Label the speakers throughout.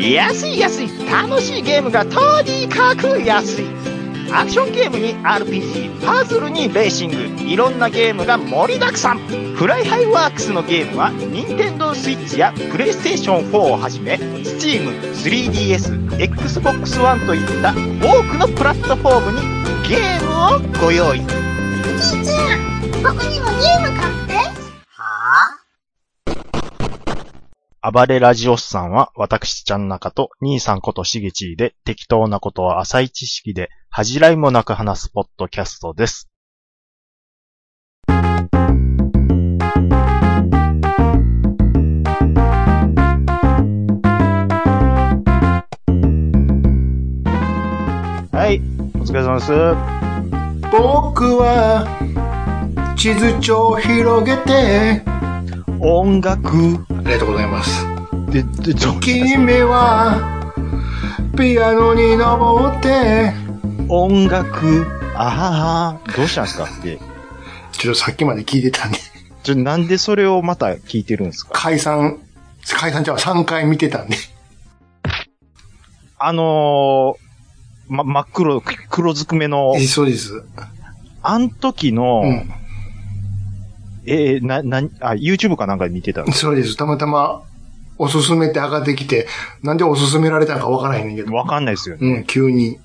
Speaker 1: 安い安い楽しいゲームがとにかく安いアクションゲームに RPG パズルにレーシングいろんなゲームが盛りだくさんフライハイワークスのゲームは NintendoSwitch や PlayStation4 をはじめ Steam3DSXbox One といった多くのプラットフォームにゲームをご用意
Speaker 2: じいちゃん、僕にもゲーム買って。
Speaker 1: 暴れラジオスさんは、私ちゃん中と、兄さんことしげちいで、適当なことは浅い知識で、恥じらいもなく話すポッドキャストです。はい、お疲れ様です。
Speaker 3: 僕は地図帳広げて
Speaker 1: 音楽
Speaker 3: ありがとうございます
Speaker 1: で、で、ちょ、
Speaker 3: 君はピアノに登って
Speaker 1: 音楽、あはは、どうしたんですかって。
Speaker 3: ちょっとさっきまで聞いてたんで
Speaker 1: ちょ、なんでそれをまた聞いてるんですか
Speaker 3: 解散解散じゃあ3回見てたんで
Speaker 1: あのー、ま、真っ黒、く黒ずくめの、
Speaker 3: そうです
Speaker 1: あん時の、
Speaker 3: うん
Speaker 1: えーな、な、あ、YouTube かなんかで見てたの
Speaker 3: そうですたまたまおすすめって上がってきてなんでおすすめられたのかわからへんねんけど
Speaker 1: わかんないですよね。
Speaker 3: うん急に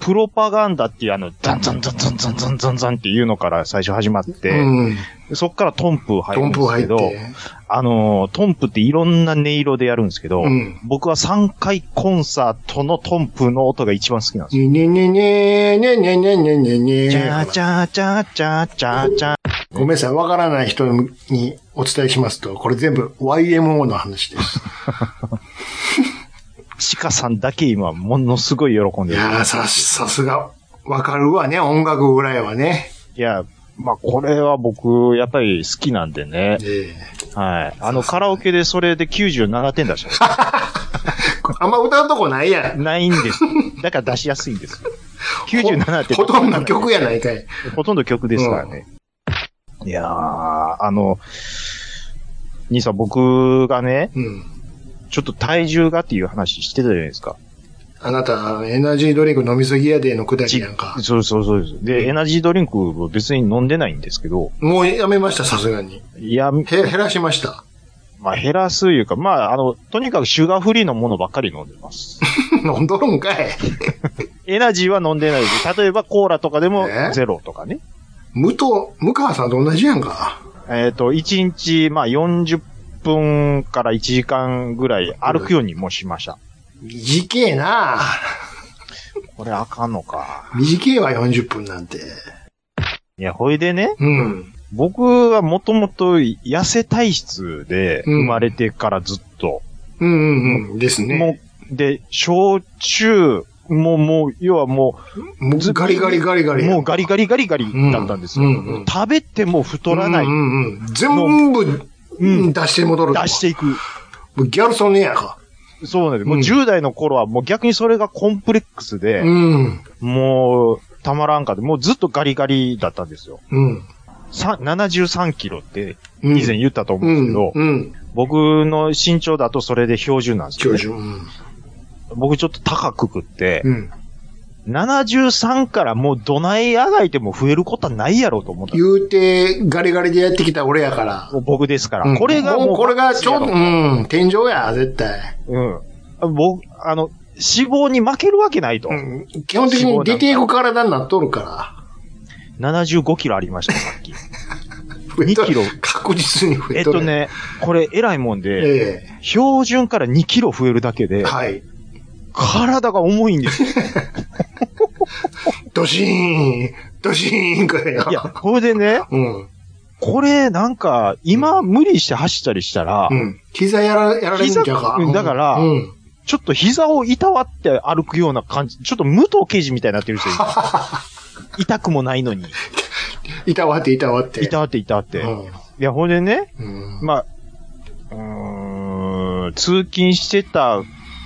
Speaker 1: プロパガンダっていうあの、ザンザンザンザンザンザンザンザンっていうのから最初始まって、
Speaker 3: うん
Speaker 1: そっからトンプ入
Speaker 3: ト
Speaker 1: る
Speaker 3: ン
Speaker 1: んで
Speaker 3: プ
Speaker 1: す
Speaker 3: 入
Speaker 1: け
Speaker 3: っ
Speaker 1: ど、
Speaker 3: て
Speaker 1: あのー、トンプっていろんな音色でやるんですけど、
Speaker 3: うん
Speaker 1: 僕は3回コンサートのトンプの音が一番好きなんですよ。
Speaker 3: ねねねねねねねねねね
Speaker 1: チャーチャーチャーチャーチャーチャー。
Speaker 3: ごめんなさい。わからない人にお伝えしますと、これ全部 YMO の話です。
Speaker 1: チカさんだけ今、ものすごい喜ん
Speaker 3: い
Speaker 1: でる。
Speaker 3: やー、さ、さすが、わかるわね。音楽ぐらいはね。
Speaker 1: いや、まあ、これは僕、やっぱり好きなんでね。
Speaker 3: え
Speaker 1: はい。あの、カラオケでそれで97点出したんです
Speaker 3: えあんま歌うとこないやん。
Speaker 1: ないんです。だから出しやすいんです。97点。
Speaker 3: ほとんど曲やないかい。
Speaker 1: ほとんど曲ですからね。いやー、あの、兄さん、僕がね、
Speaker 3: うん。
Speaker 1: ちょっと体重がっていう話してたじゃないですか。
Speaker 3: あなた、エナジードリンク飲みすぎやでのくだりやんか。
Speaker 1: そうそうそうです。で、エナジードリンクを別に飲んでないんですけど、
Speaker 3: もうやめました、さすがに。
Speaker 1: いや、
Speaker 3: へ、減らしました。
Speaker 1: まあ、減らすいうか、まあ、あの、とにかくシュガーフリーのものばっかり飲んでます。
Speaker 3: 飲んどるんかい。
Speaker 1: エナジーは飲んでないです。例えばコーラとかでも
Speaker 3: え
Speaker 1: ゼロとかね。
Speaker 3: 武藤、武川さんと同じやんか。
Speaker 1: えっ、と、1日、まあ40分から1時間ぐらい歩くようにもしました。
Speaker 3: 短えな
Speaker 1: これあかんのか。
Speaker 3: 短えわ、40分なんて。
Speaker 1: いや、ほいでね、
Speaker 3: うん。
Speaker 1: 僕はもともと痩せ体質で生まれてからずっと、
Speaker 3: うんうんうん。ですね。
Speaker 1: もう、で、小中、もうもう、要はも
Speaker 3: もうガリガリガリガ
Speaker 1: う、
Speaker 3: リ。
Speaker 1: もうガリガリガリガリだったんですよ。
Speaker 3: うんうんうん
Speaker 1: 食べても太らない、
Speaker 3: うんうんうん全部、
Speaker 1: うん
Speaker 3: 出して戻る。
Speaker 1: 出していく。
Speaker 3: もうギャルソンねやか。
Speaker 1: そうなんです。もううん10代の頃はもう逆にそれがコンプレックスで、
Speaker 3: うん。
Speaker 1: もう、たまらんかで、もうずっとガリガリだったんですよ。
Speaker 3: うん。
Speaker 1: さ73キロって
Speaker 3: うん
Speaker 1: 以前言ったと思
Speaker 3: う
Speaker 1: うんです
Speaker 3: ん
Speaker 1: けど、
Speaker 3: うん。
Speaker 1: 僕の身長だとそれで標準なんですよ、
Speaker 3: 教
Speaker 1: ね。
Speaker 3: 授。うん
Speaker 1: 僕ちょっと高くくって、
Speaker 3: うん。
Speaker 1: 73からもうどないあがいても増えることはないやろうと思ったんで
Speaker 3: 言うて、ガリガリでやってきた俺やから
Speaker 1: す。。僕ですから。
Speaker 3: うん
Speaker 1: これがもう、
Speaker 3: これがちょう
Speaker 1: う
Speaker 3: ど、
Speaker 1: ど
Speaker 3: うん、天井や、絶対。
Speaker 1: うん。僕、あの、脂肪に負けるわけないと。
Speaker 3: うん基本的に出ていく体になっとるか
Speaker 1: 75キロありました、さっき。
Speaker 3: ら。増えと
Speaker 1: 2
Speaker 3: る
Speaker 1: キロ
Speaker 3: 確実に増
Speaker 1: え
Speaker 3: え
Speaker 1: っ
Speaker 3: とる。
Speaker 1: と。ね、これ偉いもんで、
Speaker 3: え
Speaker 1: 標準から2キロ増えるだけ
Speaker 3: え。
Speaker 1: で、
Speaker 3: はい。
Speaker 1: 体が重いんですよ。
Speaker 3: ドシーン、ドシーンくらい
Speaker 1: いや、
Speaker 3: や。
Speaker 1: これでね、
Speaker 3: うん。
Speaker 1: これなんか、今無理して走ったりしたら、
Speaker 3: うん。膝やら、やられるんちゃうか
Speaker 1: 膝。うんだから
Speaker 3: うん。
Speaker 1: ちょっと膝をいたわって歩くような感じ、ちょっと武藤刑事みたいになってる人い る。痛くもないのに。
Speaker 3: いたわって、いたわって。
Speaker 1: いたわっていたわって。いや、ほんでね、
Speaker 3: うん。うん。
Speaker 1: まあ、うーん、通勤してた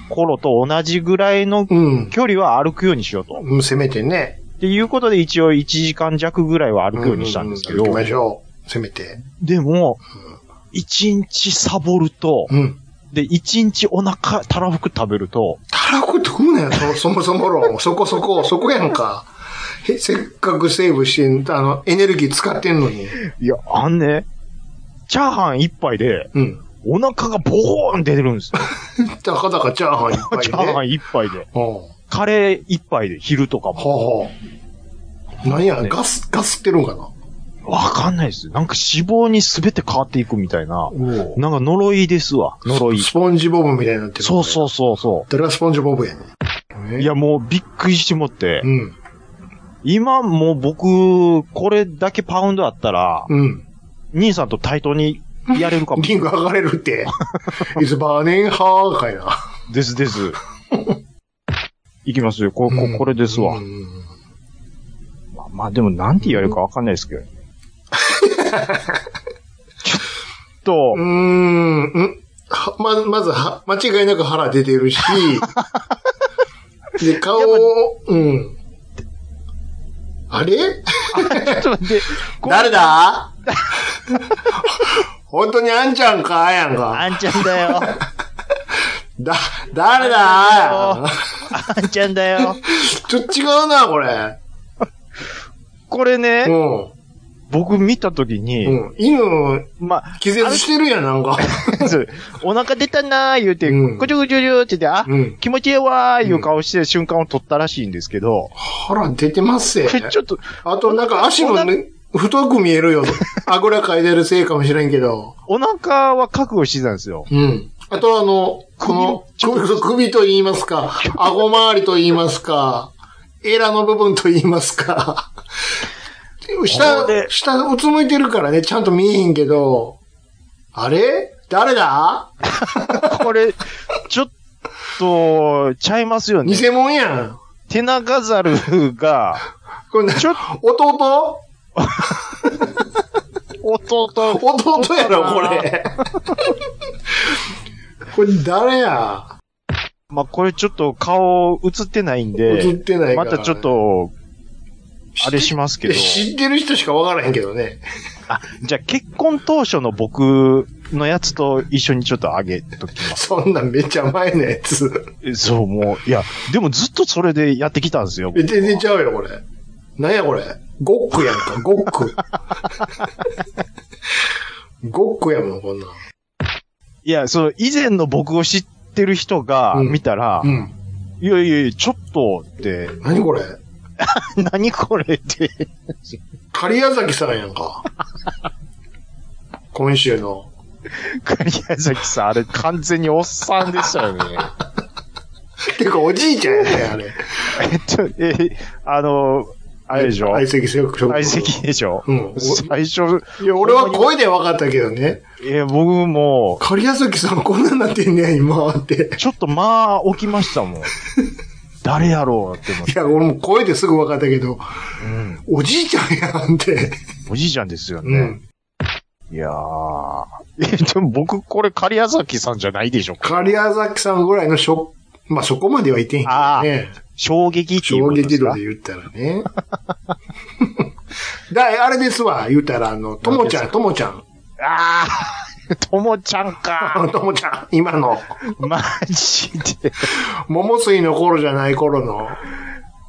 Speaker 1: 頃と同じぐらいの
Speaker 3: うん。
Speaker 1: 距離は歩くようにしようと。
Speaker 3: うん、せめてね。
Speaker 1: っていうことで一応1時間弱ぐらいは歩くようにしたんですけど、
Speaker 3: 行きましょう。せめて。
Speaker 1: でも、1日サボると、
Speaker 3: うん。
Speaker 1: で、一日お腹、たらふく食べると、
Speaker 3: たらふく食うなよ、そ そもそも論。そこそこ、そこやんか。へせっかくセーブして、あの、エネルギー使ってんのに。
Speaker 1: いや、あんね、チャーハン一杯で、
Speaker 3: うん。
Speaker 1: お腹がボーンって出るんですよ。
Speaker 3: たかだかチャーハンいっぱいね。
Speaker 1: チャーハン一杯で。
Speaker 3: うん。は
Speaker 1: カレー一杯で、昼とか
Speaker 3: あ
Speaker 1: も。
Speaker 3: はあ。なんや、
Speaker 1: ね
Speaker 3: ガス、ガスってるんかな。
Speaker 1: わかんないです。なんか脂肪に全て変わっていくみたいな。
Speaker 3: お
Speaker 1: なんか呪いですわ。呪い。
Speaker 3: スポンジボブみたいになってる。
Speaker 1: そうそうそうそ
Speaker 3: 誰がスポンジボブやねん
Speaker 1: う。い、や、もうびっくりしてもって
Speaker 3: う。ん。
Speaker 1: 今もう僕、これだけパウンドあったら、
Speaker 3: うん。
Speaker 1: 兄さんと対等にやれるか も。
Speaker 3: リング上がれ るって。いつバーネンハーかいな。
Speaker 1: です です。いきますよ。こ、こ、これですわ
Speaker 3: う。ん
Speaker 1: まあまあでも、なんて言われるかわかんないですけどね。ちょっ
Speaker 3: うーん、うん。はま、まずは、間違いなく腹出て るし、で、顔を、うん。あれ
Speaker 1: と、ちょっと待って、こ
Speaker 3: 誰だ 本当にあんちゃんかやんか。
Speaker 1: あんちゃんだよ。
Speaker 3: だ、誰だ
Speaker 1: あんちゃんだよ。
Speaker 3: ちょっと違うな、これ。
Speaker 1: これ
Speaker 3: う
Speaker 1: ね、
Speaker 3: ん。
Speaker 1: 僕見たときに、
Speaker 3: うん。犬、
Speaker 1: まあ、
Speaker 3: 気絶してるやん、なんか。
Speaker 1: お腹出たなー言うて、
Speaker 3: うん
Speaker 1: ぐちょぐちょぐちょって言って、あ、
Speaker 3: うん。
Speaker 1: 気持ちええわーいう顔して瞬間を撮ったらしいんですけど、
Speaker 3: 腹出てますよ
Speaker 1: こ。れちょっと、
Speaker 3: あと、なんか足もね、太く見え るよ。あぐらかいてるせいかもしれんけど。
Speaker 1: お腹は覚悟してたんですよ。
Speaker 3: うん。あとあの、この、首首と言いますか、顎周りと言いますか、エラの部分と言いますか。でも下
Speaker 1: ここで、
Speaker 3: 下、うつむいてるからね、ちゃんと見えへんけど、あれ誰だ
Speaker 1: これ、ちょっと、ちゃいますよね。
Speaker 3: 偽物やん。
Speaker 1: テナガザルが、
Speaker 3: これな
Speaker 1: ちょっ
Speaker 3: 弟
Speaker 1: と、弟、
Speaker 3: 弟やろ、これ。これ誰や
Speaker 1: まあ、これちょっと顔映ってないん
Speaker 3: 映っ
Speaker 1: で、
Speaker 3: てないから、
Speaker 1: またちょっ、と、あれしますけど、
Speaker 3: 知ってる人しかわからへんけどね。
Speaker 1: あ、じゃあ結婚当初の僕のやつと一緒にちょっとあげときます
Speaker 3: そんなんめっちゃ前のや つ。
Speaker 1: え。そう、もう、いや、でもずっとそれでやってきたんですよ。
Speaker 3: え、全然ちゃうよ、これ。なんや、これ。ゴックやんか、ゴッ ク。ゴックやもん、こんなん。
Speaker 1: いや、その、以前の僕を知ってる人が
Speaker 3: うん
Speaker 1: 見たら、
Speaker 3: うん。
Speaker 1: いやいやいや、ちょっとって、
Speaker 3: 何これ
Speaker 1: 何これって、
Speaker 3: 狩矢崎さんや んか。今週の。
Speaker 1: 狩矢崎さん、あれ完全におっさんでしたよね。
Speaker 3: てか、おじいちゃんやね、あれ。
Speaker 1: えっと、え、あの、あれでしょ
Speaker 3: 相席食堂
Speaker 1: 相席でしょ
Speaker 3: うん
Speaker 1: 最初、
Speaker 3: いや、俺は声で分かったけどね。
Speaker 1: え、僕も、
Speaker 3: 狩矢崎さんこんなんなってんねや、今って。
Speaker 1: ちょっとまあ、起きましたもん。誰やろうって思っ
Speaker 3: い
Speaker 1: て。
Speaker 3: や、俺も声ですぐ分かったけど、
Speaker 1: うん。
Speaker 3: おじいちゃんやんって。
Speaker 1: おじいちゃんですよ
Speaker 3: う
Speaker 1: ね。
Speaker 3: ん。
Speaker 1: いやー。え、でも僕、これ、狩矢崎さんじゃないでしょ
Speaker 3: 狩矢崎さんぐらいのショまあ、そこまではいてへんけど
Speaker 1: あ
Speaker 3: ね。
Speaker 1: 衝撃っていう
Speaker 3: 衝
Speaker 1: ことで
Speaker 3: 撃
Speaker 1: す
Speaker 3: 度
Speaker 1: か
Speaker 3: で言ったら ね。だ、あれですわ、言ったら、あの、ともちゃん、ともちゃん。
Speaker 1: ああ、 ともちゃん
Speaker 3: あ
Speaker 1: か。
Speaker 3: の、ともちゃん、今の、
Speaker 1: マジで。
Speaker 3: 桃水の頃じゃない頃の、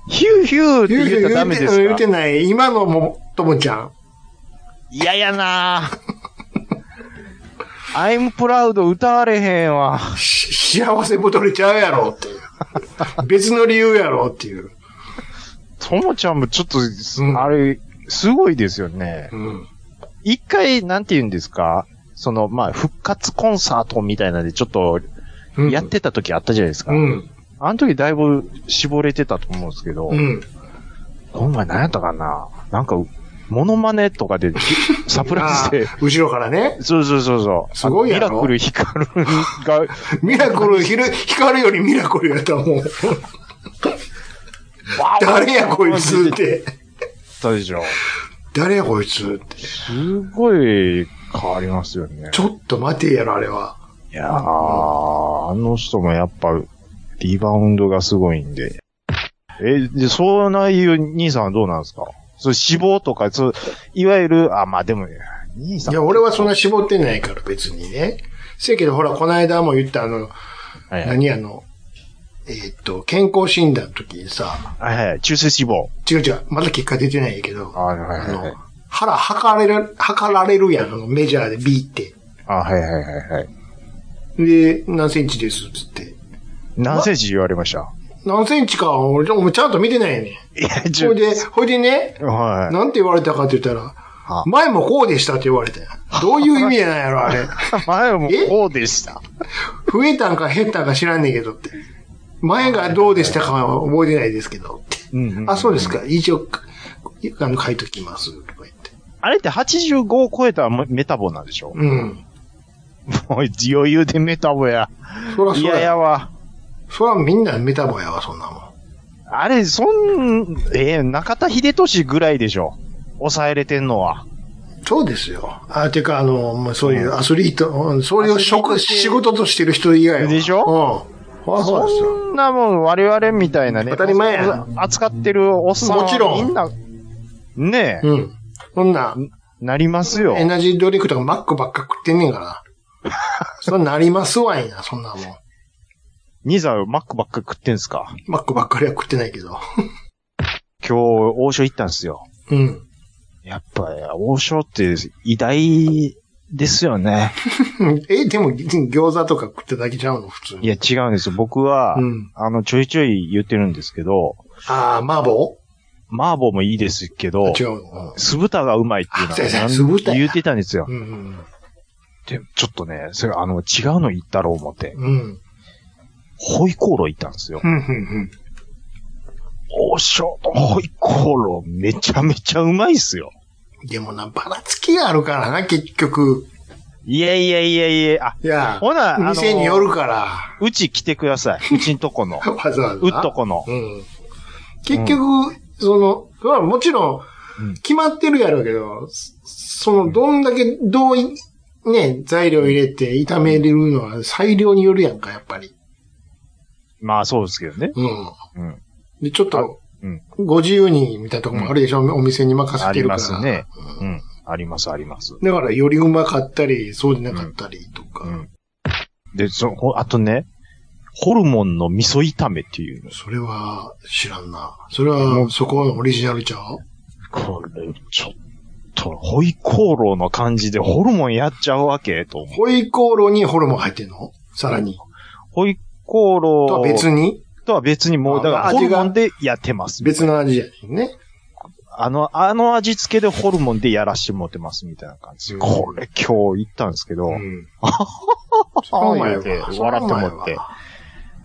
Speaker 1: ヒューヒューって言ったらダメ
Speaker 3: て
Speaker 1: です
Speaker 3: 言う
Speaker 1: か
Speaker 3: てない、今のも、ともちゃん。
Speaker 1: 嫌ややなアイムプラウド歌われへんわ。
Speaker 3: し幸せ太りちゃうやろっていう。別の理由やろっていう。
Speaker 1: ともちゃんもちょっと、す
Speaker 3: うん
Speaker 1: あれ、すごいですよね
Speaker 3: う。ん。
Speaker 1: 一回、なんて言うんですかその、まあ、復活コンサートみたいなんで、ちょっと、
Speaker 3: うん
Speaker 1: やっ。てた時あったじゃないですか。
Speaker 3: うん。
Speaker 1: あの時だいぶ絞れてたと思うんですけど、
Speaker 3: うん。
Speaker 1: 今回何やったかななんか、モノマネとか で、サプライズで
Speaker 3: あ、後ろからね。
Speaker 1: そうそうそうそう。
Speaker 3: すごいやろ
Speaker 1: あのミラクル光るが、
Speaker 3: ミラクル、ひる光るよりミラクルやったもん。
Speaker 1: わー
Speaker 3: 誰やこいつっ。
Speaker 1: って
Speaker 3: て。
Speaker 1: たでしょ。
Speaker 3: 誰やこいつって。
Speaker 1: すごい変わりますよね。
Speaker 3: ちょっと待てやろ、あれは。
Speaker 1: いやー、あの人もやっぱ、リバウンドがすごいんで。え、で、そうない兄さんはどうなんですかそう、死亡とか、そう、いわゆる、あ、まあでも、兄さ
Speaker 3: い
Speaker 1: ん。
Speaker 3: や、俺はそんな絞ってないから別にね。せやけど、ほら、この間も言ったあの、
Speaker 1: はいはい。
Speaker 3: 何あの、えーっと、健康診断の時にさ、
Speaker 1: はいはい。中性脂肪。
Speaker 3: 違う違う、まだ結果出てないんやけど、
Speaker 1: あはいはい
Speaker 3: あ
Speaker 1: はい
Speaker 3: の。、腹測れる、測られるやん、あのメジャーで B って。
Speaker 1: あはいはいはいはい。
Speaker 3: で、何センチです、つって。
Speaker 1: 何センチ言われました
Speaker 3: 何センチか、俺、俺ちゃんと見てないよね。
Speaker 1: いや、ち
Speaker 3: ほ
Speaker 1: ょ
Speaker 3: いで、ほいでね、
Speaker 1: はい。
Speaker 3: なんて言われたかって言ったら
Speaker 1: あ、
Speaker 3: 前もこうでしたって言われたよ。どういう意味やなんやろ、あれ。
Speaker 1: 前もこうでした。
Speaker 3: 増えたんか減ったんか知らんねんけどって。前がどうでしたかは覚えてないですけどって。
Speaker 1: うんうん
Speaker 3: あ、そうですか。一応、あの、書いときます。とか言って。
Speaker 1: あれって85を超えたらメタボなんでしょ
Speaker 3: うん。
Speaker 1: もう余裕でメタボや。
Speaker 3: そらそ
Speaker 1: い
Speaker 3: ら
Speaker 1: や、やわ。
Speaker 3: そらみんなメタボやわ、そんなもん。
Speaker 1: あれ、そん、えー、中田秀俊ぐらいでしょ抑えれてんのは。
Speaker 3: そうですよ。あ、てか、あの、もうそういうアスリート、うんそれを職、仕事としてる人以外は。
Speaker 1: でしょ
Speaker 3: うん。ほらそうですよ。
Speaker 1: そんなもん、我々みたいなね。
Speaker 3: 当たり前や
Speaker 1: 扱ってるおっさんは
Speaker 3: もちろん
Speaker 1: みんな、ねえ、
Speaker 3: うん。そんな、
Speaker 1: なりますよ
Speaker 3: エ。ナジードリンクとかマックばっか食ってんね んから。そんなりますわいな、そんなもん。
Speaker 1: 兄さん、マックばっか食ってんすか
Speaker 3: マックばっかりは食ってないけど。
Speaker 1: 今日、王将行ったんすよ。
Speaker 3: うん。
Speaker 1: やっぱ、王将って偉大ですよね。
Speaker 3: え、でも、餃子とか食ってだけちゃうの、普通に。
Speaker 1: いや、違うんですよ。僕は、
Speaker 3: うん。
Speaker 1: あの、ちょいちょい言ってるんですけど、
Speaker 3: ああ、麻婆
Speaker 1: 麻婆もいいですけど、
Speaker 3: 違うの。
Speaker 1: 酢豚がうまいっていう
Speaker 3: あそうやそうや
Speaker 1: の
Speaker 3: 酢
Speaker 1: は
Speaker 3: 豚や
Speaker 1: 言ってたんですよ。
Speaker 3: うん。うん
Speaker 1: で、ちょっとね、それあの、違うの言ったろう思って、
Speaker 3: うん。うん。
Speaker 1: ホイコーロー行ったんですよ。
Speaker 3: うん。うん。
Speaker 1: 王将とホイコーローめちゃめちゃうまいっすよ。
Speaker 3: うんでもな、ばらつきがあるからな、結局。
Speaker 1: いやいやいやいや、あ、
Speaker 3: いや、
Speaker 1: ほな、あの、
Speaker 3: 店によるから、
Speaker 1: うち来てください。うちんとこ の。
Speaker 3: わざわざ。
Speaker 1: うっとこの。
Speaker 3: うん。結局、その、それはもちろ
Speaker 1: うん
Speaker 3: ん、決まってるやろうけど、そその、どんだけ、どうい、ね、材料入れて炒めれるのは裁量によるやんか、やっぱり。
Speaker 1: まあそうですけどね。
Speaker 3: うん。
Speaker 1: うん。
Speaker 3: で、ちょっ
Speaker 1: あ
Speaker 3: と
Speaker 1: うん、
Speaker 3: ご自由に、みたいなとこもあるでしょ、お店に任せ
Speaker 1: あ
Speaker 3: て
Speaker 1: り
Speaker 3: る
Speaker 1: ま
Speaker 3: から。
Speaker 1: すね。うん。あります、あります。
Speaker 3: だから、よりうまかったり、そうでなかったりとか。
Speaker 1: うん。で、そ、ほあとね、ホルモンの味噌炒めっていうの。
Speaker 3: それは、知らんな。それ
Speaker 1: も
Speaker 3: は、
Speaker 1: う
Speaker 3: そこのオリジナルちゃう
Speaker 1: これ、ちょっと、ホイコーローの感じでホルモンやっちゃうわけと思う。
Speaker 3: ホイコーローにホルモン入ってんのさらに。
Speaker 1: ホイコーロー
Speaker 3: とは別に、
Speaker 1: とは別にもう、だから
Speaker 3: あ
Speaker 1: ホ
Speaker 3: 味
Speaker 1: ル
Speaker 3: が
Speaker 1: モンでやってます。
Speaker 3: 別の味やね。
Speaker 1: あの、あの味付けでホルモンでやらしてもらってますみたいな感じ。
Speaker 3: うん
Speaker 1: これ今日行ったんですけど、
Speaker 3: うん。
Speaker 1: ああ言うて笑ってもって。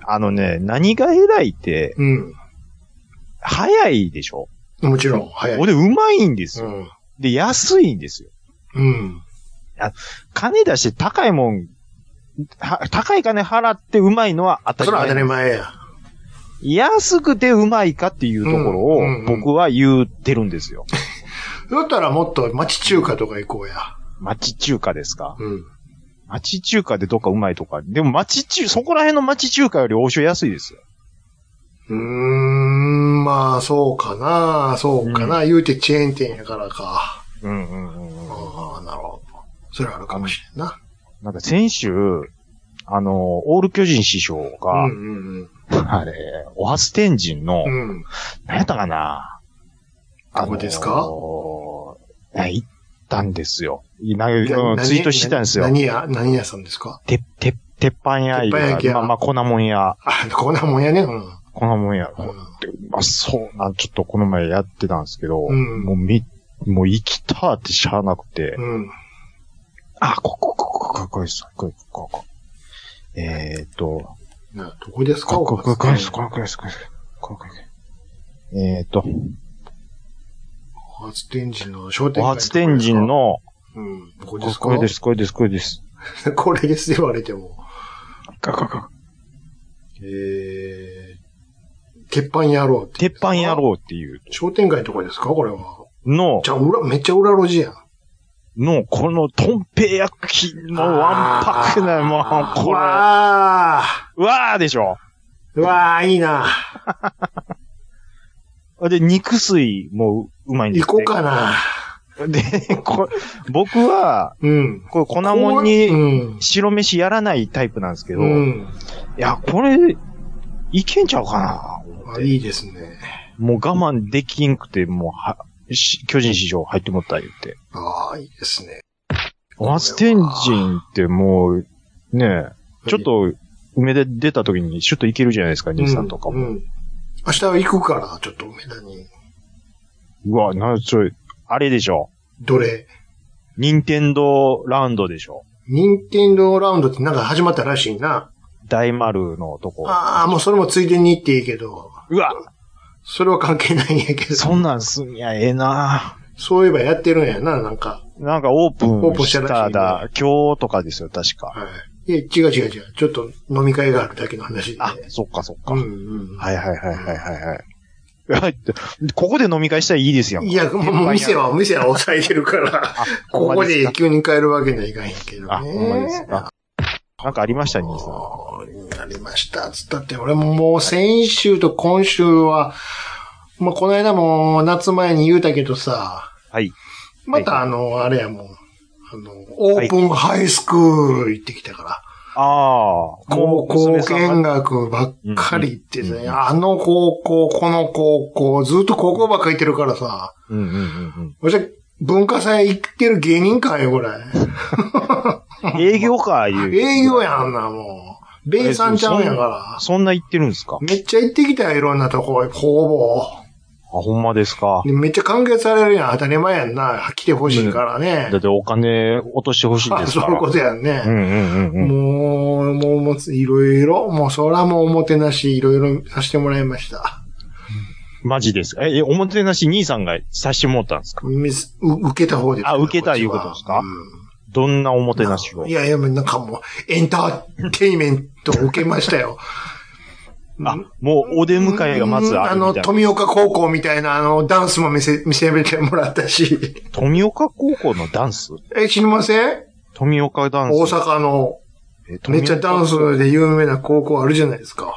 Speaker 1: あのね、何が偉いって、
Speaker 3: うん。
Speaker 1: 早いでしょ
Speaker 3: もちろん、早い。
Speaker 1: 俺うまいんですよ。
Speaker 3: うん。
Speaker 1: で、安いんですよ。
Speaker 3: うん。
Speaker 1: 金出して高いもん、は高い金払ってうまいのは当
Speaker 3: それは
Speaker 1: た
Speaker 3: 当た
Speaker 1: り
Speaker 3: り
Speaker 1: 前。
Speaker 3: 前や。
Speaker 1: 安くてうまいかっていうところを
Speaker 3: うんうんうん
Speaker 1: 僕は言ってるんです よ。
Speaker 3: だったらもっと町中華とか行こうや。
Speaker 1: 町中華ですか
Speaker 3: うん。
Speaker 1: 町中華でどっかうまいとか。でも町中、そこら辺の町中華より王将安いですよ。
Speaker 3: うーん、まあ、そうかな、そうかな、言うてチェーン店やからか。
Speaker 1: うんうんうんうん。
Speaker 3: ああ、なるほど。それはあるかもしれんな。
Speaker 1: なんか先週、あの、オール巨人師匠
Speaker 3: う
Speaker 1: が、
Speaker 3: んうん
Speaker 1: あれ、おはす天神の、
Speaker 3: うん。うん。
Speaker 1: 何やったかな
Speaker 3: どこですか
Speaker 1: あのーね行ったんですよ。なうん
Speaker 3: な
Speaker 1: ツイートしてたんですよ
Speaker 3: な。何や、何屋さんですか
Speaker 1: て、て、鉄板屋いうか
Speaker 3: 鉄板焼き屋
Speaker 1: まあまあ、粉もん屋。
Speaker 3: あ、こんなもんやね。うん。
Speaker 1: 粉もん屋。
Speaker 3: う
Speaker 1: まあ、そうなん、ちょっとこの前やってたんですけど、
Speaker 3: うん
Speaker 1: もうみ、もう行きたーってしゃあなくて、
Speaker 3: ん。うん
Speaker 1: あ、ここ、ここ、ここ、ここです、ここ、ここ。えーっと、
Speaker 3: などこですか
Speaker 1: ここ、ここ、ここです、
Speaker 3: か
Speaker 1: ここ、ここです、ここです、ここ、ここです。えーっと、
Speaker 3: 初天神の商店
Speaker 1: お
Speaker 3: 街。
Speaker 1: 初天神。の、
Speaker 3: うん。どこ
Speaker 1: こ
Speaker 3: で
Speaker 1: こ
Speaker 3: すか
Speaker 1: これです、これです、これです。
Speaker 3: これです言われても。
Speaker 1: ここ、ここ。
Speaker 3: えー、鉄板野郎って。
Speaker 1: 鉄板野。郎っていう
Speaker 3: 商店街とかですかこれは。
Speaker 1: の、
Speaker 3: じゃあ、裏、めっちゃ裏路地やん。
Speaker 1: の、この、トンペ焼きのわんぱくな、もう、これ、わ
Speaker 3: わあ
Speaker 1: ーでしょ。
Speaker 3: うわあいいな。
Speaker 1: で、肉水もうまいんで
Speaker 3: 行
Speaker 1: す
Speaker 3: こうかな。
Speaker 1: で、こ僕は、
Speaker 3: うん。
Speaker 1: これ粉もんに
Speaker 3: うん。
Speaker 1: 白飯やらないタイプなんですけど、
Speaker 3: うん。
Speaker 1: いや、これ、いけんちゃうかな
Speaker 3: あいいですね。
Speaker 1: もう我慢できんくて、もうは、し巨人師匠入ってもった言って。
Speaker 3: ああ、いいですね。
Speaker 1: 松天神ってもう、ねえ、ちょっと、梅で出た時にシュッといけるじゃないですか、兄さんとかも。う
Speaker 3: うんうん明日は行くから、ちょっと梅田に。
Speaker 1: わ、な、ちょい、あれでしょ。
Speaker 3: どれ
Speaker 1: 任天堂ラウンドでしょ。
Speaker 3: 任天堂ラウンドってなんか始まったらしいな。
Speaker 1: 大丸のとこ。
Speaker 3: ああ、もうそれもついでに行っていいけど、
Speaker 1: うわ
Speaker 3: それは関係ないんやけど、
Speaker 1: そんなんすんや、ええな
Speaker 3: そういえばやってるんやな、なんか。
Speaker 1: なんかオープ
Speaker 3: オープ
Speaker 1: ン
Speaker 3: ンし
Speaker 1: した
Speaker 3: らしいね
Speaker 1: ただ、今日とかですよ、確か。
Speaker 3: はい。いや、違う違う違う。ちょっと飲み会があるだけの話で。
Speaker 1: あ、そっかそっか。
Speaker 3: うんうん。
Speaker 1: はいはいはいはいはいはい。はい。ここで飲み会したらいいですやん
Speaker 3: い。や、もうもう店は、店は抑えてる から、
Speaker 1: あ、
Speaker 3: ここ
Speaker 1: す
Speaker 3: で急に帰るわけにはいかんやけどね。
Speaker 1: あ、ほんまですか。なんかありました、兄さん。
Speaker 3: あーなりました。つったって、俺ももう先週と今週は、まあ、この間も夏前に言うたけどさ、
Speaker 1: はい。
Speaker 3: またあの、あれやもん、あの、オープンハイスクール行ってきたか
Speaker 1: ああ。
Speaker 3: ら、高校見
Speaker 1: が。
Speaker 3: 学ばっかり行って
Speaker 1: うんうん
Speaker 3: ね、あの高校、この高校、ずっと高校ばっかり行ってるからさ、
Speaker 1: うんうんうん
Speaker 3: そして文化祭行ってる芸人かよ、これ。
Speaker 1: うん。営業か、いう。
Speaker 3: 営業やんあんな、もう。ベイさんちゃうんやから。
Speaker 1: そんな言ってるんですかあ、
Speaker 3: めっちゃ行ってきたよ、いろんなとこ、ほぼ。
Speaker 1: ほんまですか。
Speaker 3: でめっちゃ歓迎されるやん。当たり前やんな。来てほしいからね
Speaker 1: だっ。てお金落としてほしい
Speaker 3: あ
Speaker 1: です
Speaker 3: そ
Speaker 1: か
Speaker 3: ういう
Speaker 1: ら。
Speaker 3: ことやん
Speaker 1: う
Speaker 3: ね。
Speaker 1: んうんうんうん。
Speaker 3: もう、もう、もう、いろいろ、もう、そらもうおもてなし、いろいろさせてもらいました。
Speaker 1: マジですか。え、えおもてなし兄さんがさしてもらったんですか
Speaker 3: みすう受けた方です。
Speaker 1: あ受けた
Speaker 3: っちは
Speaker 1: いうことですかどんなおもてなし
Speaker 3: う
Speaker 1: を
Speaker 3: んいやいや、もうなんかもう、エンターテイメントを受けましたよ。
Speaker 1: あ、もうお出迎えがまず
Speaker 3: うん
Speaker 1: あ
Speaker 3: あ
Speaker 1: るみ
Speaker 3: の、
Speaker 1: たいな。
Speaker 3: 富岡高校みたいな、あの、ダンスも見せ、見せてもらったし。
Speaker 1: 富岡高校のダンス
Speaker 3: え、知りません
Speaker 1: 富岡ダンス。
Speaker 3: 大阪の、
Speaker 1: え富
Speaker 3: め
Speaker 1: 岡
Speaker 3: っちゃダンスで有名な高校あるじゃないですか。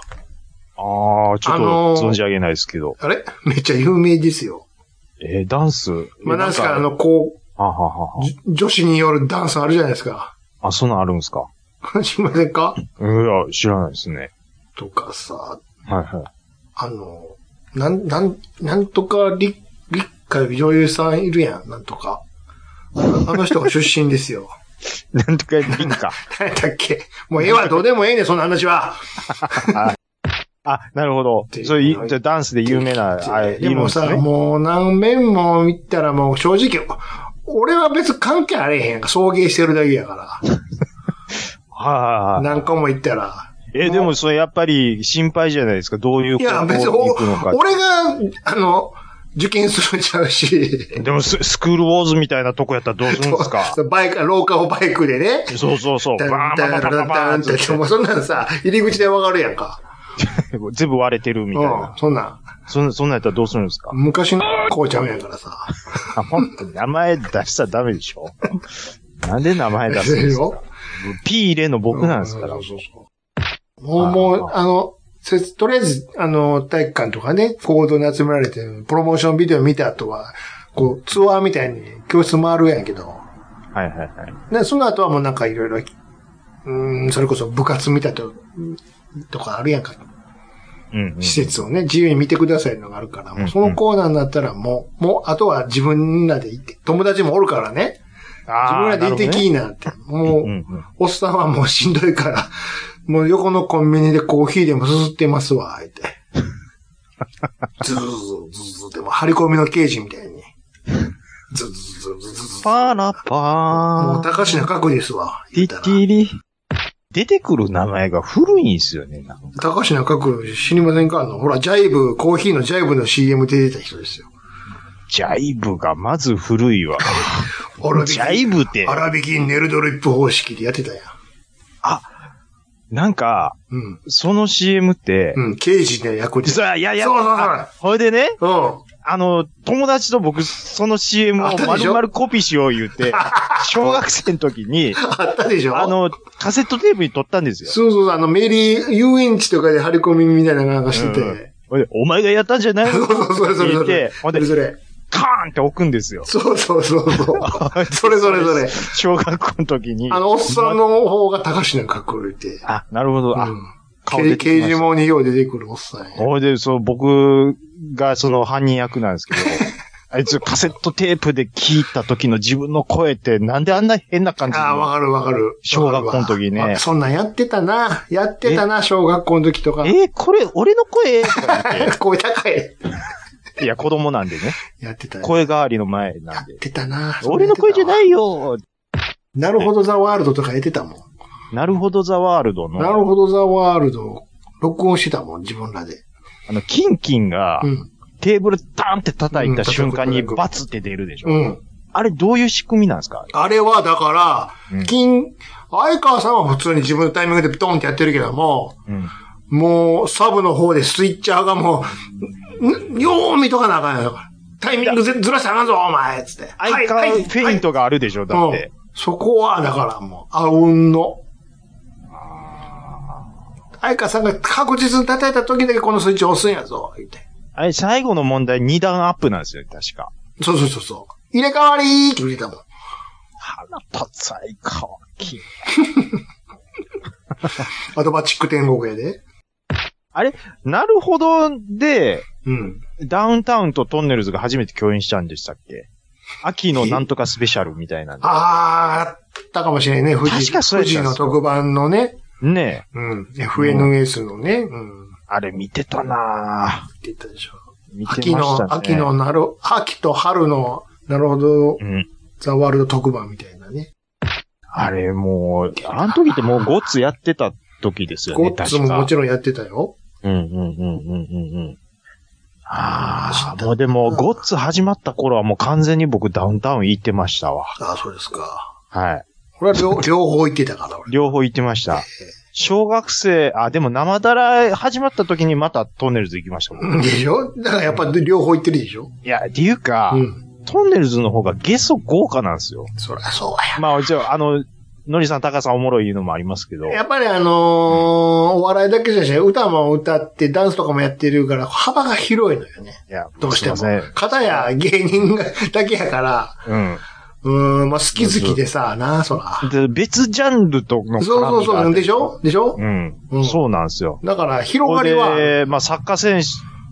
Speaker 1: ああ、ちょっ
Speaker 3: あの
Speaker 1: と
Speaker 3: ー
Speaker 1: 存じ上げないですけど。
Speaker 3: あれめっちゃ有名ですよ。
Speaker 1: えーダンス
Speaker 3: まあ、なんすか、あ
Speaker 1: は
Speaker 3: の、こ
Speaker 1: はは
Speaker 3: う、じ女子によるダンスあるじゃないですか。
Speaker 1: は。あ、そんなんあるんですか
Speaker 3: 知りませんか
Speaker 1: いや、知らないですね。
Speaker 3: とかさ、
Speaker 1: はいは
Speaker 3: あの、なん、なん、なんとか立、立海女優さんいるやん、なんとか。あのあの人が出身で すよ。
Speaker 1: い。なんとかリンか。
Speaker 3: 誰だっけもうええわ、どうでもええねん、そんな話は。
Speaker 1: あ、なるほど。そういじゃあダンスで有名な、あれ、い
Speaker 3: で
Speaker 1: るん
Speaker 3: も
Speaker 1: です
Speaker 3: さ、
Speaker 1: ね。
Speaker 3: もう何面も見たらもう正直、俺は別に関係あれへんやんか。送迎してるだけやか
Speaker 1: は
Speaker 3: ら。
Speaker 1: いはいはい。
Speaker 3: 何個も言ったら。
Speaker 1: え、でもそれやっぱり心配じゃないですか。どういう
Speaker 3: いや、別に、
Speaker 1: 高校に行くのか。
Speaker 3: 俺が、あの、受験するんちゃうし、
Speaker 1: でもススクールウォーズみたいなとこやったらどうするんですか
Speaker 3: バイク、廊下をバイクでね、
Speaker 1: そうそうそう。
Speaker 3: ダン
Speaker 1: バーンバ
Speaker 3: ダン
Speaker 1: ーンバー
Speaker 3: ダ
Speaker 1: ン
Speaker 3: ン
Speaker 1: バー
Speaker 3: ダ
Speaker 1: ン
Speaker 3: ン
Speaker 1: っ
Speaker 3: って、もうそんなんさ、入り口でわかるやんか。
Speaker 1: て全部割れてるみ
Speaker 3: う
Speaker 1: たい
Speaker 3: ん
Speaker 1: な、。
Speaker 3: そんなん。
Speaker 1: そんそんなんやったらどうするんですか
Speaker 3: 昔のこうちゃうんやからさ。
Speaker 1: あ、本当に名前出したらダメでしょなんで名前出すんですか
Speaker 3: よ
Speaker 1: ?P 入れの僕なんですから
Speaker 3: う。そうそうもう、もう、あの、せとりあえず、あの、体育館とかね、フォードに集められて、プロモーションビデオ見た後は、こう、ツアーみたいに教室回るやんけど、
Speaker 1: はいはいはい。
Speaker 3: で、その後はもうなんかいろいろ、うーん、それこそ部活見たと、とかあるやんか。
Speaker 1: うん、うん。
Speaker 3: 施設をね、自由に見てくださいのがあるから、
Speaker 1: うんう
Speaker 3: も
Speaker 1: ん
Speaker 3: うそのコーナーになったらもう、もう、あとは自分らで行って、友達もおるからね、自分
Speaker 1: あ
Speaker 3: ら
Speaker 1: あ、
Speaker 3: で行ってきいなって、もう、
Speaker 1: なるほどね
Speaker 3: おっさんはもうしんどいから、もう横のコンビニでコーヒーでもすすってますわ、言って。ズズズズズズでも張り込みの刑事みたいに。ズズズズズズズ。
Speaker 1: パラパー。
Speaker 3: もう高階角ですわ、
Speaker 1: ティ
Speaker 3: 言ったら。
Speaker 1: ティリ。出てくる名前が古いんすよね。なんか
Speaker 3: 高階角知りませんかあの、ほら、ジャイブ、コーヒーのジャイブの CM で出た人ですよ。
Speaker 1: ジャイブがまず古いわ。
Speaker 3: アラビ
Speaker 1: ジャイ
Speaker 3: キ、
Speaker 1: ブって
Speaker 3: ア、ラビキネルドリップ方式でやってたやん。
Speaker 1: なんか、
Speaker 3: うん。
Speaker 1: その CM って、
Speaker 3: うん、刑事の役で。
Speaker 1: そうや、いやいや、
Speaker 3: そうそうそう
Speaker 1: あほいでね、
Speaker 3: うん。
Speaker 1: あの、友達と僕、その CM
Speaker 3: あ
Speaker 1: を
Speaker 3: ったで
Speaker 1: 丸
Speaker 3: しょ
Speaker 1: 々コピーしよう言う て、小学生の時に、
Speaker 3: あったでしょ
Speaker 1: あの、カセットテープに撮ったんですよ。
Speaker 3: そうそうそう、あの、メリー、遊園地とかで張り込みみたいなのなんかしてて。
Speaker 1: ほいでお前がやったんじゃないの
Speaker 3: そうそうそうそう。
Speaker 1: 聞いてほんで
Speaker 3: それそれ。
Speaker 1: カーンって置くんですよ。
Speaker 3: そうそうそう そう。それそれそれ。
Speaker 1: 小学校の時に。
Speaker 3: あの、おっさんの方が高志のかっこいいって。
Speaker 1: あ、なるほど。
Speaker 3: う
Speaker 1: あ、
Speaker 3: ん
Speaker 1: 顔出てきました
Speaker 3: 刑事もによう出てくるおっさんや。
Speaker 1: ほいで、そう、僕がその犯人役なんです けど、あいつカセットテープで聞いた時の自分の声ってなんであんな変な感じ
Speaker 3: ああ、わかるわかる。
Speaker 1: 小学校の時ね
Speaker 3: わかるわそんなんやってたな。やってたな、小学校の時とか。
Speaker 1: えーこれ俺の声とか言っ
Speaker 3: 声高い。
Speaker 1: ていや、子供なんでね。
Speaker 3: やってたよ。
Speaker 1: 声変わりの前
Speaker 3: や
Speaker 1: なん
Speaker 3: っ
Speaker 1: で。
Speaker 3: てたな。。
Speaker 1: 俺の声じゃないいよ
Speaker 3: なるほどザワールドとかやってたもん。
Speaker 1: なるほどザワールドの、
Speaker 3: なるほどザワールド、録音してたもん、自分らで。
Speaker 1: あの、キンキンが
Speaker 3: うん。
Speaker 1: テーブルタンって叩いた瞬間に
Speaker 3: うん
Speaker 1: バツって出るでしょ。
Speaker 3: うん。
Speaker 1: あれどういう仕組みなんですか
Speaker 3: あれは、だから、
Speaker 1: うん
Speaker 3: 金、相川さんは普通に自分のタイミングでドンってやってるけども、
Speaker 1: うん。
Speaker 3: もう、サブの方でスイッチャーがもう、んよう見とかなあかんよ。タイミングずずらしたらあかんぞ、お前つって。
Speaker 1: 相変わらずフェイントがあるでしょ、だ
Speaker 3: は
Speaker 1: っ
Speaker 3: いはい
Speaker 1: て。
Speaker 3: うんそこは、だからもう、あうんの。相川さんが確実に叩いた時だけこのスイッチを押すんやぞ、言って。
Speaker 1: あれ、最後の問題2段アップなんですよ、確か。
Speaker 3: そうそうそうそう。入れ替わりーって言ってたもん。
Speaker 1: 腹立つ相変わらず
Speaker 3: アドバチック天国やで。
Speaker 1: あれ、なるほどで、
Speaker 3: うん。
Speaker 1: ダウンタウンとトンネルズが初めて共演したんでしたっけ秋のなんとかスペシャルみたいなんで。
Speaker 3: あー、あったかもしれんね。富士
Speaker 1: 確かそうやったんですよ
Speaker 3: 富士の特番のね。
Speaker 1: ねえ、
Speaker 3: うん。FNS のね。うん。
Speaker 1: あれ見てたなぁ
Speaker 3: って言ったでしょ。
Speaker 1: 見て
Speaker 3: 秋
Speaker 1: ましたね。
Speaker 3: の、秋のなる、秋と春の、なるほど
Speaker 1: う、ん。
Speaker 3: ザワールド特番みたいなね。
Speaker 1: あれもう、あの時ってもうゴッツやってた時ですよ
Speaker 3: ゴ
Speaker 1: ね、
Speaker 3: ッツ
Speaker 1: 確
Speaker 3: もも
Speaker 1: か。
Speaker 3: ちろんやってたよ。
Speaker 1: うんうんうんうんうんうん。あ
Speaker 3: 知っ
Speaker 1: あ、
Speaker 3: た
Speaker 1: もうでも、ゴッツ始まった頃はもう完全に僕ダウンタウン行ってましたわ。
Speaker 3: ああ、そうですか。
Speaker 1: はい。
Speaker 3: 俺は両両方行ってたから、俺。
Speaker 1: 両方行ってました。小学生、あ、でも生だら始まった時にまたトンネルズ行きましたもん。
Speaker 3: うんでしょだからやっぱ両方行ってるでしょ
Speaker 1: いや、っていうか、
Speaker 3: うん。
Speaker 1: トンネルズの方がゲスト豪華なんですよ。
Speaker 3: そりゃそう
Speaker 1: まあ、じゃあ、あの、のりさん、たかさんおもろい言うのもありますけど
Speaker 3: や。、やっぱりあのーお笑いだけじゃなくて、歌も歌って、ダンスとかもやってるから、幅が広いのよね。
Speaker 1: いや、
Speaker 3: どうしても。
Speaker 1: すいま
Speaker 3: 片や芸人がだけやから、
Speaker 1: せん。
Speaker 3: うーん、まあ好き好きでさ、なあ、そら。
Speaker 1: うん。で、別ジャンルとの絡みがあ
Speaker 3: そう
Speaker 1: って
Speaker 3: そうそう、でしょでしょ
Speaker 1: うん、
Speaker 3: うん
Speaker 1: そうなんですよ。
Speaker 3: だから、広
Speaker 1: こ
Speaker 3: がりは、
Speaker 1: れで、まあ、サッカー選手、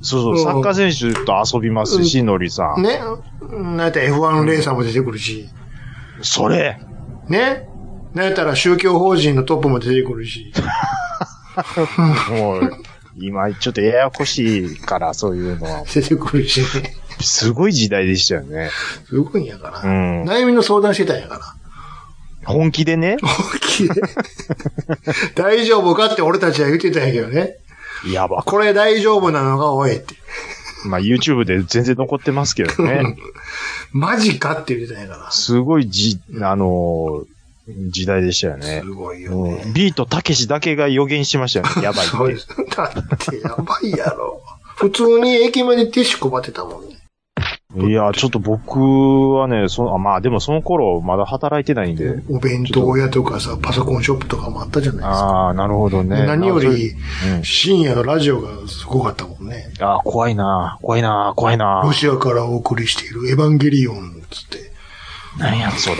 Speaker 1: そうそう、
Speaker 3: うん
Speaker 1: サッカー選手と遊びますし、のりさん。
Speaker 3: ね、なんやったら F1 レーサーも出てくるし、
Speaker 1: それ
Speaker 3: ね、なんやったら宗教法人のトップも出てくるし、
Speaker 1: もう、 今、ちょっとややこしいから、そういうのは。
Speaker 3: 出てくるしね、
Speaker 1: すごい時代でしたよね。
Speaker 3: すごいんやから、
Speaker 1: うん
Speaker 3: 悩みの相談してたんやから。
Speaker 1: 本気で ね、
Speaker 3: 大きい大丈夫かって俺たちは言ってたんやけどね。
Speaker 1: やば。
Speaker 3: これ大丈夫なのが多いって。
Speaker 1: まあ、YouTube で全然残ってますけどね。
Speaker 3: マジかって言ってたんやか
Speaker 1: すごいじ、あのー時代でしたよ
Speaker 3: ら。
Speaker 1: ね
Speaker 3: す。ごいよね。
Speaker 1: うんビートたけしだけが予言しましたよね。やばい
Speaker 3: そう
Speaker 1: っ
Speaker 3: で
Speaker 1: て。
Speaker 3: す。だってやばいやろ。普通に駅までティッシュ配ってたもんね。
Speaker 1: いや、ちょっと僕はね、その、あまあでもその頃まだ働いてないんで。
Speaker 3: お弁当屋とかさ、パソコンショップとかもあったじゃないですか。
Speaker 1: ああ、なるほどね。
Speaker 3: 何より、
Speaker 1: うん
Speaker 3: 深夜のラジオがすごかったもんね。
Speaker 1: ああ、怖いな怖いな怖いな
Speaker 3: ロシアからお送りしているエヴァンゲリオンっつって。
Speaker 1: 何やそれ。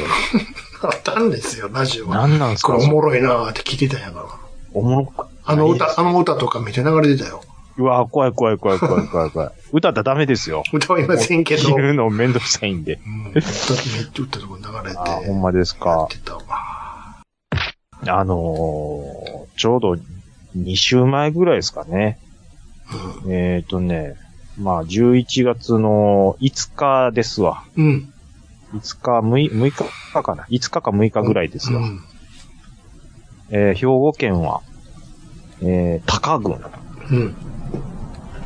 Speaker 3: あったんですよ、ラジオが。
Speaker 1: 何なんす
Speaker 3: こ
Speaker 1: か
Speaker 3: れおもろいなーって聞いてたんやから。
Speaker 1: おもろく
Speaker 3: あの歌、あの歌とかめっちゃ流れてたよ。
Speaker 1: うわ怖い怖い怖い怖い怖い怖い。歌ったらダメですよ。
Speaker 3: 歌はいませんけど。
Speaker 1: 言うのめんどくさいんで。
Speaker 3: うん歌めっちゃ歌とか流れて。
Speaker 1: あほんまです
Speaker 3: や
Speaker 1: か
Speaker 3: っ。てたわ。
Speaker 1: あのーちょうど2週前ぐらいですかね。えっ、とね、まあ11月の5日ですわ。
Speaker 3: うん。
Speaker 1: 5日、6, 6日かな。5日か6日ぐらいです
Speaker 3: う
Speaker 1: わ。
Speaker 3: ん。
Speaker 1: えー兵庫県は、えー、高郡、
Speaker 3: うん。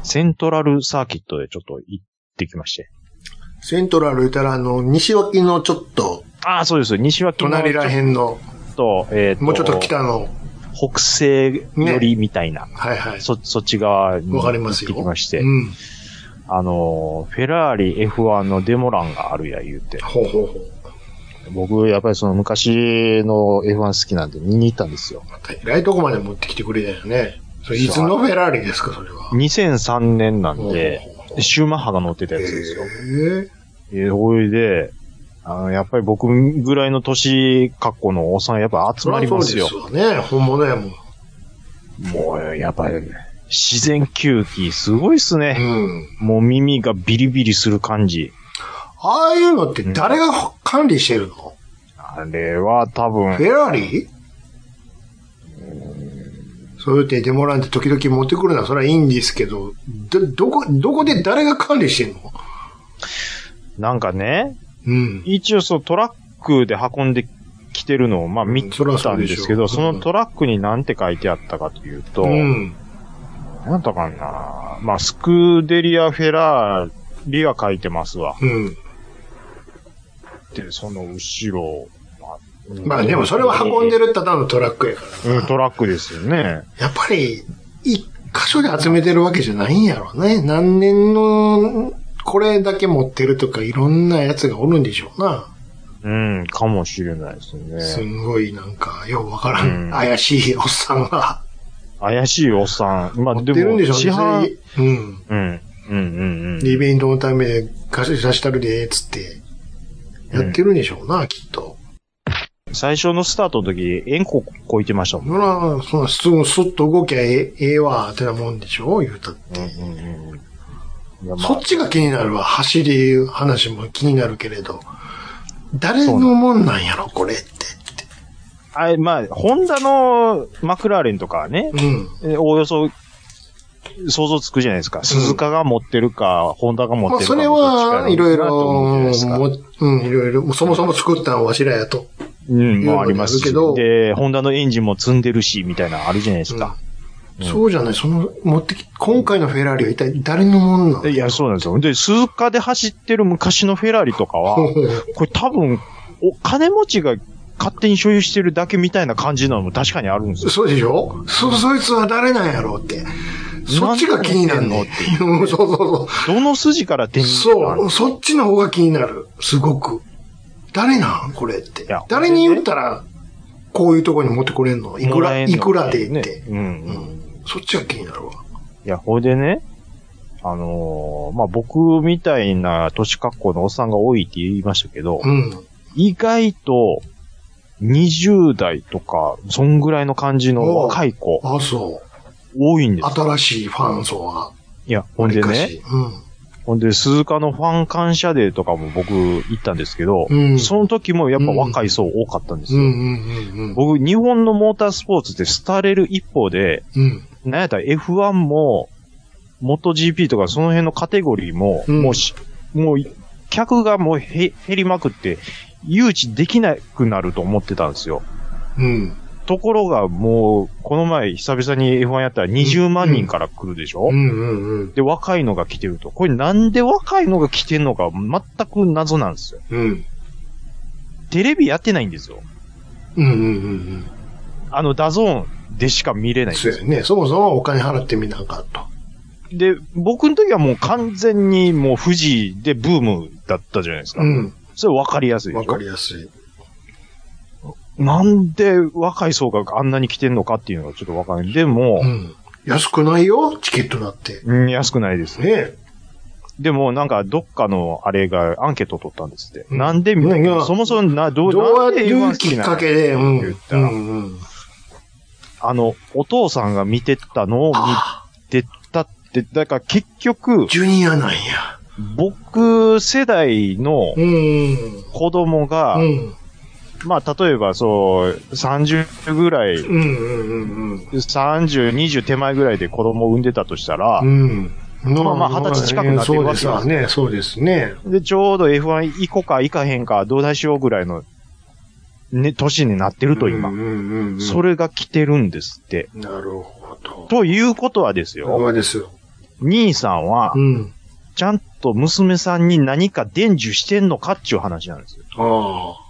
Speaker 1: セントラルサーキットでちょっと行ってきまして。
Speaker 3: セントラルいたら、あの、西脇のちょっと、
Speaker 1: ああ、そうです。西脇の
Speaker 3: 隣ら
Speaker 1: ち
Speaker 3: へんの、
Speaker 1: ょっと、えー
Speaker 3: もうちょっと北の、
Speaker 1: 北西寄りみたいな、
Speaker 3: はいはい。
Speaker 1: そ、そっち側に
Speaker 3: わかり
Speaker 1: 行
Speaker 3: ま
Speaker 1: っ
Speaker 3: す
Speaker 1: て
Speaker 3: よ
Speaker 1: きまして、
Speaker 3: うん。
Speaker 1: あのー、フェラーリ F1 のデモ欄があるや言うて、
Speaker 3: ほうほうほう。
Speaker 1: 僕、やっぱりその昔の F1 好きなんで見に行ったんですよ。
Speaker 3: また、偉いとこまで持ってきてくれたよね。それいつのフェラーリですか、それは。
Speaker 1: 2003年なんで
Speaker 3: ほうほうほ、う
Speaker 1: シューマッハが乗ってたや
Speaker 3: え
Speaker 1: つですよ。
Speaker 3: え
Speaker 1: えー、ほいで、あの、やっぱり僕ぐらいの年格好のおっさん、やっぱ集まりますよ。
Speaker 3: そうですわね。本物やもん。
Speaker 1: もう、やっぱり、自然吸気、すごいっすね。
Speaker 3: うん。
Speaker 1: もう耳がビリビリする感じ。
Speaker 3: ああいうのって誰が管理してるの、
Speaker 1: あれは多
Speaker 3: フ
Speaker 1: 分、
Speaker 3: ェラーリそう言ってデモランって時々持ってくるのはそれはいいんですけど、ど、どこ、どこで誰が管理してんの
Speaker 1: なんかね、
Speaker 3: うん。
Speaker 1: 一応そうトラックで運んできてるのを、まあ見
Speaker 3: そらそ
Speaker 1: た
Speaker 3: うんで
Speaker 1: で
Speaker 3: しょう
Speaker 1: すけど、そ
Speaker 3: うん
Speaker 1: のトラックになんて書いてあったかというと、
Speaker 3: うん。
Speaker 1: なんだったかな。まあ、スクデリア・フェラーリは書いてますわ。
Speaker 3: うん。
Speaker 1: で、その後ろ。
Speaker 3: まあでもそれは運んで
Speaker 1: る。
Speaker 3: るただのトラックやから。
Speaker 1: うん、トラックですよね。
Speaker 3: やっぱり、一箇所で集めてるわけじゃないんやろね。何年の、これだけ持ってるとかいろんなやつがおるんでしょうな。
Speaker 1: うん、かもしれないです
Speaker 3: す
Speaker 1: ね。
Speaker 3: んごいなんか、ようわからん、
Speaker 1: うん
Speaker 3: 怪しいおっさんが。
Speaker 1: 怪しいおっさん。まあ、
Speaker 3: 持っ
Speaker 1: で
Speaker 3: てるん
Speaker 1: も、
Speaker 3: でしょ
Speaker 1: 市
Speaker 3: う
Speaker 1: 販
Speaker 3: ね。、うん。
Speaker 1: うん、うん、うん、
Speaker 3: イベントのためで貸し出したるで、つって。やってるんでしょうな、きっと。
Speaker 1: うん。最初のスタートの時、円弧こいてましたもん。
Speaker 3: ほら、そんな、すぐすっと動きゃええええわ、ってなもんでしょ言うたって。
Speaker 1: うん、うん、うん。いやまあ
Speaker 3: そっちが気になるわ。走り話も気になるけれど。誰のもんなんやろ、これって。
Speaker 1: あまあ、ホンダのマクラーレンとかはね、
Speaker 3: うん。
Speaker 1: えおおよそ、想像つくじゃないですか。鈴鹿が持ってるか、ホンダが持
Speaker 3: ま
Speaker 1: っ
Speaker 3: あ、
Speaker 1: てる
Speaker 3: そ
Speaker 1: か。
Speaker 3: れ
Speaker 1: どっちかやろう
Speaker 3: は、
Speaker 1: ない
Speaker 3: ろい
Speaker 1: と思うじゃない
Speaker 3: ろ
Speaker 1: です、か
Speaker 3: もうん、いろいろ、もうそもそも作ったんはわしらやと。
Speaker 1: うん、まああります
Speaker 3: い
Speaker 1: し
Speaker 3: うの。もあるけ
Speaker 1: で、ホンダのエンジンも積んでるし、みたいなのあるじゃないですか。うん
Speaker 3: そうじゃない、その、持ってき、今回のフェラーリは一体誰のもんなの
Speaker 1: いや、そうなんですよ。で、鈴鹿で走ってる昔のフェラーリとかは、 これ多分、お金持ちが勝手に所有してるだけみたいな感じなのも確かにあるんですよ。
Speaker 3: そうでしょそ、そいつは誰なんやろうって。そっちが気になるの
Speaker 1: なん
Speaker 3: っ
Speaker 1: で
Speaker 3: て。うん そうそう
Speaker 1: どの筋から手
Speaker 3: そう。
Speaker 1: に入れた
Speaker 3: そう、そっちの方が気になる。すごく。誰なんこれって
Speaker 1: や。
Speaker 3: 誰に言ったら、こういうとこに持ってこれんのいく
Speaker 1: もら
Speaker 3: ら、
Speaker 1: えん
Speaker 3: い
Speaker 1: の
Speaker 3: くらでって
Speaker 1: ね。うん
Speaker 3: う。ん。そっちが気になるわ。
Speaker 1: いや、ほいでね、あのーまあ、僕みたいな年格好のおっさんが多いって言いましたけど、
Speaker 3: うん。
Speaker 1: 意外と、20代とか、そんぐらいの感じの若い子、
Speaker 3: あ、そ
Speaker 1: 多いんで
Speaker 3: う。
Speaker 1: すよ。
Speaker 3: 新しいファン層が。
Speaker 1: いや、ほんでね、。ほんで、鈴鹿のファン感謝デーとかも僕行ったんですけど、
Speaker 3: うん。うん。
Speaker 1: その時もやっぱ若い層多かったんです
Speaker 3: う
Speaker 1: よ。
Speaker 3: んうんうんうん。
Speaker 1: 僕、日本のモータースポーツって廃れる一方で、
Speaker 3: うん。
Speaker 1: なんやったら F1 も、モト GP とかその辺のカテゴリーも、
Speaker 3: うん
Speaker 1: もうし、もう、客がもうへ減りまくって、誘致できなくなると思ってたんですよ。
Speaker 3: うん。
Speaker 1: ところがもう、この前久々に F1 やったら20万人から来るでしょ、
Speaker 3: うんうんうん。
Speaker 1: で、若いのが来てると。これなんで若いのが来てんのか全く謎なんですよ。
Speaker 3: うん。
Speaker 1: テレビやってないんですよ。
Speaker 3: うんうんうん
Speaker 1: あの、ダゾーンでしか見れ
Speaker 3: う。
Speaker 1: なんいん
Speaker 3: そ
Speaker 1: で
Speaker 3: う
Speaker 1: す
Speaker 3: や
Speaker 1: よ。
Speaker 3: ね。そもそもお金払ってみなあかんと。
Speaker 1: で、僕の時はもう完全にもう富士でブームだったじゃないですか。
Speaker 3: うん。
Speaker 1: それ分かりやすいで
Speaker 3: わ
Speaker 1: し
Speaker 3: か
Speaker 1: ょ
Speaker 3: りやすい。
Speaker 1: なんで若い層があんなに来てんのかっていうのがちょっと分かんない。でも
Speaker 3: う、ん。安くないよ、チケットだって。
Speaker 1: うん、安くないですね。
Speaker 3: ね
Speaker 1: でも、なんか、どっかのあれがアンケート取ったんですって。
Speaker 3: うん
Speaker 1: なんでみたい
Speaker 3: うん
Speaker 1: な。そもそもな、どう、
Speaker 3: ど
Speaker 1: な
Speaker 3: うん
Speaker 1: で
Speaker 3: い
Speaker 1: 今
Speaker 3: う
Speaker 1: 好
Speaker 3: き
Speaker 1: き
Speaker 3: っ
Speaker 1: な
Speaker 3: か
Speaker 1: の
Speaker 3: けで、うん。
Speaker 1: 言っ
Speaker 3: う
Speaker 1: たら
Speaker 3: んうん。
Speaker 1: あの、お父さんが見てたのを見
Speaker 3: あ、
Speaker 1: てたって、だから結局、
Speaker 3: ジュニアなんや。
Speaker 1: 僕世代の
Speaker 3: うん。
Speaker 1: 子供が
Speaker 3: う、ん。
Speaker 1: まあ、例えばそう、30ぐらい、
Speaker 3: うんうんうん
Speaker 1: 30、20手前ぐらいで子供を産んでたとしたら
Speaker 3: う、ん。うん。
Speaker 1: まあまあ二十歳近くなってるわけ
Speaker 3: そうですね、そうですね。
Speaker 1: で、ちょうど F1 行こうか行かへんか、どうだしようぐらいの、ね、年になってると今。
Speaker 3: うんうんうんうん。
Speaker 1: それが来てるんですって。
Speaker 3: なるほど。
Speaker 1: ということはですよ、
Speaker 3: そうですよ。
Speaker 1: 兄さんは
Speaker 3: う、ん。
Speaker 1: ちゃんと娘さんに何か伝授してんのかっていう話なんですよ。
Speaker 3: ああ。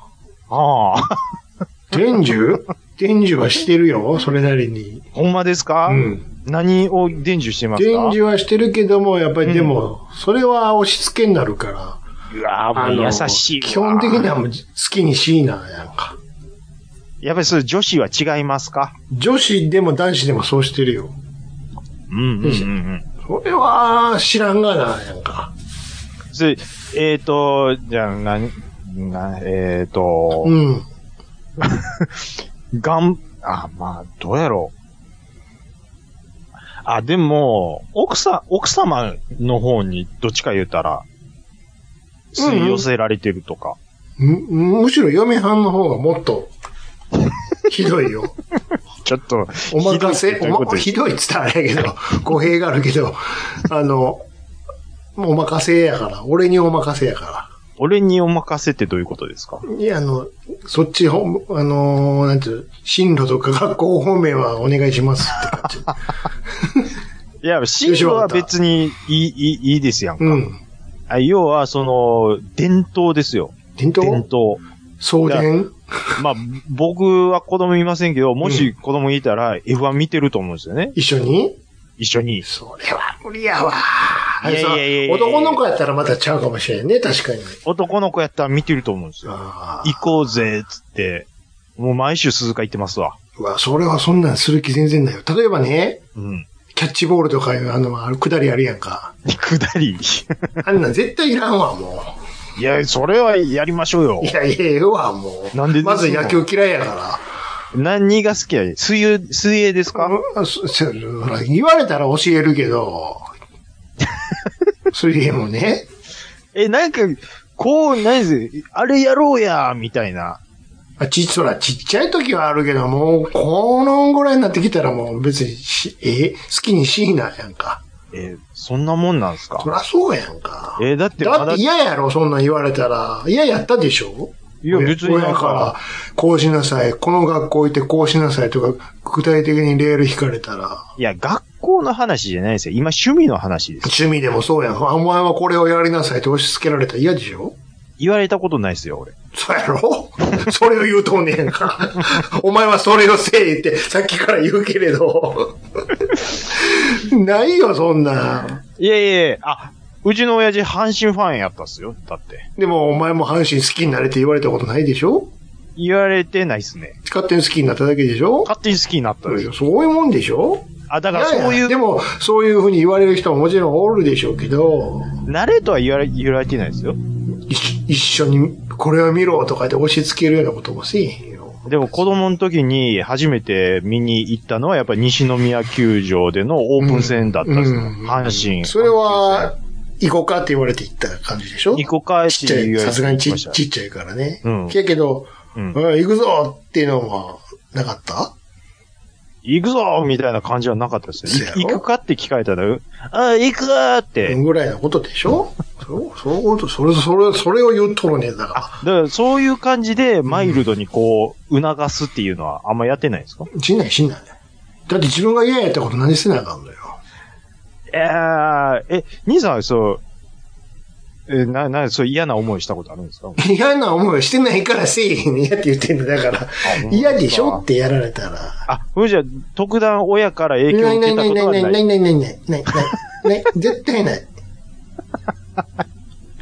Speaker 1: ああ、
Speaker 3: 伝 授伝授はしてるよ、それなりに。
Speaker 1: ほんまですか、
Speaker 3: うん。
Speaker 1: 何を伝授してますか
Speaker 3: 伝授はしてるけども、やっぱり
Speaker 1: うん
Speaker 3: でも、それは押し付けになるから。
Speaker 1: うわーもう優しいわ。
Speaker 3: 基本的にはもう好きにしいな、やんか。
Speaker 1: やっぱりそれ女子は違いますか
Speaker 3: 女子でも男子でもそうしてるよ。
Speaker 1: うんうんうんうん。
Speaker 3: それは知らんがな、やんか。
Speaker 1: つ、えっ、と、じゃあ、なに、な、えっ、と、
Speaker 3: うん。
Speaker 1: がん、あ、まあ、どうやろう。あ、でも、奥さん、奥様の方にどっちか言うたら、吸い寄せられてるとか。
Speaker 3: む、むしろ嫁はんの方がもっと、ひど いよ。
Speaker 1: ちょっと、
Speaker 3: お任
Speaker 1: ひどいっ
Speaker 3: せ、
Speaker 1: てどういう
Speaker 3: お
Speaker 1: こと
Speaker 3: ま、ひどいって言ったらあれやけど、語弊があるけど、あの、お任せやから、俺にお任せやか。
Speaker 1: 俺にお任せってどういうことですから
Speaker 3: いや、あの、そっちほ、あの、なんていう、進路とか学校方面はお願いしますって感
Speaker 1: いや、進路は別にいい、いい、いいですやん か。
Speaker 3: じ。うん。
Speaker 1: あ要は、その、伝統ですよ。
Speaker 3: 伝
Speaker 1: 伝
Speaker 3: 統
Speaker 1: 統。
Speaker 3: 送電
Speaker 1: まあ、僕は子供いませんけど、もし子供いたら F1 見てると思うんですよね。
Speaker 3: 一緒に
Speaker 1: 一緒に。
Speaker 3: それは無理やわ。
Speaker 1: いやいやいやいや
Speaker 3: 男の子やったらまたちゃうかもしれんね、確かに。
Speaker 1: 男の子やったら見てると思うんですよ。
Speaker 3: あ
Speaker 1: 行こうぜ、つって。もう毎週鈴鹿行ってますわ。
Speaker 3: あ。うわ、それはそんなんする気全然ないよ。例えばね、
Speaker 1: うん。
Speaker 3: キャッチボールとかいうあの、あるくだりあるやんか。
Speaker 1: 下り。
Speaker 3: あんなん絶対いらんわ、も
Speaker 1: いや、それはやりましょうよ
Speaker 3: う。い。や、いや、ええわ、もう。
Speaker 1: なんでですの
Speaker 3: まず野球嫌いやか
Speaker 1: 何が好きや水泳、水泳です
Speaker 3: ら。
Speaker 1: か
Speaker 3: あそそほら言われたら教える けど、それでもね、
Speaker 1: え、なんか、こう、何ですあれやろうや、みたいな。
Speaker 3: まあち、そら、ちっちゃい時はあるけど、もう、このぐらいになってきたらもう別にし、え好きにしいな、やんか。
Speaker 1: え、そんなもんなんす
Speaker 3: そ
Speaker 1: か
Speaker 3: らそうやんか。
Speaker 1: え、だってま
Speaker 3: だっ
Speaker 1: だ
Speaker 3: て、嫌やろ、そんなん言われたら。嫌やったでしょ
Speaker 1: いや、別にな
Speaker 3: 親
Speaker 1: ん
Speaker 3: から
Speaker 1: か、、
Speaker 3: こうしなさい、この学校行ってこうしなさいとか、具体的にレール引かれたら、
Speaker 1: いや、学校の話じゃないですよ。今、趣味の話です。
Speaker 3: 趣味でもそうやん。あお前はこれをやりなさいって押し付けられたら嫌でしょ
Speaker 1: 言われたことないですよ、俺。
Speaker 3: そうやろそれを言うとんねんか。お前はそれをせえって、さっきから言うけれど。ないよ、そんなん。
Speaker 1: いやいやいや、あ、うちの親父、阪神ファンやったっすよ。だって。
Speaker 3: でも、お前も阪神好きになれって言われたことないでしょ
Speaker 1: 言われてないっすね。
Speaker 3: 勝手に好きになっただけでしょ
Speaker 1: 勝手に好きになったんですよ。
Speaker 3: そういうもんでしょ
Speaker 1: あ、だからそういう、
Speaker 3: でも、そういうふうに言われる人ももちろんおるでしょうけど、
Speaker 1: 慣れとは言われ、言われてないですよ。
Speaker 3: い一緒にこれを見ろとかで押し付けるようなこともせえへんよ。
Speaker 1: でも子供の時に初めて見に行ったのはやっぱり西宮球場でのオープン戦だったんですよ。
Speaker 3: うん
Speaker 1: 阪神。
Speaker 3: それは、行こうかって言われて行った感じでしょ
Speaker 1: 行こか
Speaker 3: ちっちゃい、さすがにちち
Speaker 1: い。
Speaker 3: っちゃいからね。
Speaker 1: うん
Speaker 3: けやけど、
Speaker 1: うん
Speaker 3: うん行くぞっていうのはなかった
Speaker 1: 行くぞーみたいな感じはなかったです
Speaker 3: そうや
Speaker 1: よ。
Speaker 3: ろ
Speaker 1: い行くかって聞かれたら、あ、行くわーって。
Speaker 3: ぐらいのことでしょそう、そうこと、それ、それ、それを言っとるねんだか。
Speaker 1: だからそういう感じでマイルドにこう、促すっていうのはあんまやってないんですから
Speaker 3: しないしない。だって自分が嫌やったこと何せなあかんのよ。
Speaker 1: えー、え、兄さんはそう、え、な、な、そう嫌な思いしたことあるんですか
Speaker 3: 嫌な思いをしてないからせえへんねやって言ってんのだから、嫌でしょってやられたら。
Speaker 1: あ、それじゃあ特段親から影響
Speaker 3: な
Speaker 1: を
Speaker 3: い
Speaker 1: 受
Speaker 3: な
Speaker 1: け
Speaker 3: い
Speaker 1: た
Speaker 3: ない
Speaker 1: こ
Speaker 3: な
Speaker 1: と
Speaker 3: い
Speaker 1: は
Speaker 3: な
Speaker 1: ないい。
Speaker 3: ないないないないないないない絶対ない。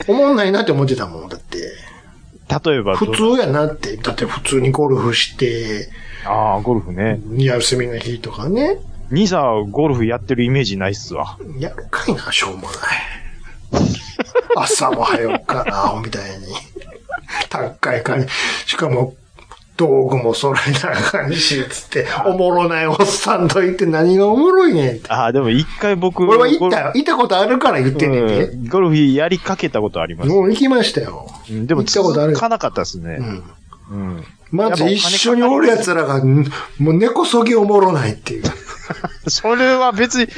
Speaker 3: 思んないなって思ってたもん、だって。
Speaker 1: 例えば、
Speaker 3: 普
Speaker 1: ど
Speaker 3: 通やなって。だって普通にゴルフして、
Speaker 1: ああ、ゴルフね。
Speaker 3: 休みの日とかね。
Speaker 1: 兄さんはゴルフやってるイメージないっすわ。
Speaker 3: やるかいな、しょうもない。 朝も早くから、アホみたいに。高い金。しかも、道具も揃えなあかんし、つって、おもろないおっさんと言って何がおもろいねんって。
Speaker 1: ああ、でも一回僕、
Speaker 3: 俺は行った
Speaker 1: よ。
Speaker 3: よ。行ったことあるから言ってんねん
Speaker 1: う
Speaker 3: で。
Speaker 1: んゴルフやりかけたことあります。
Speaker 3: もう行きましたよ。
Speaker 1: うんでも
Speaker 3: 行ったことある
Speaker 1: 続かなかったです
Speaker 3: う
Speaker 1: ね。
Speaker 3: ん。
Speaker 1: うん。
Speaker 3: まず一緒におる奴らが、んもう根こそぎおもろないっていう。
Speaker 1: それは別に、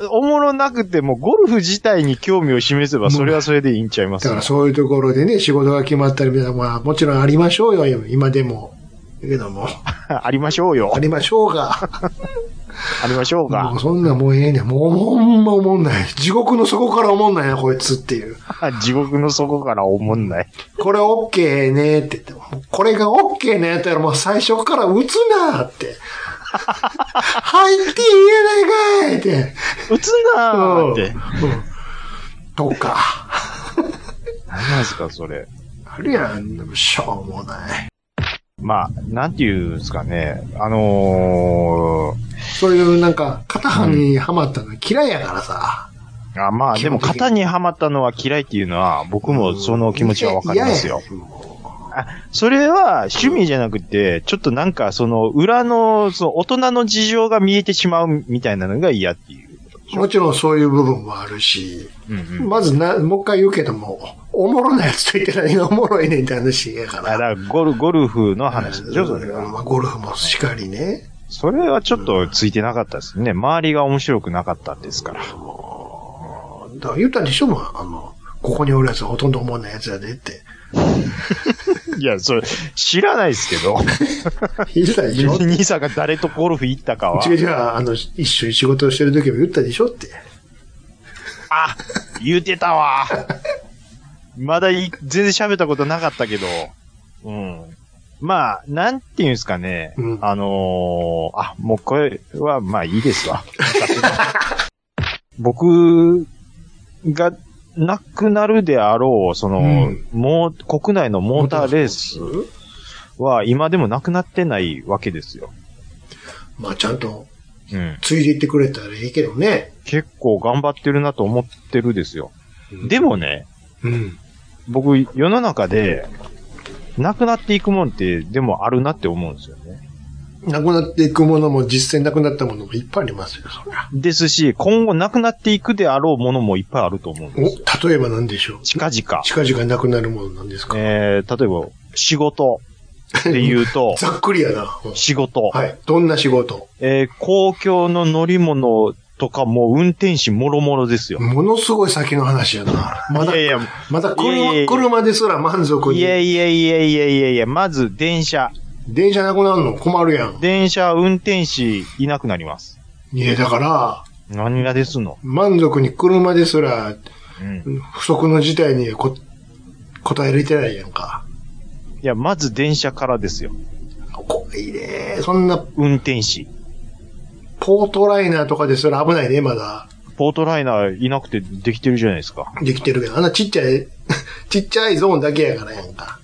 Speaker 1: おもん、おもろなくても、ゴルフ自体に興味を示せば、それはそれでいいんちゃいます
Speaker 3: だからそういうところでね、仕事が決まったりみたいなのは、もちろんありましょうよ、今でも。だけ ども、
Speaker 1: ありましょうよ
Speaker 3: あ。りましょうが。
Speaker 1: ありましょう
Speaker 3: も
Speaker 1: か
Speaker 3: う。そんなもうええねん。もうほんま思んない。地獄の底から思んないな、こいつっていう。
Speaker 1: 地獄の底からおもんない。
Speaker 3: これオッケーねって言っても、これがオッケーねやったらもう最初から打つ なって。入っていいやないかいって。
Speaker 1: 打つなーって。
Speaker 3: うんうんとか。
Speaker 1: 何なんですか、それ。
Speaker 3: あるやん、でもしょうもない。
Speaker 1: まあ、なんていうんですかね。あの
Speaker 3: そういうなんか、肩はにはまったの嫌いやからさ。
Speaker 1: ー、あまあ、でも型にはまったのは嫌いっていうのは、僕もその気持ちはわかりますよ。
Speaker 3: 嫌や。も
Speaker 1: それは趣味じゃなくて、ちょっとなんかその裏の、その大人の事情が見えてしまうみたいなのが嫌っていうことで
Speaker 3: う
Speaker 1: しょ。
Speaker 3: もちろんそういう部分もあるし、
Speaker 1: うんうん。
Speaker 3: まずな、もう一回言うけども、おもろなやつと言って何がおもろいねんって話やか
Speaker 1: あだ
Speaker 3: ら。
Speaker 1: からゴル、ゴルフの話でしょ、それ
Speaker 3: うんま
Speaker 1: は。
Speaker 3: あゴルフもしかりね。
Speaker 1: それはちょっとついてなかったですね。周りが面白くなかったんですから。
Speaker 3: だから言ったでしょ、もうあの、ここにおるやつはほとんどおもろないやつやでって。
Speaker 1: いや、それ、知らないですけ ど。
Speaker 3: 言ったでしょ
Speaker 1: 兄さんが誰とゴルフ行ったかは。
Speaker 3: 違う違う、あの、一緒に仕事をしてる時も言ったでしょって。
Speaker 1: あ、言うてたわ。まだい全然喋ったことなかったけど。うん。まあ、なんていうんですかね。
Speaker 3: うん
Speaker 1: あのーあ、もうこれは、まあいいですわ。 僕がなくなるであろう、その、
Speaker 3: うん
Speaker 1: もう、国内のモーターレースは今でもなくなってないわけですよ。
Speaker 3: まあちゃんと、
Speaker 1: うん。
Speaker 3: ついでいってくれたらいいけどね。
Speaker 1: 結構頑張ってるなと思ってるですよ。でもね、
Speaker 3: うん。
Speaker 1: 僕、世の中で、なくなっていくもんって、でもあるなって思うんですよね。
Speaker 3: なくなっていくものも実際なくなったものもいっぱいありますよ、そりゃ。
Speaker 1: ですし、今後なくなっていくであろうものもいっぱいあると思うんですよ。
Speaker 3: お、例えば何でしょう
Speaker 1: 近々。
Speaker 3: 近々なくなるものなんですか、
Speaker 1: えー、例えば、仕事って言う
Speaker 3: 、
Speaker 1: と
Speaker 3: ざっくりやな。うん
Speaker 1: 仕事。
Speaker 3: はい。どんな仕事
Speaker 1: えー、公共の乗り物とかも運転手もろもろですよ。
Speaker 3: ものすごい先の話やな。まだ
Speaker 1: い、やいや、
Speaker 3: まだ車
Speaker 1: いやいやいや
Speaker 3: 車ですら満足
Speaker 1: いや
Speaker 3: に。
Speaker 1: いやいやいやいやいや、まず電車。
Speaker 3: 電車なくなるの困るやん。
Speaker 1: 電車運転士いなくなります。
Speaker 3: いや、だから、
Speaker 1: 何がですの、
Speaker 3: 満足に車ですら
Speaker 1: うん、
Speaker 3: 不足の事態にこ答えれてないやんか。
Speaker 1: いや、まず電車からですよ。
Speaker 3: 怖いね。そんな
Speaker 1: 運転士。
Speaker 3: ポートライナーとかですら危ないね、まだ。
Speaker 1: ポートライナーいなくてできてるじゃないですか。
Speaker 3: できてるけど、あんなちっちゃい、 ちっちゃいゾーンだけやからやんか。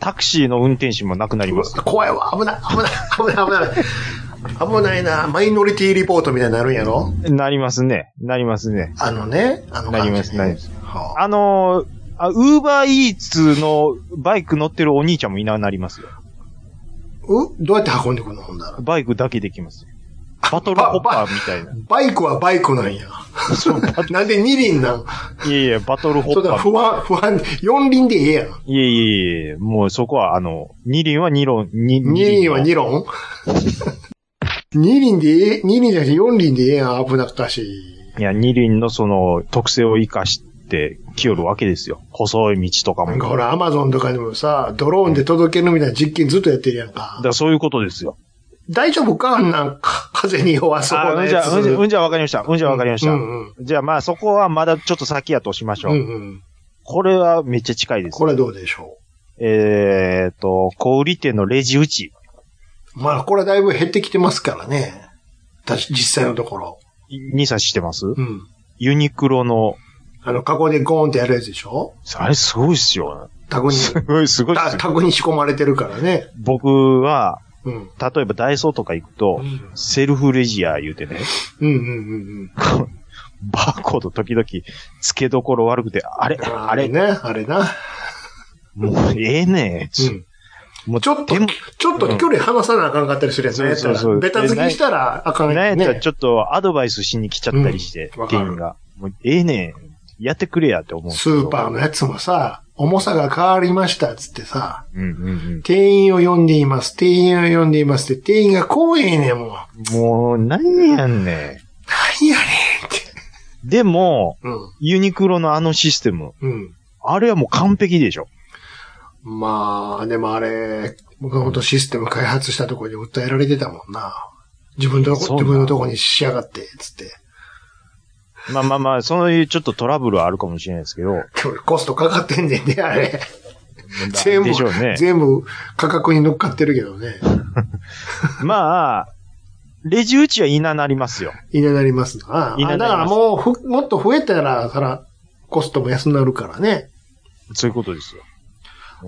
Speaker 1: タクシーの運転手もなくなります。
Speaker 3: 怖いわ、危ない、危ない、危ない、危ない。危ないな、マイノリティリポートみたいになるんやろ
Speaker 1: なりますね。なりますね。
Speaker 3: あのね、あの
Speaker 1: なり
Speaker 3: 感
Speaker 1: ます、
Speaker 3: じ、ね。
Speaker 1: なります。
Speaker 3: はあ
Speaker 1: あのー、あウーバーイーツのバイク乗ってるお兄ちゃんもいなくなりますよ。
Speaker 3: うどうやって運んでくるのほんだら。
Speaker 1: バイクだけできますよ。バトルホッパーみたいな。
Speaker 3: バイクはバイクなんや。なんで二輪なん
Speaker 1: いやいや、バトルホ
Speaker 3: そう
Speaker 1: ッ
Speaker 3: だ、
Speaker 1: パー。
Speaker 3: 不安、不安、四輪でええや
Speaker 1: い
Speaker 3: ん。
Speaker 1: やいやいやいやもうそこはあの、二輪は二輪、二
Speaker 3: 二輪は二輪二輪でええ、二輪じゃなくて四輪でええやん、危なくたし。
Speaker 1: いや、二輪のその特性を活かしてきよるわけですよ。細い道とかも。
Speaker 3: なんかほら、アマゾンとかでもさ、ドローンで届けるみたいな実験ずっとやってるやん
Speaker 1: だ
Speaker 3: か
Speaker 1: か。らそういうことですよ。
Speaker 3: 大丈夫かあんなんか、風に弱そう
Speaker 1: あう
Speaker 3: なん
Speaker 1: じ
Speaker 3: や
Speaker 1: ゃ、
Speaker 3: つ。
Speaker 1: うんじゃ、うんじゃわかりました。うんじゃわかりました。
Speaker 3: うんうん
Speaker 1: じゃあまあそこはまだちょっと先やとしましょ
Speaker 3: う
Speaker 1: う。
Speaker 3: んうん。
Speaker 1: これはめっちゃ近いです。
Speaker 3: これはどうでしょ
Speaker 1: えーっと、小売店のレジ打ち。
Speaker 3: う。まあ、これはだいぶ減ってきてますからね。たし実際のところ。
Speaker 1: にさしてます
Speaker 3: うん。
Speaker 1: ユニクロの、
Speaker 3: あの、加工でゴーンってやるやつでしょ
Speaker 1: あれすごいっすよ。
Speaker 3: タグに、
Speaker 1: すごい、すごいっす
Speaker 3: タ
Speaker 1: よ。
Speaker 3: タグに仕込まれてるからね。
Speaker 1: 僕は、
Speaker 3: うん。
Speaker 1: 例えばダイソーとか行くと
Speaker 3: う、ん
Speaker 1: セルフレジや言うてね、
Speaker 3: うんうんうん。
Speaker 1: バーコード時々付けどころ悪くて、あれ、あ
Speaker 3: あ
Speaker 1: れ
Speaker 3: れ、ね、あれな。
Speaker 1: もうええね。
Speaker 3: うん
Speaker 1: もう
Speaker 3: ちょっと
Speaker 1: でも、
Speaker 3: ちょっと距離離さなあかんかったりするやつね。
Speaker 1: そうそうそう
Speaker 3: ベタ付きしたらあかん
Speaker 1: なんや
Speaker 3: や
Speaker 1: っ
Speaker 3: つ
Speaker 1: たら
Speaker 3: ね
Speaker 1: ち。ょっとアドバイスしに来ちゃったりして
Speaker 3: うんわ、か
Speaker 1: 店
Speaker 3: る
Speaker 1: 員が。もうええねん。やってくれやって思う。
Speaker 3: スーパーのやつもさ、重さが変わりましたっつってさ、
Speaker 1: うんうん
Speaker 3: 店員を呼んでいます、店員を呼んでいますって、店員がこうええねん、もう。
Speaker 1: うん。もう、なんやね
Speaker 3: 何やねんって。
Speaker 1: ん。でも、
Speaker 3: うん、
Speaker 1: ユニクロのあのシステム、
Speaker 3: うん。
Speaker 1: あれはもう完璧でしょ。
Speaker 3: まあ、でもあれ、僕のことシステム開発したところに訴えられてたもんな。自分のと
Speaker 1: そ
Speaker 3: こ、
Speaker 1: うなの
Speaker 3: 自分のとこにしやがって、つって。
Speaker 1: まあまあまあ、そういうちょっとトラブルはあるかもしれないですけど。
Speaker 3: 今日コストかかってんねんね、あ れ。全部、
Speaker 1: でしょうね。
Speaker 3: 全部価格に乗っかってるけどね。
Speaker 1: まあ、レジ打ちはいななりますよ。
Speaker 3: いななりますな。
Speaker 1: いななります
Speaker 3: だからもうふ、もっと増えたら、そら、コストも安なるからね。
Speaker 1: そういうことですよ。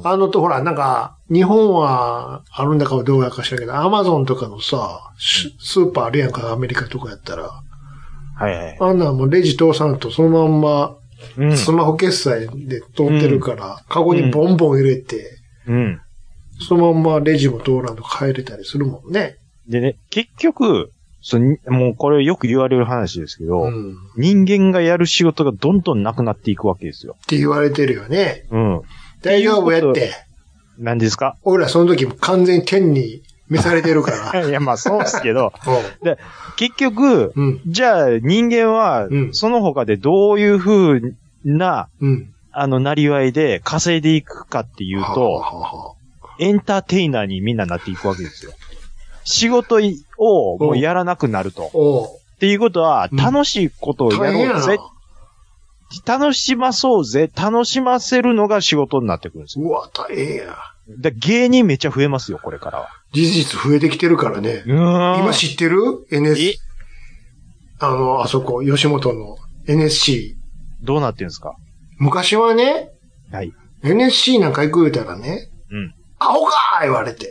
Speaker 3: あのと、ほら、なんか、日本は、あるんだかはどうやか知らんけど、アマゾンとかのさ、しスーパーあるやんか、アメリカとかやったら、
Speaker 1: はいはい。
Speaker 3: あんなんもうレジ通さんとそのまんま、
Speaker 1: うん。
Speaker 3: スマホ決済で通ってるから、カゴにボンボン入れて、
Speaker 1: うん。
Speaker 3: そのまんまレジも通らんと帰れたりするもんね。
Speaker 1: でね、結局、そのもうこれよく言われる話ですけど、
Speaker 3: うん。っ
Speaker 1: 人間がやる仕事がどんどんなくなっていくわけですよ。
Speaker 3: て言われてるよね。
Speaker 1: うん。
Speaker 3: 大丈夫やって。
Speaker 1: 何ですか
Speaker 3: 俺らその時も完全に天に召されて るか
Speaker 1: いや、まあそうですけど、
Speaker 3: ら。
Speaker 1: 結局、
Speaker 3: うん。うん。
Speaker 1: じゃあ人間は
Speaker 3: う、ん
Speaker 1: その他でどういう風な、
Speaker 3: うん。
Speaker 1: あの、なりわいで稼いでいくかっていう
Speaker 3: は
Speaker 1: と、
Speaker 3: ははは
Speaker 1: エンターテイナーにみんななっていくわけですよ。仕事をもうやらなくなると。
Speaker 3: おう
Speaker 1: っていうことは、
Speaker 3: うん
Speaker 1: 楽しいことをや
Speaker 3: 大変や
Speaker 1: ろう
Speaker 3: な。
Speaker 1: ぜ、楽しまそうぜ、楽しませるのが仕事になってくるんですよ。
Speaker 3: うわ、大変や。
Speaker 1: だ芸人めっちゃ増えますよ、これからは。
Speaker 3: 事実増えてきてるからね。今
Speaker 1: 今
Speaker 3: 知ってる
Speaker 1: え
Speaker 3: ?NS。あの、あそこ、吉本の NSC。
Speaker 1: どうなってんですか
Speaker 3: 昔はね、
Speaker 1: はい。
Speaker 3: NSC なんか行く言うたらね、
Speaker 1: うん。
Speaker 3: アホかー言われて。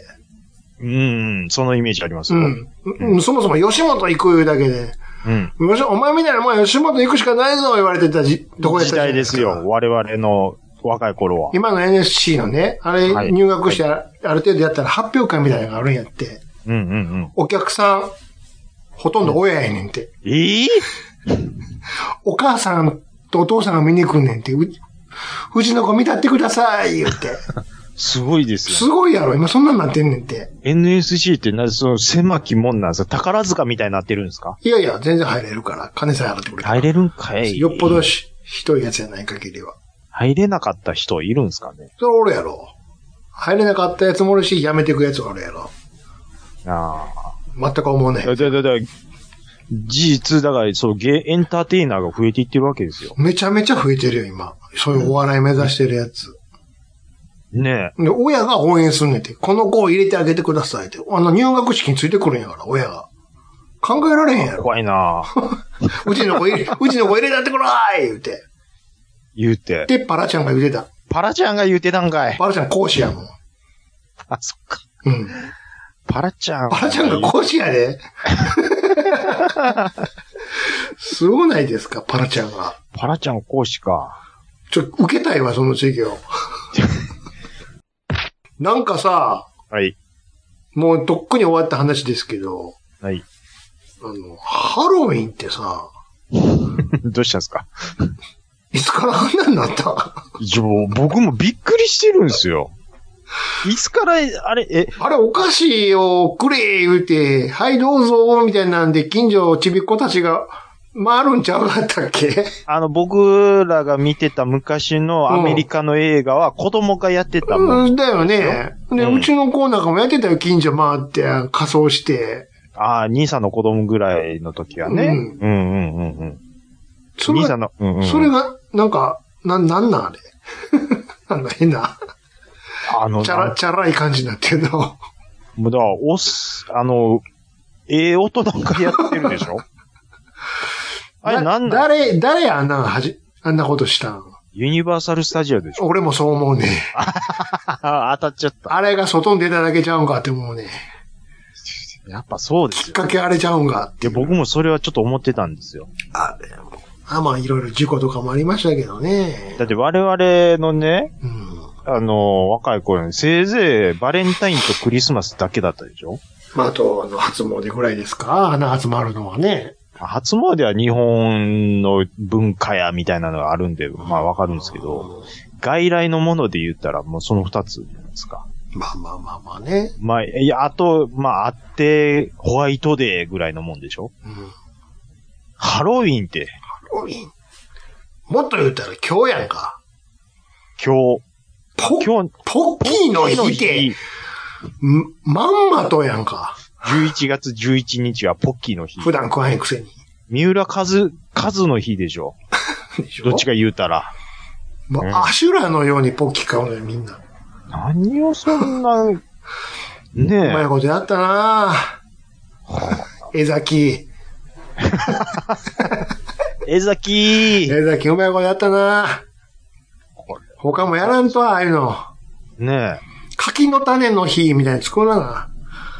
Speaker 1: うん、そのイメージあります
Speaker 3: う
Speaker 1: よ。
Speaker 3: ん。うんそもそも吉本行く言うだけで、
Speaker 1: うん。
Speaker 3: 吉お前みたいなもんは吉本行くしかないぞ言われてたじ、とこやっ
Speaker 1: 時
Speaker 3: たじゃな
Speaker 1: 代
Speaker 3: い
Speaker 1: で
Speaker 3: です
Speaker 1: す
Speaker 3: か。
Speaker 1: よ、我々の若い頃は。
Speaker 3: 今の NSC のね、あ
Speaker 1: は
Speaker 3: れ
Speaker 1: い
Speaker 3: 入学してあある程度やったら発表会みたいなのがあるんやって、
Speaker 1: うんうんうん。
Speaker 3: お客さん、ほとんど親やねんて。
Speaker 1: ええ
Speaker 3: お母さんとお父さんが見に来んねんって、ううちの子見たってください、言って。
Speaker 1: すごいです
Speaker 3: す
Speaker 1: よ。
Speaker 3: ごいやろ、今そんなんなってんねんって。
Speaker 1: NSC ってな、その狭きもんなんですか宝塚みたいになってるんですか
Speaker 3: いやいや、全然入れるから、金さえ払ってくれたら。
Speaker 1: 入れるんかい
Speaker 3: よっぽどし、ひどいやつじゃない限りは。
Speaker 1: 入れなかった人いるんですかね
Speaker 3: それはおるやろ。入れなかったやつもおるし、やめてくやつもおるやろ。
Speaker 1: あ
Speaker 3: 全く思うね
Speaker 1: あ。だ、だ、だ、だ、事実、だから、そう、ゲー、エンターテイナーが増えていってるわけですよ。
Speaker 3: めちゃめちゃ増えてるよ、今。そういうお笑い目指してるやつ。
Speaker 1: ね
Speaker 3: で、親が応援すんねんて。この子を入れてあげてくださいって。あの、入学式についてくるんやから、親が。考えられへんや
Speaker 1: え。
Speaker 3: ろ。
Speaker 1: 怖いなあ
Speaker 3: うちの子 入れ、うちの子入れたってこらーい言うて。
Speaker 1: 言うて。
Speaker 3: で、パラちゃんが言うてた。
Speaker 1: パラちゃんが言うてたんかい。
Speaker 3: パラちゃん講師やもん。
Speaker 1: あ、そっか。
Speaker 3: うん。
Speaker 1: パラちゃん。
Speaker 3: パラちゃんが講師や で。すごないですか、パラちゃんが。
Speaker 1: パラちゃん講師か。
Speaker 3: ちょ、受けたいわ、その 授業。なんかさ、
Speaker 1: はい。
Speaker 3: もうとっくに終わった話ですけど、
Speaker 1: はい。
Speaker 3: あの、ハロウィンってさ、
Speaker 1: どうしたんですか
Speaker 3: いつからあんなになった
Speaker 1: いやもう僕もびっくりしてるんですよ。いつから、あれ、え、
Speaker 3: あれ、お菓子をくれ言うて、はい、どうぞ、みたいなんで、近所ちびっ子たちが回るんちゃうかったっけ
Speaker 1: あの、僕らが見てた昔のアメリカの映画は子供がやってたもん。
Speaker 3: うん、だよね。で、
Speaker 1: うん
Speaker 3: うちの子なんかもやってたよ、近所回って、仮装して。
Speaker 1: ああ、兄さんの子供ぐらいの時はね。
Speaker 3: う
Speaker 1: うんん、うん、うん、うん。
Speaker 3: それ
Speaker 1: 兄さ
Speaker 3: が
Speaker 1: ん、の、うん、うん。
Speaker 3: それが、なんか、な、なんなんあれ。 なんか変な、
Speaker 1: あの、
Speaker 3: チャラ、チャラい感じになってんの。
Speaker 1: もうだから、おっす、あの、ええ音なんかやってるでし ょあれ、
Speaker 3: だ
Speaker 1: なんだ
Speaker 3: 誰、誰あんな、はじ、あんなことしたん
Speaker 1: ユニバーサルスタジオでしょ
Speaker 3: 俺もそう思うね。
Speaker 1: あ当たっちゃった。
Speaker 3: あれが外に出ただけちゃうんかって思うね。
Speaker 1: やっぱそうで
Speaker 3: き
Speaker 1: す
Speaker 3: っ
Speaker 1: よ。
Speaker 3: かけあれちゃうんかって
Speaker 1: で、。僕もそれはちょっと思ってたんですよ。
Speaker 3: あれも。あ、まあ、いろいろ事故とかもありましたけどね。
Speaker 1: だって我々のね、
Speaker 3: うん。
Speaker 1: あの、若い頃に、せいぜいバレンタインとクリスマスだけだったでしょ
Speaker 3: まあ、あと、あの、初詣ぐらいですかあんな集まるのはね。
Speaker 1: 初詣は日本の文化やみたいなのがあるんで、まあわかるんですけど、外来のもので言ったらもうその二つじゃないですか。
Speaker 3: まあまあまあまあね。
Speaker 1: まあ、いや、あと、まああって、ホワイトデーぐらいのもんでしょ
Speaker 3: うん。
Speaker 1: ハロウィンって、
Speaker 3: おいもっと言うたら今日やんか。
Speaker 1: 今日、
Speaker 3: ポッ、
Speaker 1: 今日、
Speaker 3: ポッキーの日で、んまんまとやんか。
Speaker 1: 11月11日はポッキーの日。
Speaker 3: 普段食わへんくせに。
Speaker 1: 三浦和、和の日でしょ
Speaker 3: でしょ
Speaker 1: どっちか言うたら。
Speaker 3: もう
Speaker 1: うん
Speaker 3: アシュラのようにポッキー買うのよ、みんな。
Speaker 1: 何をそんな、ね
Speaker 3: うまい
Speaker 1: え。
Speaker 3: ことやったなぁ。江崎。
Speaker 1: 江崎、
Speaker 3: 江崎うまいことやったなぁ。他もやらんとは、ああいうの。
Speaker 1: ね
Speaker 3: 柿の種の日みたいに作らな。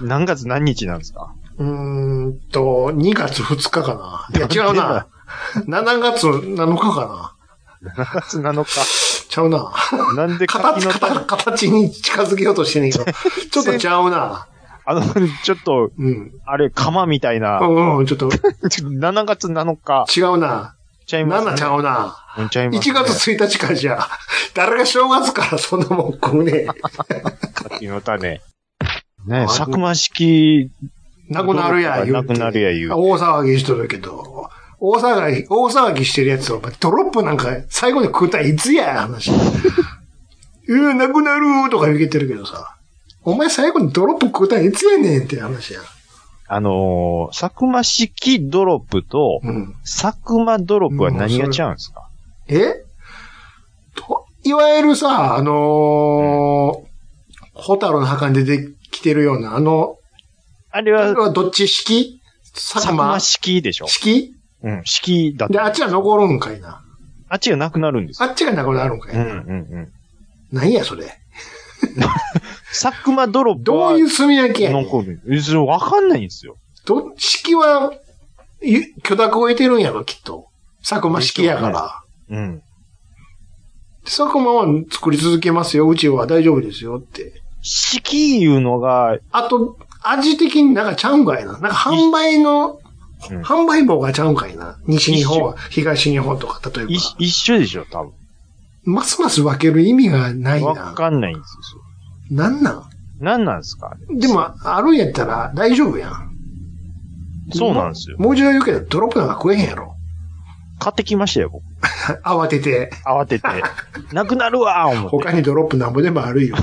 Speaker 1: え、何月何日なんですか
Speaker 3: うーんと、2月2日かな。いや、違うな。7月7日かな。
Speaker 1: 7月7日。
Speaker 3: ちゃうな。
Speaker 1: なんで柿
Speaker 3: 形、
Speaker 1: の種、
Speaker 3: 形形に近づけようとしてん ねんけど、ちょっとちゃうな。
Speaker 1: あの、ちょっと、
Speaker 3: うん。
Speaker 1: あれ、釜みたいな
Speaker 3: う、ん、うん、ちょっと
Speaker 1: ちょっと7月7日、
Speaker 3: 違うな。
Speaker 1: ちゃいます、ね。
Speaker 3: 7ちゃうな。
Speaker 1: うんちゃい
Speaker 3: 1
Speaker 1: ます、ね。
Speaker 3: 月1日からじゃあ、誰が正月からそんなもん食 うね
Speaker 1: 柿の種。ねえ、作間式、
Speaker 3: え。なくなるや、言
Speaker 1: な
Speaker 3: うて。
Speaker 1: くなるや言うて
Speaker 3: 大騒ぎしとるけど、大騒ぎ、大騒ぎしてるやつを、お前ドロップなんか最後に食うたらいつや、話。 えー、なくなるとか言うけてるけどさ。お前最後にドロップ食うたらいつやねんって話や。
Speaker 1: あのー、作間式ドロップと、
Speaker 3: うん。
Speaker 1: 作間ドロップは何が違うんですか、
Speaker 3: えと、いわゆるさ、あのー、ホタルの墓に出てきてるような、あの、
Speaker 1: あれ
Speaker 3: あれ
Speaker 1: は、
Speaker 3: はどっち式佐
Speaker 1: 作
Speaker 3: 久間
Speaker 1: 間式でしょ
Speaker 3: 式
Speaker 1: うん、式だと
Speaker 3: で、あっちは残るんかいな。
Speaker 1: あっちがなくなるんです
Speaker 3: あ
Speaker 1: よ。
Speaker 3: っちがなくなるんかい
Speaker 1: うんう
Speaker 3: な。
Speaker 1: んうん。
Speaker 3: 何や、それ。
Speaker 1: 佐久間ドロップ
Speaker 3: ど
Speaker 1: は
Speaker 3: ういう炭焼きやねん。
Speaker 1: 残る。えそれわかんないんですよ。
Speaker 3: ど、式は、ゆ許諾を得てるんやろ、きっと。佐久間式やから。
Speaker 1: うん。
Speaker 3: 佐久間は作り続けますよ、うちは大丈夫ですよって。
Speaker 1: 式いうのが、
Speaker 3: あと、味的になんかちゃうんかいな。なんか販売の、
Speaker 1: うん
Speaker 3: 販売棒がちゃうんかいな。西日本、東日本とか、例えば。
Speaker 1: い一緒でしょ、多
Speaker 3: ますます分ける意味がない
Speaker 1: 分。わ
Speaker 3: な。
Speaker 1: かんないんですよ。
Speaker 3: なんなん
Speaker 1: 何なんですかあれ
Speaker 3: でも、あるんやったら大丈夫やん。
Speaker 1: そうなんですよ。
Speaker 3: もう一度言うけど、ドロップなんか食えへんやろ。
Speaker 1: 買ってきましたよ、僕。
Speaker 3: 慌てて。
Speaker 1: 慌 てて。なくなるわー思って。
Speaker 3: 他にドロップなんぼでもあ るよ。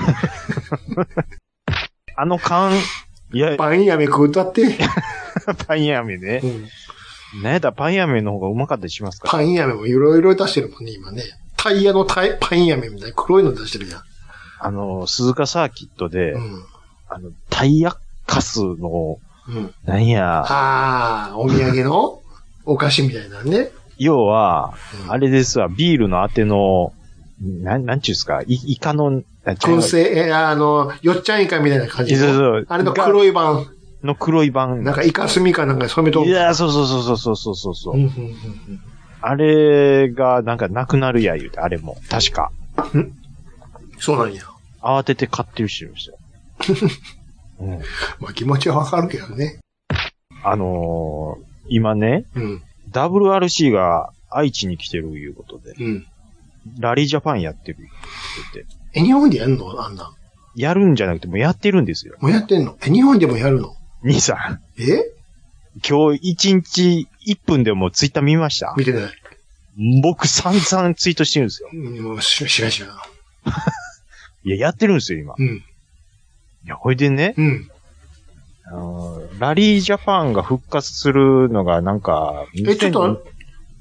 Speaker 1: あの缶、いや、
Speaker 3: パンやめ食う たって。
Speaker 1: パンやめね
Speaker 3: う。ん
Speaker 1: なんやったらパンやめの方がうまかったりしますから。
Speaker 3: パンやめもいろいろ出してるもんね、今ね。タイヤのタイパンやめみたいな黒いの出してるやん。
Speaker 1: あの、鈴鹿サーキットで、
Speaker 3: うん。
Speaker 1: あの、タイヤカスの、
Speaker 3: うん。
Speaker 1: なんや、
Speaker 3: ああ、お土産の お菓子みたいなね。
Speaker 1: 要は、
Speaker 3: うん
Speaker 1: あれですわ、ビールのあての、なん、なんちゅうんすか、いイカの、あ
Speaker 3: 燻製、えあの、よっちゃんイカみたいな感じ
Speaker 1: そう
Speaker 3: の。
Speaker 1: そう。
Speaker 3: あれの
Speaker 1: が
Speaker 3: 黒い版。
Speaker 1: の黒い版。
Speaker 3: なんかイカスミかなんか染めと
Speaker 1: い
Speaker 3: る。
Speaker 1: や、そうそうそうそうそうそうそう、
Speaker 3: うんうん
Speaker 1: あれが、なんかなくなるや言うて、あれも。確か。
Speaker 3: うんそうなんや。
Speaker 1: 慌てて買ってる人いましたよ。 うん、
Speaker 3: まあ気持ちはわかるけどね。
Speaker 1: あのー今ね、
Speaker 3: うん。
Speaker 1: WRC が愛知に来てるいうことで、
Speaker 3: うん。
Speaker 1: ラリージャパンやってるって言って、
Speaker 3: え、日本でやんのあんなん。
Speaker 1: やるんじゃなくてもうやってるんですよ。
Speaker 3: もうやってんのえ、日本でもやるの
Speaker 1: 兄さん、
Speaker 3: え
Speaker 1: 今日1日1分でもツイッター見ました
Speaker 3: 見てない。
Speaker 1: 僕散々ツイートしてるんですよ。
Speaker 3: うんもうし知らん知らん。
Speaker 1: いや、やってるんですよ、今。
Speaker 3: うん。
Speaker 1: いや、ほいでね、
Speaker 3: うん。
Speaker 1: あのーラリージャパンが復活するのがなんか、
Speaker 3: え、ちょっと、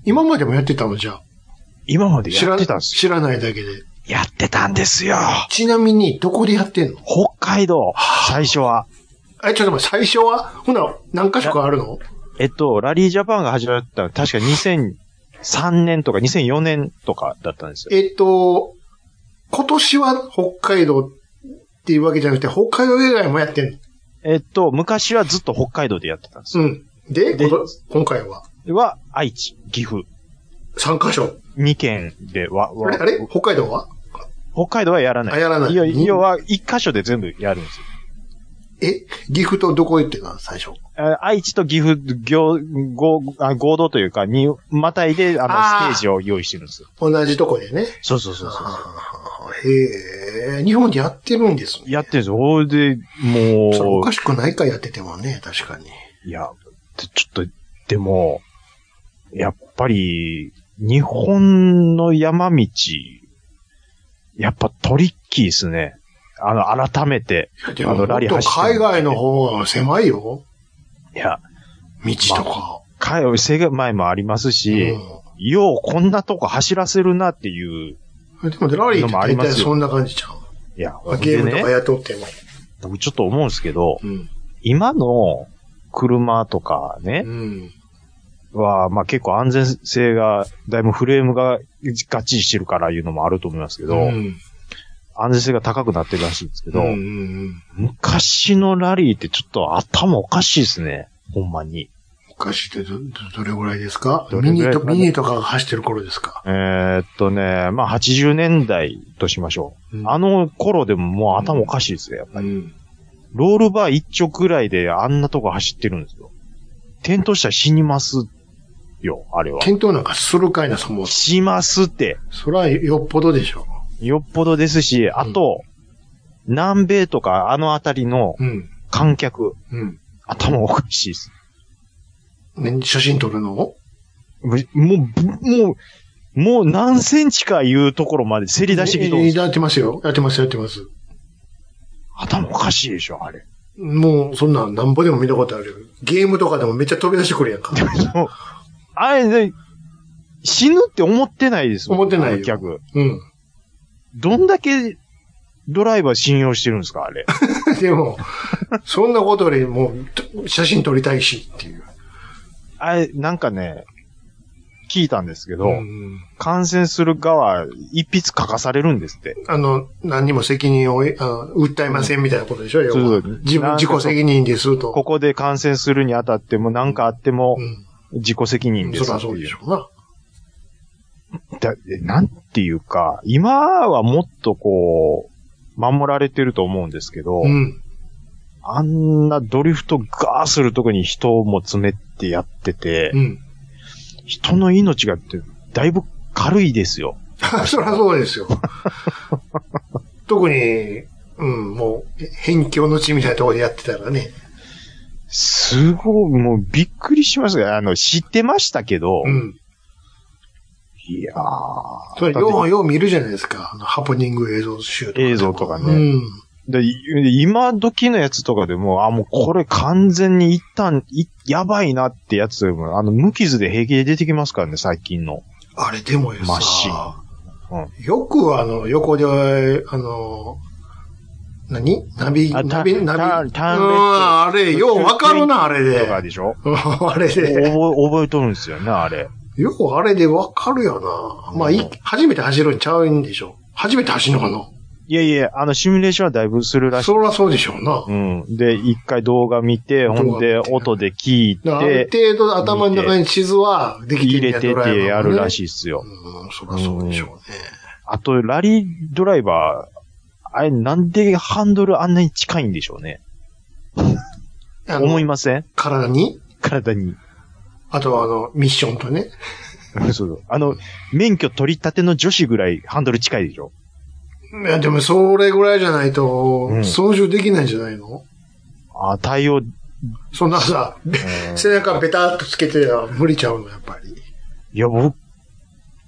Speaker 3: 今までもやってたのじゃあ。
Speaker 1: 今まで
Speaker 3: 知
Speaker 1: や
Speaker 3: ら
Speaker 1: ってたんです
Speaker 3: 知らないだけで。
Speaker 1: よ。やってたんですよ。
Speaker 3: ちなみに、どこでやってんの
Speaker 1: 北海道、最初は。
Speaker 3: え、ちょっと待って、最初はほな、何箇所かあるの
Speaker 1: えっと、ラリージャパンが始まったのは確か2003年とか2004年とかだったんですよ。
Speaker 3: えっと、今年は北海道っていうわけじゃなくて、北海道以外もやってんの
Speaker 1: えっと、昔はずっと北海道でやってたんです
Speaker 3: う
Speaker 1: よ。
Speaker 3: ん。で、
Speaker 1: で
Speaker 3: こと今回は
Speaker 1: は、愛知、岐阜、
Speaker 3: 3箇所。
Speaker 1: 2県では、
Speaker 3: あ
Speaker 1: わ
Speaker 3: れあれ北海道は
Speaker 1: 北海道はやらな
Speaker 3: あ、
Speaker 1: い。
Speaker 3: やらない。
Speaker 1: 要要は、一箇所で全部やるんですよ。
Speaker 3: え、岐阜とどこ行ってたの最初。
Speaker 1: あ愛知と岐阜行合あ合同というか、に、またいで、あの、
Speaker 3: あー
Speaker 1: ステージを用意してるんですよ。
Speaker 3: 同じとこでね。
Speaker 1: そうそうそうそう。
Speaker 3: あーへえ、日本でやってるんですね。
Speaker 1: やってるんですよ。ほいで、
Speaker 3: それお
Speaker 1: も
Speaker 3: かしくないかやっててもね、確かに。
Speaker 1: う、いや、ちょっと、でも、やっぱり、日本の山道、やっぱトリッキーですね。あの、改めて。
Speaker 3: いやで
Speaker 1: あの
Speaker 3: も、
Speaker 1: ラリー
Speaker 3: 本当
Speaker 1: 走ってる
Speaker 3: 海外の方が狭いよ。
Speaker 1: いや、
Speaker 3: 道とか。
Speaker 1: かよ、制前もありますし、ようこんなとこ走らせるなっていう、
Speaker 3: うん、でも、ラリー
Speaker 1: のもあ
Speaker 3: って
Speaker 1: り
Speaker 3: 大
Speaker 1: ます
Speaker 3: 体
Speaker 1: よ
Speaker 3: そんな感じじゃん。
Speaker 1: いや、
Speaker 3: まあゲームと
Speaker 1: で
Speaker 3: か
Speaker 1: ね、
Speaker 3: 雇っても。
Speaker 1: 僕ちょっと思うんですけど、
Speaker 3: うん。
Speaker 1: 今の車とかね、
Speaker 3: うん。
Speaker 1: は、まあ結構安全性が、だいぶフレームががっちりしてるからいうのもあると思いますけど、
Speaker 3: うん。
Speaker 1: 安全性が高くなってるらしいんですけど、
Speaker 3: うんうんうん。
Speaker 1: 昔のラリーってちょっと頭おかしいですね。ほんまに。
Speaker 3: お菓子ってど、どどれぐらいですか
Speaker 1: どれ
Speaker 3: ミ
Speaker 1: ぐ
Speaker 3: ニ
Speaker 1: らい
Speaker 3: と、ミニとかが走ってる頃ですか
Speaker 1: えーっとね、まあ80年代としましょう。あ
Speaker 3: の、
Speaker 1: の頃でももう頭おかしいですね。
Speaker 3: うん。
Speaker 1: ロールバー一丁くらいであんなとこ走ってるんですよ。転倒したら死にますよ、あれは。
Speaker 3: 検討なんかするかいな、そもそ
Speaker 1: しますって。
Speaker 3: も。それはよっぽどでしょ
Speaker 1: よっぽどですし、あと、南米とかあのあたりの
Speaker 3: う。うん。
Speaker 1: 観客、
Speaker 3: うん。
Speaker 1: 頭おかしいです。
Speaker 3: ね、写真撮るの
Speaker 1: ぶもう、ぶもう、もう何センチかいうところまで競り出してきてるん
Speaker 3: え
Speaker 1: で
Speaker 3: え
Speaker 1: すよ
Speaker 3: やってますよ。やってます、やってます。
Speaker 1: 頭おかしいでしょ、あれ。
Speaker 3: もう、そんなん、なんぼでも見たことあるよ。ゲームとかでもめっちゃ飛び出してくるや んか。
Speaker 1: そうあれね、死ぬって思ってないですもん
Speaker 3: 思ってない
Speaker 1: 観
Speaker 3: よ
Speaker 1: 客。
Speaker 3: うん。
Speaker 1: どんだけドライバー信用してるんですか、あれ。
Speaker 3: でも、そんなことよりもう、写真撮りたいしっていう。
Speaker 1: あれ、なんかね、聞いたんですけど、
Speaker 3: うん
Speaker 1: 感染する側、一筆書かされるんですって。
Speaker 3: あの、何にも責任を、えあの訴えませんみたいなことでしょ、要
Speaker 1: そう
Speaker 3: は
Speaker 1: そう
Speaker 3: 自分、
Speaker 1: なんか
Speaker 3: 自
Speaker 1: そう
Speaker 3: 己責任ですと。
Speaker 1: ここで感染するにあたっても何かあっても
Speaker 3: う
Speaker 1: 自己責任
Speaker 3: ん。
Speaker 1: で
Speaker 3: そ
Speaker 1: す
Speaker 3: りゃ
Speaker 1: って
Speaker 3: そうで
Speaker 1: い
Speaker 3: し
Speaker 1: う。
Speaker 3: ょうな。
Speaker 1: だえなんていうか、今はもっとこう、守られてると思うんですけど、
Speaker 3: うん。
Speaker 1: あんなドリフトガーするとこに人も詰めてやってて、
Speaker 3: うん。
Speaker 1: 人の命がってだいぶ軽いですよ。
Speaker 3: そりゃそうですよ。 特に、うん、もう、辺境の地みたいなところでやってたらね。
Speaker 1: すごい、もうびっくりしました。あの、知ってましたけど、
Speaker 3: うん。
Speaker 1: いやー
Speaker 3: それ、
Speaker 1: だって
Speaker 3: よう、よう見るじゃないですか。あのハプニング映像集とか。
Speaker 1: 映像とかね
Speaker 3: うん。
Speaker 1: でい今時のやつとかでも、あ、もうこれ完全に一旦、いやばいなってやつでも、あの、無傷で平気で出てきますからね、最近の。
Speaker 3: あれ、でもさ、
Speaker 1: マシン
Speaker 3: よくあの、横で、あの、何ナビ、
Speaker 1: あ
Speaker 3: ナビ、
Speaker 1: タ
Speaker 3: ナ
Speaker 1: タターンレ
Speaker 3: ビ。
Speaker 1: ッド
Speaker 3: うんあれ、ようわかるな、あれ
Speaker 1: と
Speaker 3: で。
Speaker 1: かでしょ
Speaker 3: うん あれ
Speaker 1: 覚え、
Speaker 3: で。
Speaker 1: 覚えとるんですよね、あれ。
Speaker 3: よくあれでわかるよな。まあ、い初めて走るんちゃうんでしょ。初めて走るのかない
Speaker 1: やいや、あの、シミュレーションはだいぶするらしい。
Speaker 3: そりゃそうでしょうな。
Speaker 1: うん。で、一回動画見て、
Speaker 3: 動
Speaker 1: ほ
Speaker 3: 画
Speaker 1: んで、音で聞い
Speaker 3: だからある
Speaker 1: て、
Speaker 3: 程度頭の中に地図はできて
Speaker 1: 入
Speaker 3: る
Speaker 1: れててやるらしいっす
Speaker 3: い
Speaker 1: よ。
Speaker 3: うん、そりゃそうでしょうね。
Speaker 1: あと、ラリードライバー、あれ、なんでハンドルあんなに近いんでしょうね。
Speaker 3: あ
Speaker 1: 思い
Speaker 3: の、
Speaker 1: ません
Speaker 3: 体に、
Speaker 1: 体に。
Speaker 3: あとはあの、ミッションとね。
Speaker 1: そう。あの、免許取り立ての女子ぐらいハンドル近いでしょ
Speaker 3: いや、でもそれぐらいじゃないと
Speaker 1: う、ん
Speaker 3: 操縦できないんじゃないの
Speaker 1: あ対応、
Speaker 3: そんなさ、べ背中ベタっとつけては無理ちゃうの、やっぱり。
Speaker 1: いや、僕、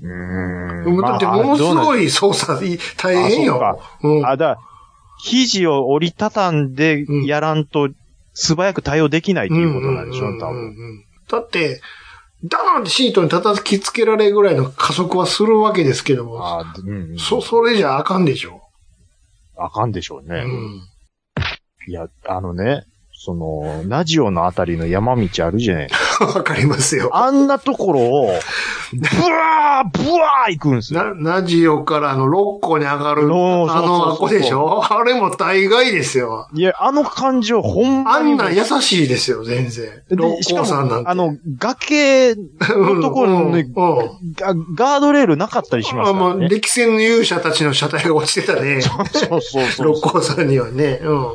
Speaker 1: うーん。
Speaker 3: だって
Speaker 1: まあ
Speaker 3: ものす
Speaker 1: どうなん
Speaker 3: ごい操作、い大変
Speaker 1: あ
Speaker 3: よ。うん。
Speaker 1: あ、だから、肘を折りたたんでやらんと、素早く対応できないっていうことなんでしょ、多
Speaker 3: うんうん
Speaker 1: 分。
Speaker 3: うんうんだって、ダーンってシートに叩きつけられるぐらいの加速はするわけですけども、
Speaker 1: あーうんうん。
Speaker 3: そ、それじゃあかんでしょ。
Speaker 1: あかんでしょうね
Speaker 3: う。ん。
Speaker 1: いや、あのね、その、ラジオのあたりの山道あるじゃないですか。
Speaker 3: わかりますよ。
Speaker 1: あんなところ を、ブワーブワー行くんですよ。
Speaker 3: な、ラジオからあの、6個に上がる、あ
Speaker 1: おー
Speaker 3: の、あ
Speaker 1: そ
Speaker 3: こ
Speaker 1: うそうそうそう
Speaker 3: でしょあれも大概ですよ。
Speaker 1: いや、あの感じはほんま
Speaker 3: あ
Speaker 1: に
Speaker 3: ん
Speaker 1: もう。
Speaker 3: なん優しいですよ、全然。六
Speaker 1: で、し
Speaker 3: 甲
Speaker 1: か
Speaker 3: さんなん
Speaker 1: も、
Speaker 3: て。
Speaker 1: あの、崖、 のところに
Speaker 3: うんうんうん
Speaker 1: ガガードレールなかったりします
Speaker 3: あ
Speaker 1: か
Speaker 3: も
Speaker 1: ら
Speaker 3: う、
Speaker 1: ね。
Speaker 3: 歴戦の勇者たちの車体が落ちてた ね。
Speaker 1: そうそうそう
Speaker 3: 六甲さんにはね。うん。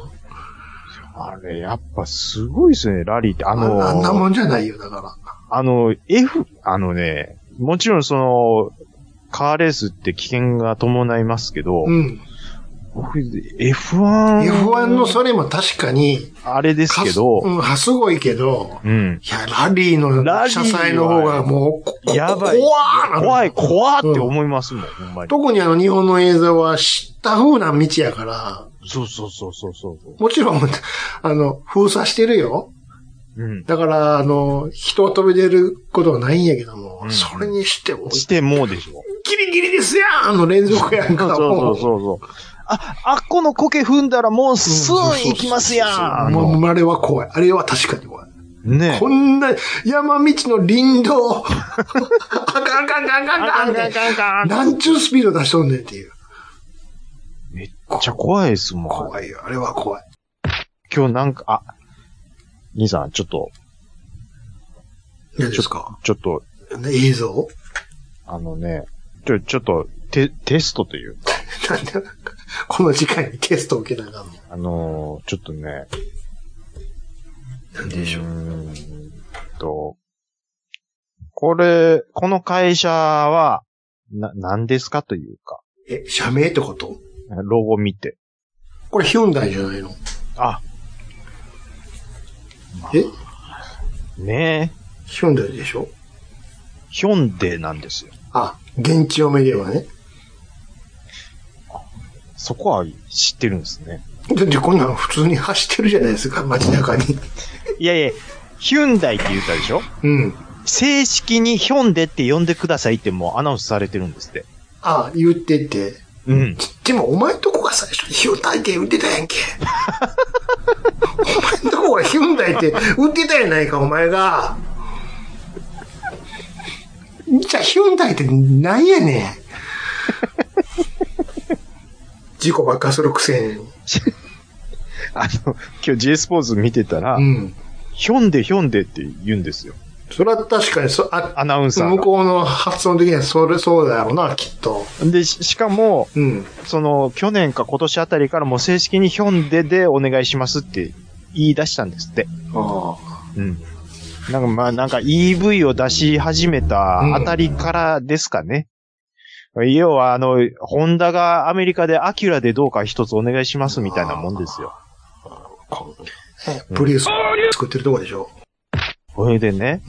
Speaker 1: あれ、やっぱすごいですね、ラリーって。あ
Speaker 3: あ
Speaker 1: の、
Speaker 3: あんな
Speaker 1: あ
Speaker 3: もんじゃないよ、だか
Speaker 1: の、F、あのね、もちろんその、カーレースって危険が伴いますけど、
Speaker 3: ら。うん。
Speaker 1: 僕 F1、
Speaker 3: F1 のそれも確かに、
Speaker 1: あれです
Speaker 3: か
Speaker 1: け
Speaker 3: す
Speaker 1: ど、
Speaker 3: うん、はすごいけど、
Speaker 1: うん。
Speaker 3: いや、ラリーの
Speaker 1: ラリー
Speaker 3: 車
Speaker 1: は
Speaker 3: 載の方がもうこ、こ
Speaker 1: やばい。
Speaker 3: 怖ーなる
Speaker 1: 怖い、怖ーって思いますもん、ほんまに。
Speaker 3: 特にあの日本の映像は知った風な道やから、
Speaker 1: そうそうそうそうそう。
Speaker 3: もちろん、 あの、封鎖してるよ。
Speaker 1: うん。
Speaker 3: だから、あの、人は飛び出ることはないんやけども、
Speaker 1: うん
Speaker 3: それにしても、
Speaker 1: してもうでしょ。
Speaker 3: ギリギリですやんあの連続やん
Speaker 1: そう
Speaker 3: か。
Speaker 1: そうそうそう。あ、あっこの苔踏んだらもうすぐ行きますやん。
Speaker 3: もう、あれは怖い。あれは確かに怖い。
Speaker 1: ね
Speaker 3: こんな山道の林道、あかんあかんあかんあかんあかんって、
Speaker 1: ガンガンガン
Speaker 3: なんちゅうスピード出しとんねんっていう。
Speaker 1: めっっちゃ怖いですもん。
Speaker 3: 怖いよ。あれは怖い。
Speaker 1: 今日なんか、あ、兄さん、ちょっと、
Speaker 3: 何ですか
Speaker 1: ちょっと、
Speaker 3: ね映像
Speaker 1: あのね、ちょ、ちょっと、テ、テストというか、
Speaker 3: なんで、この時間にテストを受けながらの。
Speaker 1: あのーちょっとね、
Speaker 3: なん
Speaker 1: う
Speaker 3: でしょう。
Speaker 1: ーんと、これ、この会社は、な、何ですかというか、
Speaker 3: え、社名ってこと
Speaker 1: ロゴ見て。
Speaker 3: これヒュンダイじゃないの
Speaker 1: あ、
Speaker 3: え
Speaker 1: ね
Speaker 3: ヒュンダイでしょ
Speaker 1: え、ヒョンデなんですよ。
Speaker 3: あ、現地読めではね。
Speaker 1: そこは知ってるんですね。
Speaker 3: だってこんなの普通に走ってるじゃないですか、街中に。
Speaker 1: いやいや、ヒュンダイって言ったでしょ
Speaker 3: うん。
Speaker 1: 正式にヒョンデって呼んでくださいってもうアナウンスされてるんですって。
Speaker 3: あ言ってて。
Speaker 1: うん。
Speaker 3: でもお前んとこが最初にヒュンダイって言ってたやんけ。お前んとこがヒュンダイって売ってたやないか、お前が。じゃあヒュンダイってなんやねん。事故ばっかするくせに。
Speaker 1: あの、今日 J スポーツ見てたら、
Speaker 3: うん。
Speaker 1: ヒョンデヒョンデって言うんですよ。
Speaker 3: それは確かにそ、あ、
Speaker 1: アナウンサー
Speaker 3: 向
Speaker 1: が。
Speaker 3: こうの発音的にはそれ、そうだろうな、きっと。
Speaker 1: で、ししかも、
Speaker 3: うん。
Speaker 1: その、去年か今年あたりからもう正式にヒョンデでお願いしますって言い出したんですって。
Speaker 3: あ
Speaker 1: うん。なんかまあ、なんか EV を出し始めたあたりからですかね。要は、あの、ホンダがアメリカでアキュラでどうか一つお願いしますみたいなもんですよ。
Speaker 3: あ。ねプリウス作ってるとこでしょ。
Speaker 1: それでね、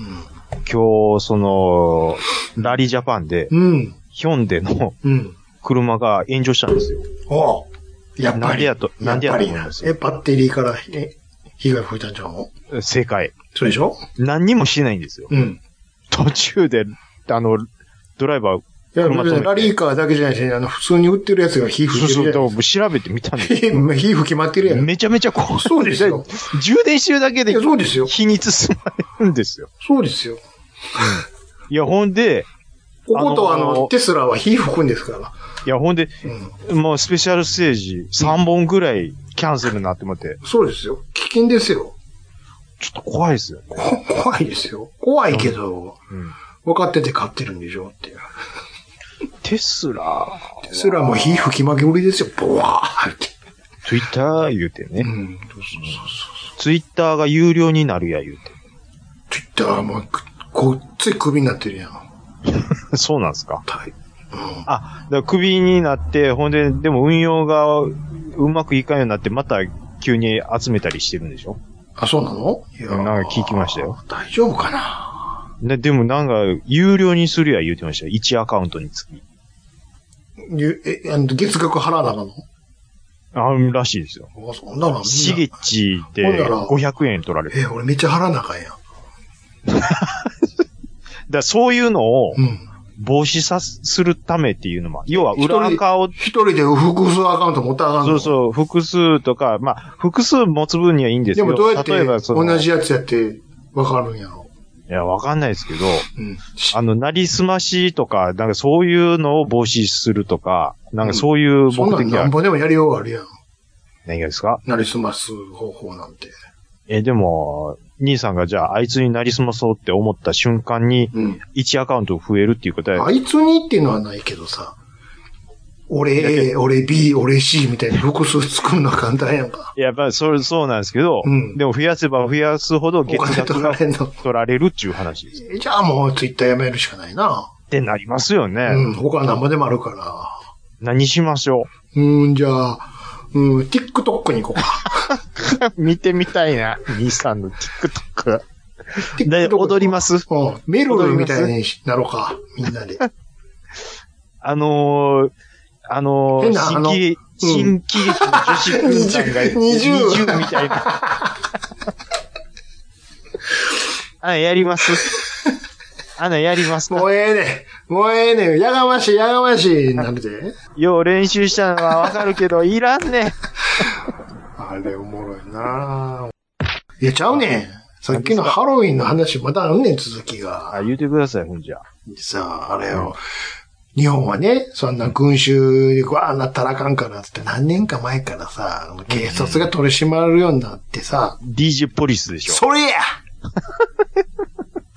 Speaker 3: う
Speaker 1: 今日、その、ラリージャパンで、
Speaker 3: ん。うん。
Speaker 1: ヒョンデの
Speaker 3: うん。
Speaker 1: 車が炎上したんですよ。
Speaker 3: おうやっ
Speaker 1: な
Speaker 3: ぱ
Speaker 1: んで
Speaker 3: り。
Speaker 1: やと、なんで
Speaker 3: や
Speaker 1: や
Speaker 3: っぱ
Speaker 1: と
Speaker 3: り
Speaker 1: 思い
Speaker 3: な
Speaker 1: ま。す
Speaker 3: え、
Speaker 1: よ。
Speaker 3: バッテリーから、え、被害吹いたんちゃうの
Speaker 1: 正解。
Speaker 3: そうでしょ
Speaker 1: 何にもしてないんですよ。
Speaker 3: うん。
Speaker 1: 途中で、あの、ドライバー、
Speaker 3: いや、
Speaker 1: 車止めて
Speaker 3: ラリーカーだけじゃないし、あの、普通に売ってるやつが火吹
Speaker 1: そう
Speaker 3: いて
Speaker 1: そう
Speaker 3: るじゃん。
Speaker 1: そう調べてみたんです
Speaker 3: 火 火吹きまってるやん。
Speaker 1: めちゃめちゃ怖い。
Speaker 3: そうですよ。
Speaker 1: 充電してるだけ
Speaker 3: い
Speaker 1: で
Speaker 3: や、そうですよ。
Speaker 1: 日に包まれるんですよ。
Speaker 3: そうですよ。
Speaker 1: いや、ほんで、
Speaker 3: こことあ
Speaker 1: あの
Speaker 3: の、テスラは火吹くんですから。
Speaker 1: いや、ほんで、
Speaker 3: うん。
Speaker 1: もうスペシャルステージ3本ぐらいキャンセルになって思って、
Speaker 3: そうですよ。危険ですよ。
Speaker 1: ちょっと怖いですよね。
Speaker 3: こ怖いですよ。怖いけど、
Speaker 1: うん
Speaker 3: 分かってて買ってるんでしょっていう。
Speaker 1: テスラ、
Speaker 3: テスラも火吹きまき売りですよ。ボワーって。
Speaker 1: ツイッター言うて
Speaker 3: う
Speaker 1: ね。
Speaker 3: ん。そうそうそうそう。
Speaker 1: ツイッターが有料になるや言う
Speaker 3: ツイッターもう、こっつい首になってるやん。
Speaker 1: て。 そうなんですか。
Speaker 3: たいうん
Speaker 1: あ、だからクビになって、ほんで、でも運用がうまくいかんようになって、また急に集めたりしてるんでしょ
Speaker 3: あ、そうなのいや
Speaker 1: なんか聞きましたよ。
Speaker 3: 大丈夫かな
Speaker 1: ね、でもなんか、有料にするや言うてましたよ。1アカウントにつき。
Speaker 3: ゆえ、あの、月額払わなあかん
Speaker 1: あんらしいですよ。
Speaker 3: のあ、そんなの
Speaker 1: シゲッチで
Speaker 3: ほんなら
Speaker 1: 500円取られる。
Speaker 3: え、俺めっちゃ払わなあかんやん。
Speaker 1: だからそういうのを
Speaker 3: うん。
Speaker 1: 防止さす、するためっていうのも、要は
Speaker 3: 一人
Speaker 1: 裏アカを、
Speaker 3: 一人で複数アカウント持ったらあかんの
Speaker 1: そうそう、複数とか、まあ、複数持つ分にはいいんです
Speaker 3: で
Speaker 1: よ。
Speaker 3: もどうやって
Speaker 1: 例えばその、
Speaker 3: 同じやつやってわかるんやろ。
Speaker 1: いや、わかんないですけど、
Speaker 3: うん。
Speaker 1: あの、なりすましとか、なんかそういうのを防止するとか、なんかそういう
Speaker 3: そん
Speaker 1: 目
Speaker 3: なん
Speaker 1: 的は、
Speaker 3: なんぼでもやりようあるやん。
Speaker 1: 何がですか
Speaker 3: なりすます方法なんて。
Speaker 1: え、でも、兄さんがじゃあ、あいつになりすまそうって思った瞬間に、
Speaker 3: うん。
Speaker 1: 1アカウント増えるっていうことは、
Speaker 3: あいつにっていうのはないけどさ。俺 A、俺 B、俺 C みたいに複数作るのは簡単やんか。
Speaker 1: やっぱりそれ、そうなんですけど、
Speaker 3: うん
Speaker 1: でも増やせば増やすほど
Speaker 3: お
Speaker 1: 月
Speaker 3: 金
Speaker 1: 額
Speaker 3: 取ら
Speaker 1: が
Speaker 3: れんの。
Speaker 1: 取られるっていう話です。
Speaker 3: じゃあもうツイッターやめるしかないな。
Speaker 1: ってなりますよね。
Speaker 3: うん、他は何ぼでもあるから。
Speaker 1: 何しましょ
Speaker 3: うん、じゃあ、うん、TikTok に行こうか。
Speaker 1: う見てみたいな、兄さんの TikTok。で、
Speaker 3: TikTok
Speaker 1: 踊ります
Speaker 3: うん、メロルみたいになろうか、み んなで。
Speaker 1: あのー、あのー、
Speaker 3: 変な
Speaker 1: 新
Speaker 3: あの
Speaker 1: 喜、新喜劇の女子軍団が
Speaker 3: 20
Speaker 1: 20みたいな。あ、やります。あの、やりますか
Speaker 3: も。うええねん。もうええねん。やがましい、やがましい、なるで。
Speaker 1: よう練習したのはわかるけど、いらんね。
Speaker 3: あれおもろいないや、ちゃうねん。さっきのハロウィンの話、まだあんねん、続きが。
Speaker 1: あ、言うてください、ほんじゃ。
Speaker 3: さあ、あれを、日本はね、そんな群衆で、わあ、なったらあかんからっつって何年か前からさ、あの警察が取り締まるようになってさ、
Speaker 1: DJ ポリスでしょ。
Speaker 3: それや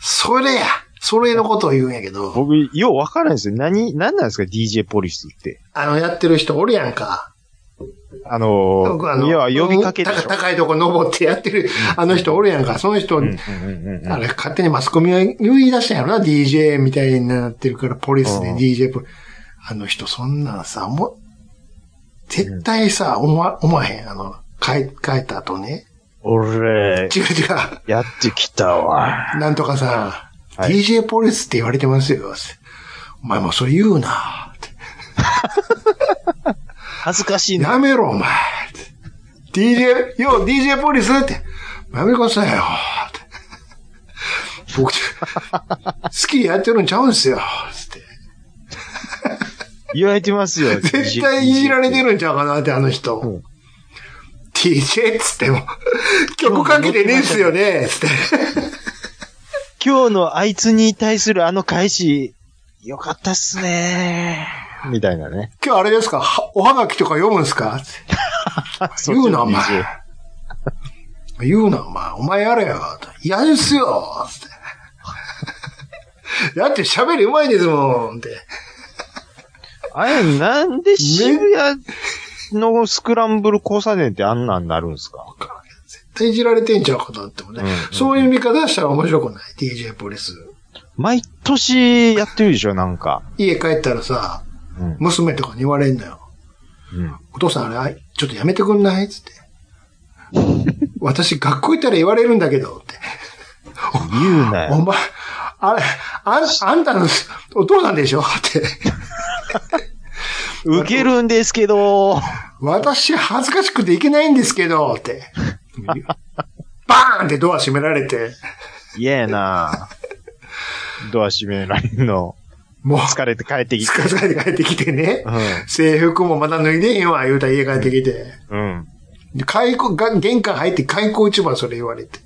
Speaker 3: それやそれのことを言うんやけど、
Speaker 1: 僕、ようわからないんですよ。何、何なんですか ?DJ ポリスって。
Speaker 3: あの、やってる人おるやんか。
Speaker 1: あの
Speaker 3: 僕あ
Speaker 1: ー、
Speaker 3: の、
Speaker 1: 要は呼びかけでし
Speaker 3: 高
Speaker 1: ょ。
Speaker 3: 高いとこ登ってやってる、あの人おるやんか。その人、
Speaker 1: うんうんうんうん
Speaker 3: あれ、勝手にマスコミが言い出したんやろな、DJ みたいになってるから、ポリスで
Speaker 1: うん
Speaker 3: DJ ポリあの人、そんなんさ、もう、絶対さ、思わ、思わへん。あの、帰、帰った後ね。
Speaker 1: 俺、
Speaker 3: 違う違
Speaker 1: やってきたわ。
Speaker 3: う。なんとかさ、
Speaker 1: はい
Speaker 3: DJ ポリスって言われてますよ。お前もうそれ言うなって
Speaker 1: 恥ずかしいな。
Speaker 3: やめろ、お前って DJ、よ、DJ ポリスって。やめてくださ いよ。って僕、好きでやってるんちゃうんすよ。つって。
Speaker 1: 言われてますよ。
Speaker 3: 絶対いじられて
Speaker 1: る。
Speaker 3: るんちゃうかなって、あの人。
Speaker 1: うん
Speaker 3: TJ っつって も、曲かけてねえっすよね、つって。
Speaker 1: 今日のあいつに対するあの返し、よかったっすねー。みたいなね。
Speaker 3: 今日あれですかはおはがきとか読むんすかつって言うな、お前。言うな、お前。お前やれよ。と嫌ですよ、つって。 だって喋りうまいですもん、って。
Speaker 1: あれ、なんで渋谷のスクランブル交差点ってあんなんなるんすか
Speaker 3: 絶対いじられてんちゃうかなってもね。
Speaker 1: うんうん
Speaker 3: そういう見方したら面白くない ?DJ ポリス。
Speaker 1: 毎年やってるでしょ、なんか。
Speaker 3: 家帰ったらさ、
Speaker 1: うん
Speaker 3: 娘とかに言われんのよ。
Speaker 1: うん。
Speaker 3: お父さんあれ、ちょっとやめてくんない つって。私、学校行ったら言われるんだけど、って。
Speaker 1: 言うな
Speaker 3: お
Speaker 1: よ。
Speaker 3: 前、あれ、あん、あんたのお父さんでしょって。
Speaker 1: ウケるんですけどー。
Speaker 3: 私、恥ずかしくていけないんですけど、って。バーンってドア閉められて、
Speaker 1: 嫌やなドア閉められるの。
Speaker 3: もう、
Speaker 1: 疲れて帰ってき
Speaker 3: ス
Speaker 1: て。
Speaker 3: カスカで帰ってきてね
Speaker 1: う。
Speaker 3: 制服もまだ脱いでへんわ、言うたら家帰ってきて。
Speaker 1: ん。うん。
Speaker 3: で開口、が玄関入って開口一番それ言われて。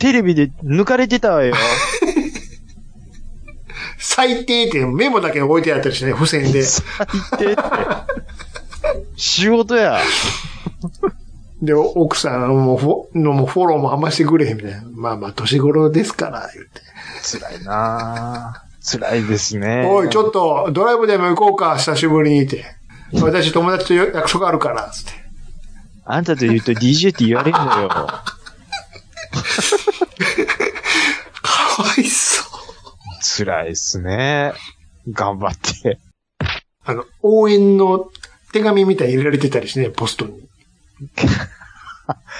Speaker 1: テレビで抜かれてたわ よ。
Speaker 3: 最低ってメモだけ置いてあったりしない、付箋で。
Speaker 1: 最低って。仕事や。
Speaker 3: で、奥さんもフォのもフォローもあんましてくれへんみたいな。まあまあ、年頃ですから、言って。
Speaker 1: 辛いな辛いですね。
Speaker 3: おい、ちょ
Speaker 1: っ
Speaker 3: っと、ドライブでも行こうか、久しぶりにって。私、友達と約束あるから、つって。
Speaker 1: と。あんたと言うと DJ って言われるのよ。
Speaker 3: かわいそう。
Speaker 1: 辛いっすね。頑張って。
Speaker 3: あの、応援の手紙みたいに入れられてたりしてね、ポスト に。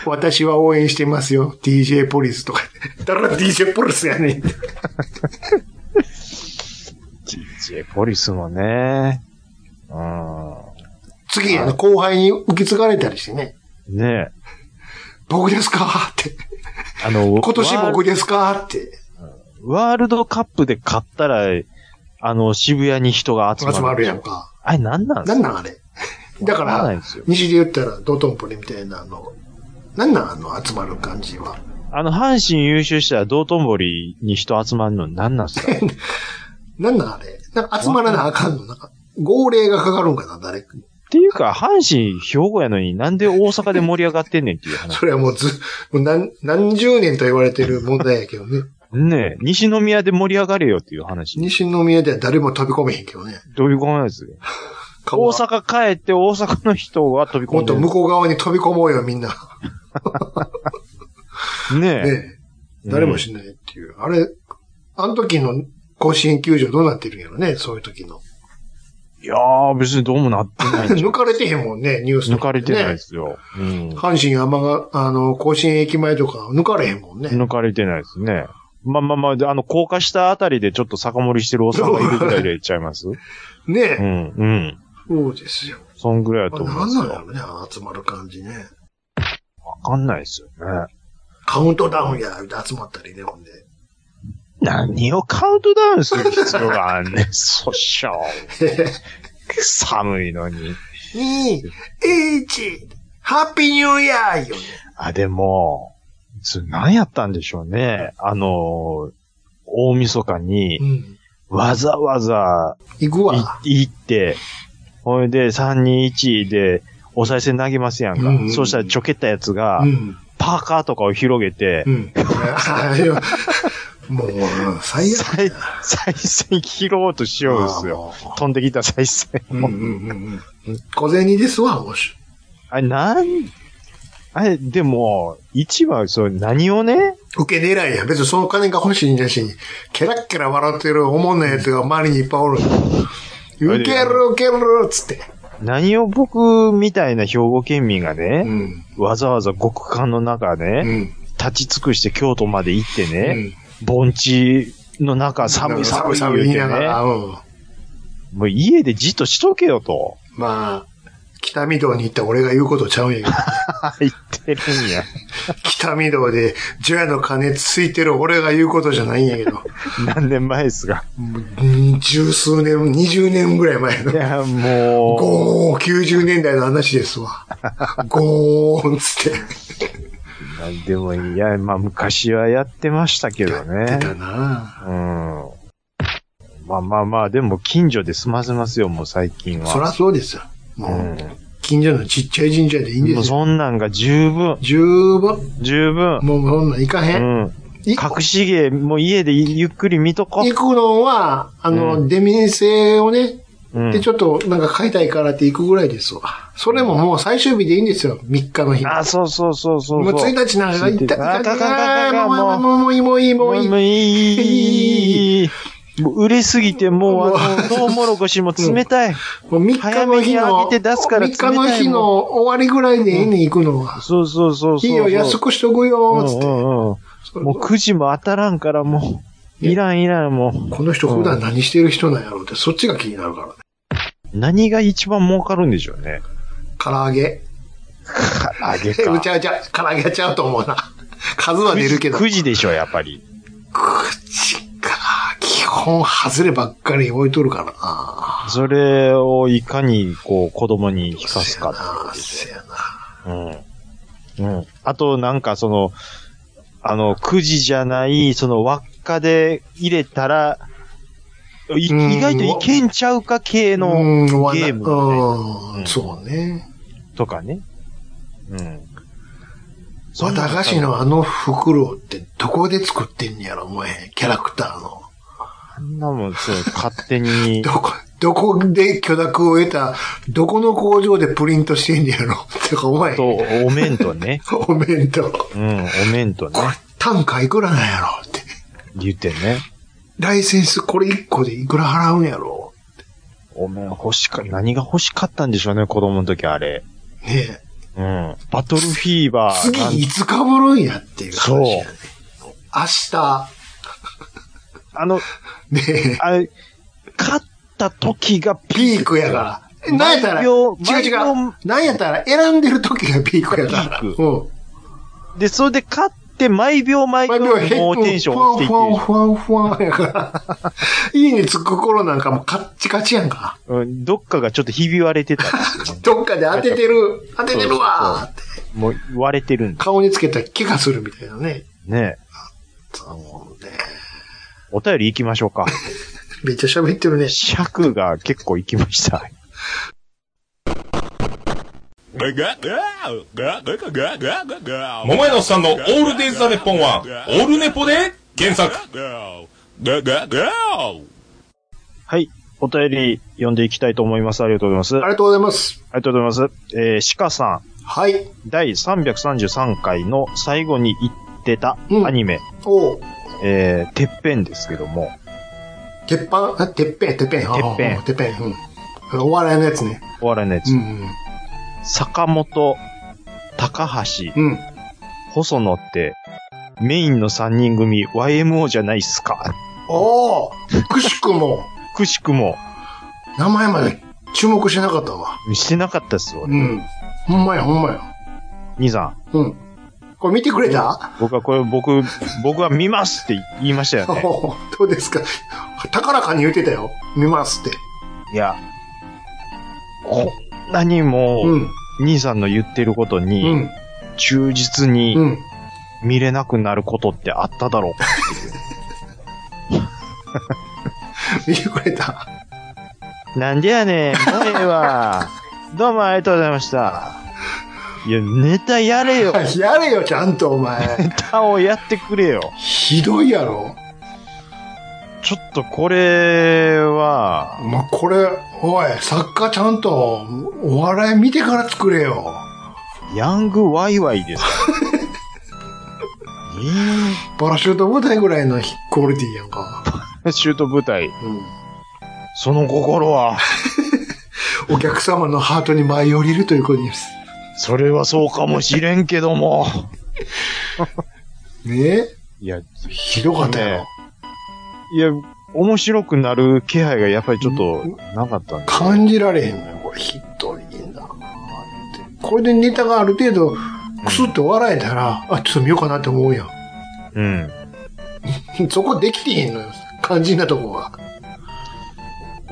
Speaker 3: 私は応援してますよ。DJ ポリスとか。 だから DJ ポリスやねんって。
Speaker 1: DJ ポリスもね。うん。
Speaker 3: 次、あの、後輩に受け継がれたりしてね。
Speaker 1: ねえ。
Speaker 3: 僕ですかって。
Speaker 1: あの、
Speaker 3: 今年
Speaker 1: ワール
Speaker 3: 僕ですかって。
Speaker 1: ワールドカップで勝ったら、あの、渋谷に人が集まる。
Speaker 3: 集まるやんか。
Speaker 1: あれ何なん
Speaker 3: な
Speaker 1: す
Speaker 3: ん
Speaker 1: か
Speaker 3: なんあれ。だか
Speaker 1: わからない
Speaker 3: ら
Speaker 1: ですよ、
Speaker 3: 西で言ったら道頓堀みたいなあの、なんなんあの集まる感じは。
Speaker 1: あの、阪神優勝したら道頓堀に人集まるの何なんすか
Speaker 3: なんなんあれ。なんか集まらなあかんの。なんか、号令がかかるんかな、誰かに。
Speaker 1: っていうか、阪神、兵庫やのになんで大阪で盛り上がってんねんっていう話。
Speaker 3: それはもうず、もう何、何十年と言われてる問題やけどね。
Speaker 1: ねえ、西宮で盛り上がれよっていう話。
Speaker 3: 西宮では誰も飛び込めへんけどね。
Speaker 1: どういうことなんですか大
Speaker 3: も
Speaker 1: 阪帰って大阪の人が飛び込
Speaker 3: っ
Speaker 1: んで
Speaker 3: と向こう側に飛び込もうよ、みんな。
Speaker 1: る。ねえ。
Speaker 3: ねえ誰もしないっていう。あれ、あの時の甲子園球場どうなってるんやろね、そういう時の。
Speaker 1: いやー、別にどうもなって ないんじゃ
Speaker 3: 抜
Speaker 1: ん。
Speaker 3: かれてへんもんね、ニュースと
Speaker 1: 抜
Speaker 3: か
Speaker 1: か
Speaker 3: で
Speaker 1: れてない
Speaker 3: ね
Speaker 1: ですよ。うん。
Speaker 3: 阪神山が、あの、甲子園駅前とか抜かれへんもんね。
Speaker 1: 抜かれてないですね。まあまあまあで、あの、高架したあたりでちょっと酒盛りしてるおさんがいるぐらいでいっちゃいますう
Speaker 3: ね
Speaker 1: ん、うん。
Speaker 3: そうですよ。
Speaker 1: そんぐらいだと思い
Speaker 3: な
Speaker 1: ま
Speaker 3: ん
Speaker 1: す
Speaker 3: なん
Speaker 1: よ。
Speaker 3: や
Speaker 1: わ
Speaker 3: ろね、あの集まる感じね。
Speaker 1: かんないですよね。
Speaker 3: カウントダウンや、言うて集まったりね、ほんで。
Speaker 1: 何をカウントダウンする必要があん ねん。そっしょ。寒いのに。
Speaker 3: 2、1、ハッピーニューイヤーよね。
Speaker 1: あ、でも、それ何やったんでしょうね。あの、大晦日に
Speaker 3: う、ん。
Speaker 1: わざわざ
Speaker 3: 行くわ。
Speaker 1: い行って、ほいで321でお賽銭投げますやんか。
Speaker 3: うんうん
Speaker 1: そうしたらちょけったやつが、
Speaker 3: うん。
Speaker 1: パーカーとかを広げて、
Speaker 3: うん。あいや もう、最悪。
Speaker 1: さい再銭拾おうとしようんですよ。
Speaker 3: よ。
Speaker 1: 飛んできた再銭
Speaker 3: うんうんうんうん。小銭ですわ、もし。
Speaker 1: あれ、なん、あれ、でも、一番、そう、何をね、
Speaker 3: 受け狙いや。別にその金が欲しいんじゃしに、ケラッケラ笑ってるおもんなやつが周りにいっぱいおる。受ける受けるつって。
Speaker 1: 何を僕みたいな兵庫県民が
Speaker 3: う
Speaker 1: ね、
Speaker 3: ん。
Speaker 1: わざわざ極寒の中
Speaker 3: う
Speaker 1: ね、
Speaker 3: ん。
Speaker 1: 立ち尽くして京都まで行って
Speaker 3: う
Speaker 1: ね、
Speaker 3: ん
Speaker 1: 盆地の中寒い寒い言う
Speaker 3: 言い
Speaker 1: て
Speaker 3: なが
Speaker 1: ね
Speaker 3: ら、、うん。
Speaker 1: もう家でじっとしとけよと、
Speaker 3: まあ、北御堂に行った俺が言うことちゃうんやけど、
Speaker 1: 言ってるんや。
Speaker 3: 北御堂で、除夜の鐘ついてる俺が言うことじゃないんやけど、
Speaker 1: 何年前ですか。
Speaker 3: うん十数年、二十年ぐらい前 の
Speaker 1: い、や、も
Speaker 3: ゴー、90年代の話ですわ。ゴーンつって。
Speaker 1: う、なんでもいいや、まあ昔はやってましたけど
Speaker 3: 出
Speaker 1: ね。
Speaker 3: たな
Speaker 1: うん。まあまあまあ、でも近所で済ませますよ、もう最近は。
Speaker 3: そらそうですよ。もう、
Speaker 1: う
Speaker 3: 近所のちっちゃい神社でいいん
Speaker 1: ん。
Speaker 3: で
Speaker 1: もう
Speaker 3: すよ。
Speaker 1: そんなんが十分、
Speaker 3: 十分、
Speaker 1: 十分。
Speaker 3: もうそんなん行かへ。
Speaker 1: うんん。
Speaker 3: い行
Speaker 1: 隠し芸、もう家でゆっくり見とこ。
Speaker 3: くのは、あの、
Speaker 1: う
Speaker 3: 出店をね、
Speaker 1: うん。
Speaker 3: で、ちょっとなんか買いたいからって行くぐらいですわ。それももう最終日でいいんですよ。3日の日。
Speaker 1: あ、そうそうそうそう
Speaker 3: も
Speaker 1: そう。
Speaker 3: う1日なんか行った
Speaker 1: あかんあかんあかんあかん
Speaker 3: あーもうもうもういいも
Speaker 1: も
Speaker 3: う
Speaker 1: う
Speaker 3: いい
Speaker 1: いい。
Speaker 3: も
Speaker 1: も
Speaker 3: う
Speaker 1: う
Speaker 3: いい。
Speaker 1: いい。もう売れすぎて、もう あの、トウモロコシも冷たい。
Speaker 3: もう3日の日
Speaker 1: 早めに
Speaker 3: の、
Speaker 1: 上げて出すから冷た
Speaker 3: 3
Speaker 1: い
Speaker 3: 日
Speaker 1: もん
Speaker 3: の日の終わりぐらいでいいね行くのは。
Speaker 1: そうそうそうそう。
Speaker 3: いいよ、安くしとくよ、つっ
Speaker 1: う
Speaker 3: て。
Speaker 1: んうんうん。
Speaker 3: それ
Speaker 1: もう9時も当たらんから、もう、いらんいらん、もう。
Speaker 3: この人普段何してる人なんやろうって、そっちが気になるからね。
Speaker 1: 何が一番儲かるんでしょうね。
Speaker 3: 唐揚げ。
Speaker 1: あげ
Speaker 3: え、うちゃうちゃ、唐揚げちゃうと思うな。 数は出るけど。
Speaker 1: 9時でしょ、やっぱり。
Speaker 3: 口か。基本、外ればっかり置いとるからな。
Speaker 1: それをいかに、こう、子供に引かすか。
Speaker 3: か。せやな。
Speaker 1: うん。うん。あと、なんか、その、あの、9時じゃない、その、輪っかで入れたら、い
Speaker 3: うん
Speaker 1: 意外といけんちゃうか系の、
Speaker 3: うんわな
Speaker 1: ゲームみたいな
Speaker 3: う
Speaker 1: うん
Speaker 3: ん、そうね。
Speaker 1: とかね。うん。そ
Speaker 3: 和
Speaker 1: んな
Speaker 3: 駄菓子のあの袋ってどこで作ってんねやろ、もうえキャラクターの。
Speaker 1: あんなもん、そう、勝手に
Speaker 3: ど、こ、どこで許諾を得た、どこの工場でプリントしてんねやろ。てか、お前、
Speaker 1: と、お面とね。
Speaker 3: お弁当。
Speaker 1: うん、お面とね
Speaker 3: こ。れ単価いくらなんやろって。
Speaker 1: 言ってね。
Speaker 3: ライセンスこれ1個でいくら払うんやろ
Speaker 1: お面欲しか、何が欲しかったんでしょうね、子供の時あれ。
Speaker 3: ねえ。
Speaker 1: うん。バトルフィーバー。なん
Speaker 3: 次いつかぶるんやっていう話やね。明日、
Speaker 1: あの、
Speaker 3: ねえ、
Speaker 1: あれ、勝った時が
Speaker 3: ピ
Speaker 1: ピ
Speaker 3: ー
Speaker 1: ーク。
Speaker 3: クやから。えなんやったら、
Speaker 1: 毎
Speaker 3: 違う
Speaker 1: 秒
Speaker 3: 違
Speaker 1: 毎
Speaker 3: う
Speaker 1: 秒。
Speaker 3: なんやったら選んでる時がピークやから。
Speaker 1: ピー
Speaker 3: うん。
Speaker 1: で、それで勝って、毎秒毎秒、
Speaker 3: 毎
Speaker 1: も
Speaker 3: 秒減
Speaker 1: うテンション落ちていっ
Speaker 3: ふ
Speaker 1: て
Speaker 3: わ
Speaker 1: る
Speaker 3: んふわんふわんふわんや から。家に着く頃なんかもうカッチカチやんか。
Speaker 1: うん、どっかがちょっとひび割れてたんですよね
Speaker 3: どっかで当ててる、当ててるわーって。
Speaker 1: もう割れてるんだ
Speaker 3: 顔につけたら怪我するみたいなね。
Speaker 1: ね。
Speaker 3: そう思うね。
Speaker 1: お便り行きましょうか。
Speaker 3: めっちゃ喋ってるね。
Speaker 1: 尺が結構行きました。
Speaker 4: 桃屋のおっさんのオールデイズ・ザ・ネッポンは、オールネポで原作。
Speaker 1: はい。お便り読んでいきたいと思います。ありがとうございます。
Speaker 3: あ
Speaker 1: あ
Speaker 3: りがとうございます。
Speaker 1: りがとうございます。えー、鹿さん。
Speaker 3: はい。
Speaker 1: 第333回の最後に言ってた
Speaker 3: うん
Speaker 1: アニメ、
Speaker 3: おう
Speaker 1: えー、てっぺんですけども、
Speaker 3: 鉄板あ、てっぺん、てっぺ
Speaker 1: っ
Speaker 3: ん。て
Speaker 1: ぺん
Speaker 3: てっぺん。うんあの。お笑いのやつね。
Speaker 1: お笑いのやつ、
Speaker 3: うん。
Speaker 1: 坂本、高橋、
Speaker 3: うん。
Speaker 1: 細野って、メインの3人組 YMO じゃないっすか。
Speaker 3: おおくしくも、
Speaker 1: くしくも、
Speaker 3: 名前まで注目してなかったわ。
Speaker 1: してなかったっすよ、
Speaker 3: う
Speaker 1: 俺
Speaker 3: ん。ほんまや、ほんまや。
Speaker 1: 兄さ
Speaker 3: うん。これ見てくれた
Speaker 1: ん、僕はこれ、僕、僕は見ますって言いましたよね。
Speaker 3: おー どうですか高らかに言ってたよ。見ますって。
Speaker 1: いや、こんなにも、
Speaker 3: うん。
Speaker 1: 兄さんの言ってること
Speaker 3: う
Speaker 1: に、
Speaker 3: ん。
Speaker 1: 忠実に、
Speaker 3: うん。
Speaker 1: 見れなくなることってあっただろうか
Speaker 3: 見てくれた。
Speaker 1: なんでやねん、もうええ わ。どうもありがとうございました。いや、ネタやれよ。
Speaker 3: やれよ、ちゃんとお前。
Speaker 1: ネタをやってくれよ。
Speaker 3: ひどいやろ。
Speaker 1: ちょっとこれは、
Speaker 3: まあ、これ、おい、作家ちゃんと、お笑い見てから作れよ。
Speaker 1: ヤングワイワイ です。
Speaker 3: パラシュート舞台ぐらいのクオリティやんか。
Speaker 1: えー、シュート舞台。
Speaker 3: う
Speaker 1: その心は、
Speaker 3: ん。お客様のハートに舞い降りるということです。
Speaker 1: それはそうかもしれんけども。
Speaker 3: ねえ
Speaker 1: いや、
Speaker 3: ひどかったやろ
Speaker 1: ね。いや、面白くなる気配がやっぱりちょっとなかったんで。
Speaker 3: 感じられへんのよ、これ。ひどいんだなって。これでネタがある程度、くすっと笑えたら、あ、ちょっと見ようかなって思うや
Speaker 1: うん。
Speaker 3: ん。 そこできてへんのよ、肝心なとこが。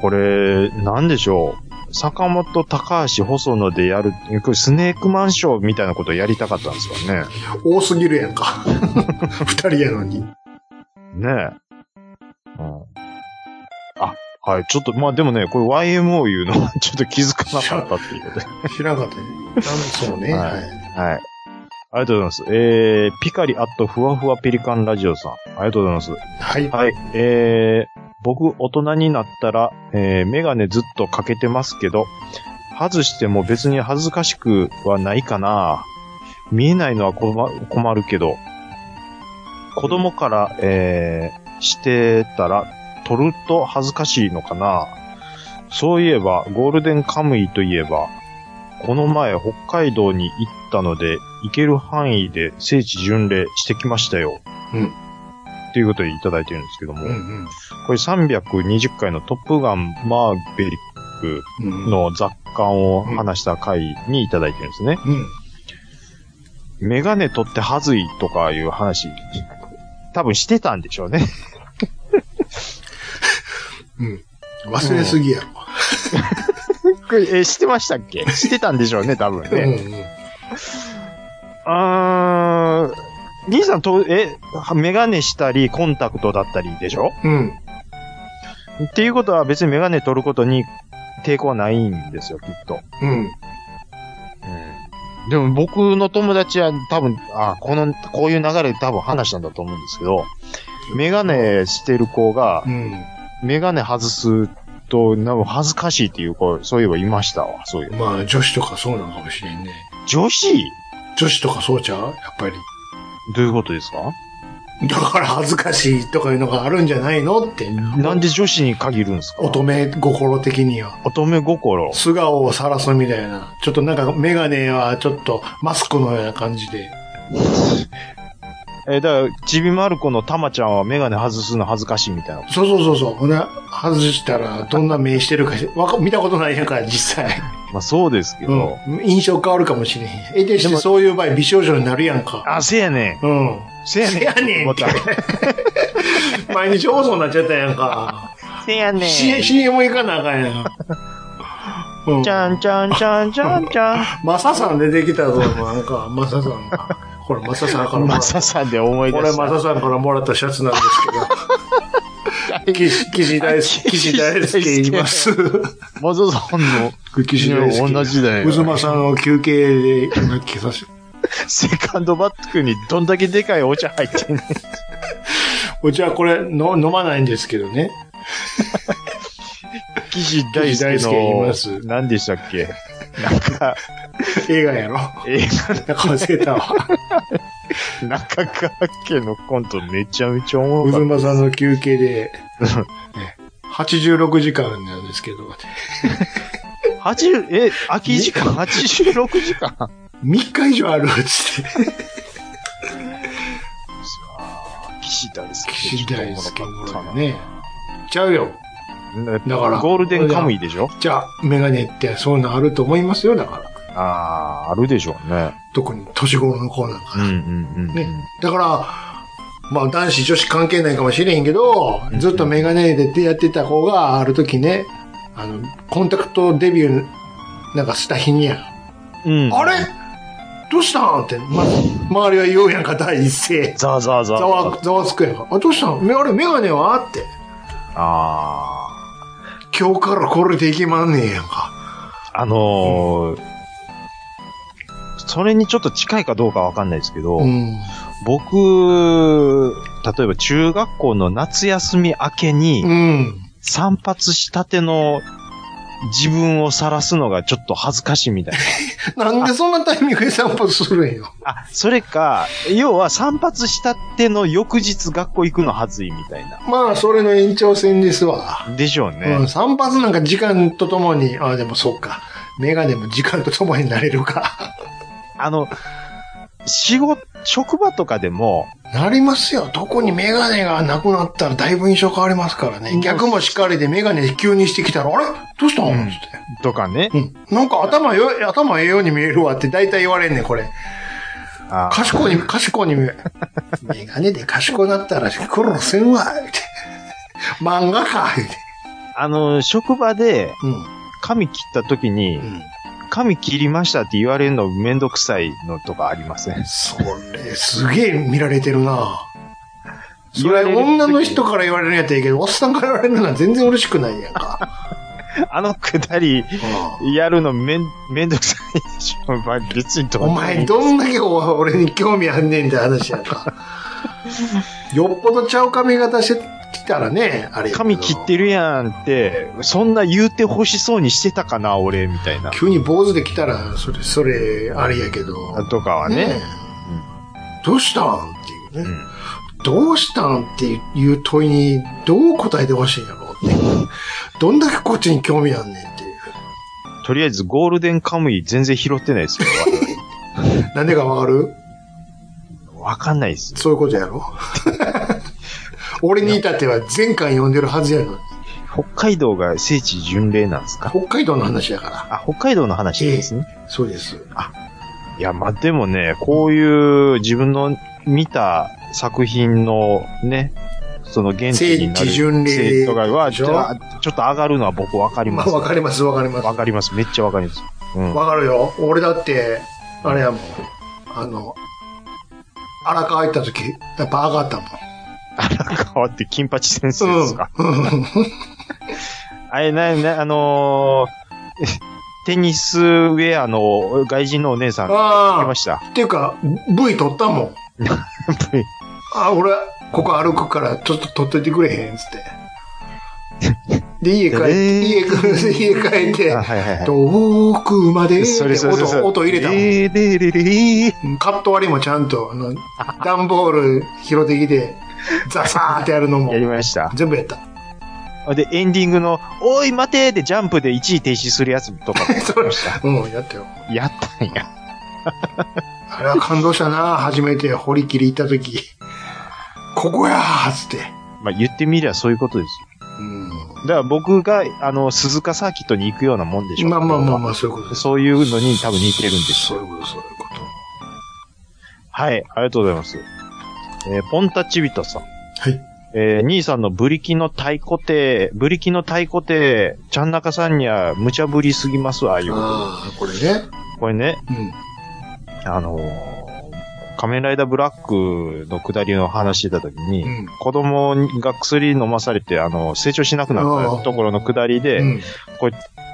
Speaker 1: これ、なんでしょう。坂本、高橋、細野でやる、これスネークマンショーみたいなことをやりたかったんですよね。
Speaker 3: 多すぎるやんか。 二人やのに。
Speaker 1: ねえ。うん。あ、はい。ちょっと、まあでもね、これ YMO 言うのはちょっと気づかなかったっていうことで。
Speaker 3: 知らんかったね。なんそうね。
Speaker 1: はい
Speaker 3: は
Speaker 1: は
Speaker 3: い。
Speaker 1: い。ありがとうございます。えー、ピカリアットふわふわペリカンラジオさん。ありがとうございます。
Speaker 3: はい。
Speaker 1: はい。えー、僕、大人になったら、えー、メガネずっとかけてますけど、外しても別に恥ずかしくはないかな。見えないのは困困るけど、子供から、えー、してたら、取ると恥ずかしいのかな。そういえば、ゴールデンカムイといえば、この前北海道に行ったので、行ける範囲で聖地巡礼してきましたよ。
Speaker 3: うん
Speaker 1: っていうことでいただいてるんですけども、
Speaker 3: うん
Speaker 1: これ320回のトップガンマーヴェリック
Speaker 3: うん。うん。
Speaker 1: の雑感を話した回にいただいてるんですね。
Speaker 3: うん。
Speaker 1: メガネ取ってはずいとかいう話、多分してたんでしょうね。
Speaker 3: 忘れすぎやろ。
Speaker 1: これえ、してましたっけ してたんでしょうね、多分
Speaker 3: うん
Speaker 1: ね。
Speaker 3: うん。
Speaker 1: あー、兄さんと、え、メガネしたり、コンタクトだったりでしょ
Speaker 3: うん。
Speaker 1: っていうことは別にメガネ取ることに抵抗はないんですよ、きっと。
Speaker 3: うん。
Speaker 1: でも僕の友達は多分、あ、この、こういう流れで多分話したんだと思うんですけど、メガネしてる子が
Speaker 3: う、ん。
Speaker 1: メガネ外すと、なんか恥ずかしいっていう子、そういえばいましたわ、そういう。
Speaker 3: まあ、女子とかそうなのかもしれんね。
Speaker 1: 女子
Speaker 3: 女子とかそうちゃうやっぱり。
Speaker 1: どういうことですか
Speaker 3: だから恥ずかしいとかいうのがあるんじゃないのって。
Speaker 1: なんで女子に限るんですか
Speaker 3: 乙女心的には。
Speaker 1: 乙女心。
Speaker 3: 素顔を晒すみたいな。ちょっとなんかメガネはちょっとマスクのような感じで。
Speaker 1: えーだから、ちびまる子のたまちゃんはメガネ外すの恥ずかしいみたいな。
Speaker 3: そうそうそうそう。ほな、外したらどんな目してるかしわか見たことないやんから、実際。
Speaker 1: まあそうですけど。
Speaker 3: うん。印象変わるかもしれへん。えでし
Speaker 1: で
Speaker 3: て
Speaker 1: も
Speaker 3: そういう場合美少女になるやんか。
Speaker 1: あ、せやねん。
Speaker 3: うん。
Speaker 1: せやねん。
Speaker 3: せやねんって
Speaker 1: 思った
Speaker 3: 毎日放送になっちゃったやんか。
Speaker 1: せやねん。
Speaker 3: C- CM 行かなあか んやん。うん
Speaker 1: ちゃんちゃんちゃんちゃんちゃん。
Speaker 3: マサさん出てきたぞ、なんか、マサさんが。これマサさんからも
Speaker 1: マ
Speaker 3: らった。
Speaker 1: サさんで思い
Speaker 3: こ
Speaker 1: 出
Speaker 3: れ
Speaker 1: した。
Speaker 3: マサさんからもらったシャツなん ですけど。岸大好き、岸大好き言 います。
Speaker 1: マサさんの
Speaker 3: 岸大好き。
Speaker 1: 同じだよ
Speaker 3: うずまさんを休憩で、今着させて。
Speaker 1: セカンドバッグにどんだけでかいお茶入ってんねん。
Speaker 3: うちはこれの飲まないんですけどね。
Speaker 1: 岸大
Speaker 3: 岸
Speaker 1: 輔
Speaker 3: 大輔言います
Speaker 1: の、何でしたっけなんか、
Speaker 3: 映画やろ。
Speaker 1: 映
Speaker 3: なんか忘れ たわ。
Speaker 1: 画、中川家のコントめちゃめちゃおも
Speaker 3: う
Speaker 1: ろ
Speaker 3: ず
Speaker 1: かっ
Speaker 3: まさんの休憩で、ね86時間なんですけど、
Speaker 1: た。80、え、空き時間 ?86 時間
Speaker 3: 3日以上あるっつって。
Speaker 1: 岸大輔。
Speaker 3: 岸大好きも
Speaker 1: おもろかったな
Speaker 3: らね。ちゃうよ。
Speaker 1: だか、
Speaker 3: からら
Speaker 1: ゴールデンカムイでしょ
Speaker 3: じゃあ、メガネってそういうのあると思いますよ、だから。
Speaker 1: ああ、あるでしょうね。
Speaker 3: 特に年頃の子なんか。
Speaker 1: うんうんうん。
Speaker 3: ねだから、まあ男子女子関係ないかもしれへんけど、ずっとメガネでやってた子がある時ね、あの、コンタクトデビューなんかした日にや、
Speaker 1: うん。
Speaker 3: あれどうしたんって、ま、周りは言うやんか、第一声。
Speaker 1: ザーザーザー。
Speaker 3: ざわ、ざわつくやんか。あ、どうしたんめあれ、メガネはって。
Speaker 1: ああ
Speaker 3: 今日からこれでいきまんねえやんか。
Speaker 1: あ。あのーそれにちょっと近いかどうかわかんないですけど、
Speaker 3: うん。
Speaker 1: 僕、例えば中学校の夏休み明けに、
Speaker 3: うん。
Speaker 1: 散髪したての自分を晒すのがちょっと恥ずかしいみたい
Speaker 3: なんでそんなタイミングで散髪するんよ。
Speaker 1: な。あ、それか、要は散髪したての翌日学校行くの恥ずいみたいな。
Speaker 3: まあ、それの延長線ですわ。
Speaker 1: でしょう
Speaker 3: う
Speaker 1: ね
Speaker 3: ん、。散髪なんか時間とともに、ああ、でもそうか。メガネも時間とともになれる か。
Speaker 1: あの、仕事、職場とかでも、
Speaker 3: なりますよ。特にメガネがなくなったらだいぶ印象変わりますからね。逆もしっかりでメガネ急にしてきたら、あれどうしたの
Speaker 1: うん
Speaker 3: つって。
Speaker 1: とかね。
Speaker 3: うん。なんか頭よ、頭ええように見えるわって大体言われんねん、これ。
Speaker 1: あー
Speaker 3: 賢いに、賢いに見える。メガネで賢なったら苦労せんわ、って。漫画か、って。
Speaker 1: あの、職場で
Speaker 3: うん。
Speaker 1: 髪切った時に
Speaker 3: う、ん。
Speaker 1: 髪切りましたって言われるのめんどくさいのとかありませ ん。
Speaker 3: それ、すげえ見られてるなそ
Speaker 1: 言わ
Speaker 3: れ、
Speaker 1: れる時
Speaker 3: 女の人から言われるんやったらいいけど、おっさんから言われるのは全然嬉しくないやんか。
Speaker 1: あのくだり、
Speaker 3: う
Speaker 1: やるのめん、めんどくさいでしょ。まあ別にど
Speaker 3: ん、
Speaker 1: うで
Speaker 3: お
Speaker 1: もいい
Speaker 3: 前、どんだけお俺に興味あんねんって話やんか。よっぽどちゃう髪型してきたらね、あれやけど。
Speaker 1: 髪切ってるやんって、そんな言うて欲しそうにしてたかな、俺、みたいな。
Speaker 3: 急に坊主で来たら、それ、それ、あれやけど。
Speaker 1: とかはね。
Speaker 3: えどうしたんっていう
Speaker 1: う
Speaker 3: ね。
Speaker 1: ん
Speaker 3: どうしたんっていう問いに、どう答えてほしいんやろうっていう。どんだけこっちに興味あんねんっていう。
Speaker 1: とりあえずゴールデンカムイ全然拾ってないですよ。
Speaker 3: なんでかわかる
Speaker 1: わかんないです。
Speaker 3: そういうことや ろ俺に至っては前回読んでるはずやのに。
Speaker 1: 北海道が聖地巡礼なんですか
Speaker 3: 北海道の話やか
Speaker 1: あ、北海道の話ですね。
Speaker 3: ら。そうです。
Speaker 1: いや、まあ、でもね、こういう自分の見た作品のね、その現地になる
Speaker 3: 聖地巡礼
Speaker 1: 聖地とかは、
Speaker 3: で
Speaker 1: ち
Speaker 3: し
Speaker 1: ょ
Speaker 3: ょ
Speaker 1: ちょっと上がるのは僕わかり
Speaker 3: ま
Speaker 1: ま
Speaker 3: あ
Speaker 1: す。
Speaker 3: わかります、わかります。
Speaker 1: わかります。めっちゃわかります。うん。
Speaker 3: わかるよ。俺だって、あれやもん。あの、荒川行った時、やっぱ上がったもん。
Speaker 1: 変わって金八先生ですか、
Speaker 3: うん。
Speaker 1: あれ、な、な、あのー テニスウェアの外人のお姉さん、
Speaker 3: あー
Speaker 1: 来ました。
Speaker 3: っていうか、V 取ったもん。
Speaker 1: V
Speaker 3: あ、俺、ここ歩くから、ちょっと取っといてくれへん、つって。 で、家帰っ
Speaker 1: えー
Speaker 3: て、家帰って、家帰って
Speaker 1: あ、はいはいはい。
Speaker 3: 遠くまで、
Speaker 1: それそれそれそれ
Speaker 3: 音、音入れたもん
Speaker 1: えーでれれれー
Speaker 3: うんカット割りもちゃんと、あの、段ボール拾ってきて、ザサーってやるのも
Speaker 1: や、りました。
Speaker 3: 全部やった。
Speaker 1: で、エンディングの、おい待てーでジャンプで一位停止するやつとかも
Speaker 3: それ
Speaker 1: やりました。
Speaker 3: うん、やったよ。
Speaker 1: やったんや。
Speaker 3: あれは感動したな初めて堀切り行った時。ここやーっつって。
Speaker 1: まあ、言ってみりゃそういうことです
Speaker 3: うん。
Speaker 1: よ。だから僕が、あの、鈴鹿サーキットに行くようなもんでしょ。
Speaker 3: まあまあまあまあ、そういうことです。
Speaker 1: そういうのに多分似てるんです
Speaker 3: そういうこと、そういうこと。
Speaker 1: はい、ありがとうございます。えーポンタチビタさん。
Speaker 3: はい。
Speaker 1: えー兄さんのブリキの太鼓亭、ブリキの太鼓亭、ちゃん中さんには無茶ぶりすぎますわ、いうこ
Speaker 3: ああ、これね。
Speaker 1: と。これね、
Speaker 3: うん。
Speaker 1: あのー仮面ライダーブラックの下りの話してた時に、
Speaker 3: うん
Speaker 1: 子供が薬飲まされて、あの、成長しなくなったところの下りで、
Speaker 3: うん。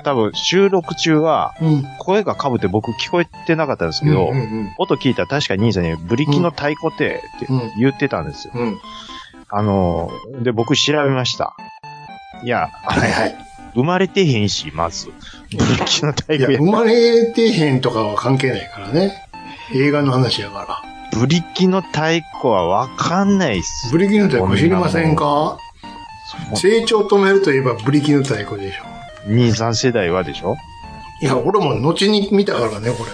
Speaker 1: 多分収録中は、
Speaker 3: うん。
Speaker 1: 声が被って僕聞こえてなかったんですけど、
Speaker 3: うんうん
Speaker 1: 音聞いたら確かに兄さんに、ブリキの太鼓亭って
Speaker 3: うん。
Speaker 1: 言ってたんですよ。
Speaker 3: うん。うん。
Speaker 1: あの、で、僕調べました。いや、
Speaker 3: はいはい。
Speaker 1: 生まれてへんし、まず。ブリキの太
Speaker 3: いや、
Speaker 1: 鼓や
Speaker 3: 生、まれてへんとかは関係ないからね。映画の話やから。
Speaker 1: ブリキの太鼓はわかんないっす。
Speaker 3: ブリキの太鼓知りませんか
Speaker 1: そう
Speaker 3: 成長止めるといえばブリキの太鼓でしょ。
Speaker 1: 兄さん世代はでしょ
Speaker 3: いや、俺も後に見たからね、これ。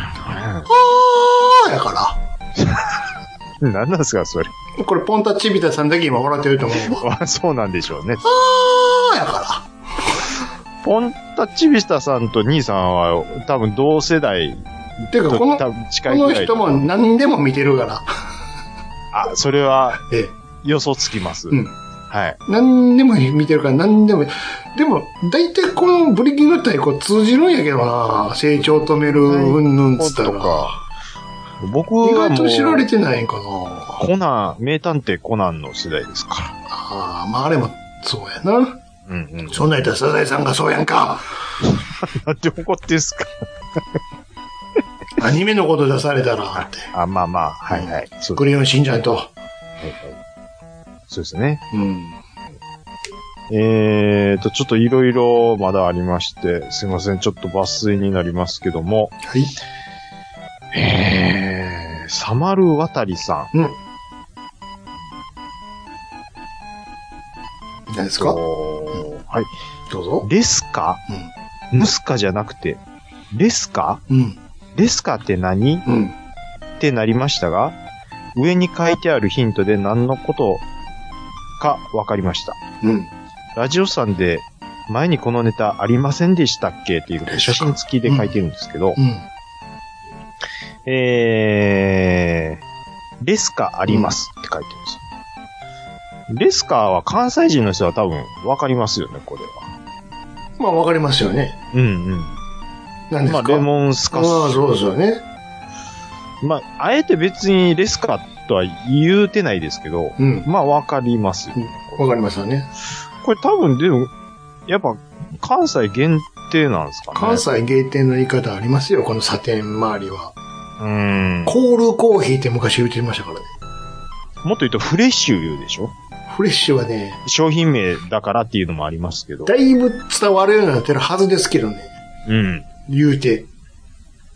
Speaker 3: あーやから。
Speaker 1: 何なんですか、それ。
Speaker 3: これ、ポンタチビタさんだけ今笑ってると思うわ。
Speaker 1: あそうなんでしょうね。
Speaker 3: あーやか
Speaker 1: ポンタチビスタさんと兄さんは多分同世代
Speaker 3: ら。てか、
Speaker 1: と
Speaker 3: この、
Speaker 1: 多
Speaker 3: こ
Speaker 1: 分近いぐ
Speaker 3: の
Speaker 1: らい。
Speaker 3: 人も何でも見てるから。
Speaker 1: あ、それは
Speaker 3: ええ。
Speaker 1: 予想つきます。
Speaker 3: うん
Speaker 1: はい。
Speaker 3: 何でも見てるから何でも。でも、大体このブリキの太鼓通じるんやけどな成長止める、うんぬんつったら。
Speaker 1: とか僕
Speaker 3: 意
Speaker 1: は
Speaker 3: 外
Speaker 1: も
Speaker 3: と知られ
Speaker 1: う、
Speaker 3: てないんかな
Speaker 1: コナン、名探偵コナンの世代ですから。
Speaker 3: ああ、まああれも、そうや
Speaker 1: う
Speaker 3: な。
Speaker 1: んうん。
Speaker 3: そんなんやったらサザエさんがそうやんか。
Speaker 1: なんで怒ってんすか
Speaker 3: アニメのこと出されたら、って。
Speaker 1: あ、まあまあ、はいはい。そう
Speaker 3: クレヨンしんちゃんと。
Speaker 1: はいはいそうですね。
Speaker 3: うん。
Speaker 1: えーと、ちょっといろいろまだありまして、すいません、ちょっと抜粋になりますけども、
Speaker 3: はい。
Speaker 1: えー、サマルワタリさん。
Speaker 3: 何ですか
Speaker 1: とはい。
Speaker 3: どうぞ。
Speaker 1: レスカムスカじゃなくて、レスカ
Speaker 3: うん。
Speaker 1: レスカって何っ
Speaker 3: うん。
Speaker 1: てなりましたが、上に書いてあるヒントで何のことかわかりました。
Speaker 3: うん。
Speaker 1: ラジオさんで前にこのネタありませんでしたっけっていうことで写真付きで書いてるんですけど、
Speaker 3: うん。
Speaker 1: えー、レスカありますって書いてます。レスカは関西人の人は多分わかりますよね、これは。
Speaker 3: まあわかりますよね。
Speaker 1: うんうん。
Speaker 3: 何です
Speaker 1: ま
Speaker 3: か
Speaker 1: あ、レモンスカッシ
Speaker 3: ああ、
Speaker 1: ュ。
Speaker 3: そうですよね。
Speaker 1: まあ、あえて別にレスカとは言うてないですけど、
Speaker 3: うん。
Speaker 1: まあわかりますよね。
Speaker 3: わかりますよね。
Speaker 1: これ多分でも、やっぱ関西限定なんですかね。
Speaker 3: 関西限定の言い方ありますよ、このサテン周りは。
Speaker 1: うん。もっ
Speaker 3: コールコーヒーって昔言ってましたからね。
Speaker 1: と言うとフレッシュ言うでしょ
Speaker 3: フレッシュはね、
Speaker 1: 商品名だからっていうのもありますけど。
Speaker 3: だいぶ伝わるようになってるはずですけどね。
Speaker 1: うん。
Speaker 3: 言うて。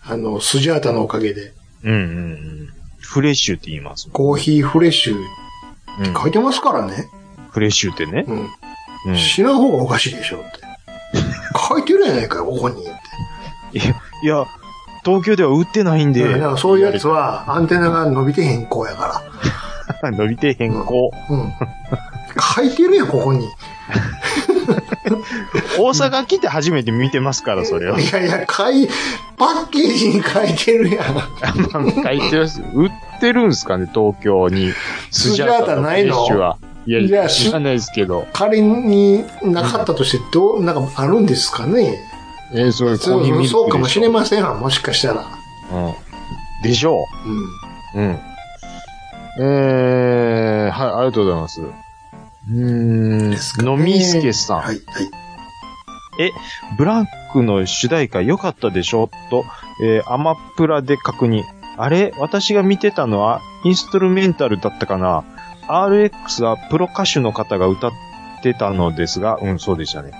Speaker 3: あの、スジャータのおかげで。
Speaker 1: うんうんうん。フレッシュって言いますもん。
Speaker 3: コーヒーフレッシュって
Speaker 1: うん
Speaker 3: 書いてますからね。
Speaker 1: フレッシュってね。
Speaker 3: うん。
Speaker 1: うん。い
Speaker 3: 知らん方がおかしいでしょって。書いてるやないかよ、ここに。って。
Speaker 1: や、東京では売ってないんで。
Speaker 3: だからそういうやつは、アンテナが伸びてへん子やか
Speaker 1: 伸びて変更。
Speaker 3: ら。うん。書いてるやん、ここに。い
Speaker 1: 大阪来て初めて見てますから、それは。
Speaker 3: やいや、書い、パッケージに書いてるやん。
Speaker 1: 書いてます。売ってるんすかね、東京に。
Speaker 3: スジャータないの
Speaker 1: スジャータフレッシュはいいや、
Speaker 3: や
Speaker 1: 知らないですけど。
Speaker 3: 仮になかったとして、どう、なんかあるんですかね
Speaker 1: えー、それ、コーヒーミルク
Speaker 3: そう
Speaker 1: でしょ
Speaker 3: そうかもしれませんわ、もしかしたら。
Speaker 1: うん。でしょ
Speaker 3: うん。
Speaker 1: う。うん。えー、はい、ありがとうございます。う
Speaker 3: です
Speaker 1: ー
Speaker 3: か
Speaker 1: ん、
Speaker 3: ね
Speaker 1: のみすけさん。
Speaker 3: はい、はい。
Speaker 1: ブランクの主題歌良かったでしょと、えーアマプラで確認。あれ私が見てたのはインストゥルメンタルだったかな ?RX はプロ歌手の方が歌ってたのですが、うん、そうでしたね。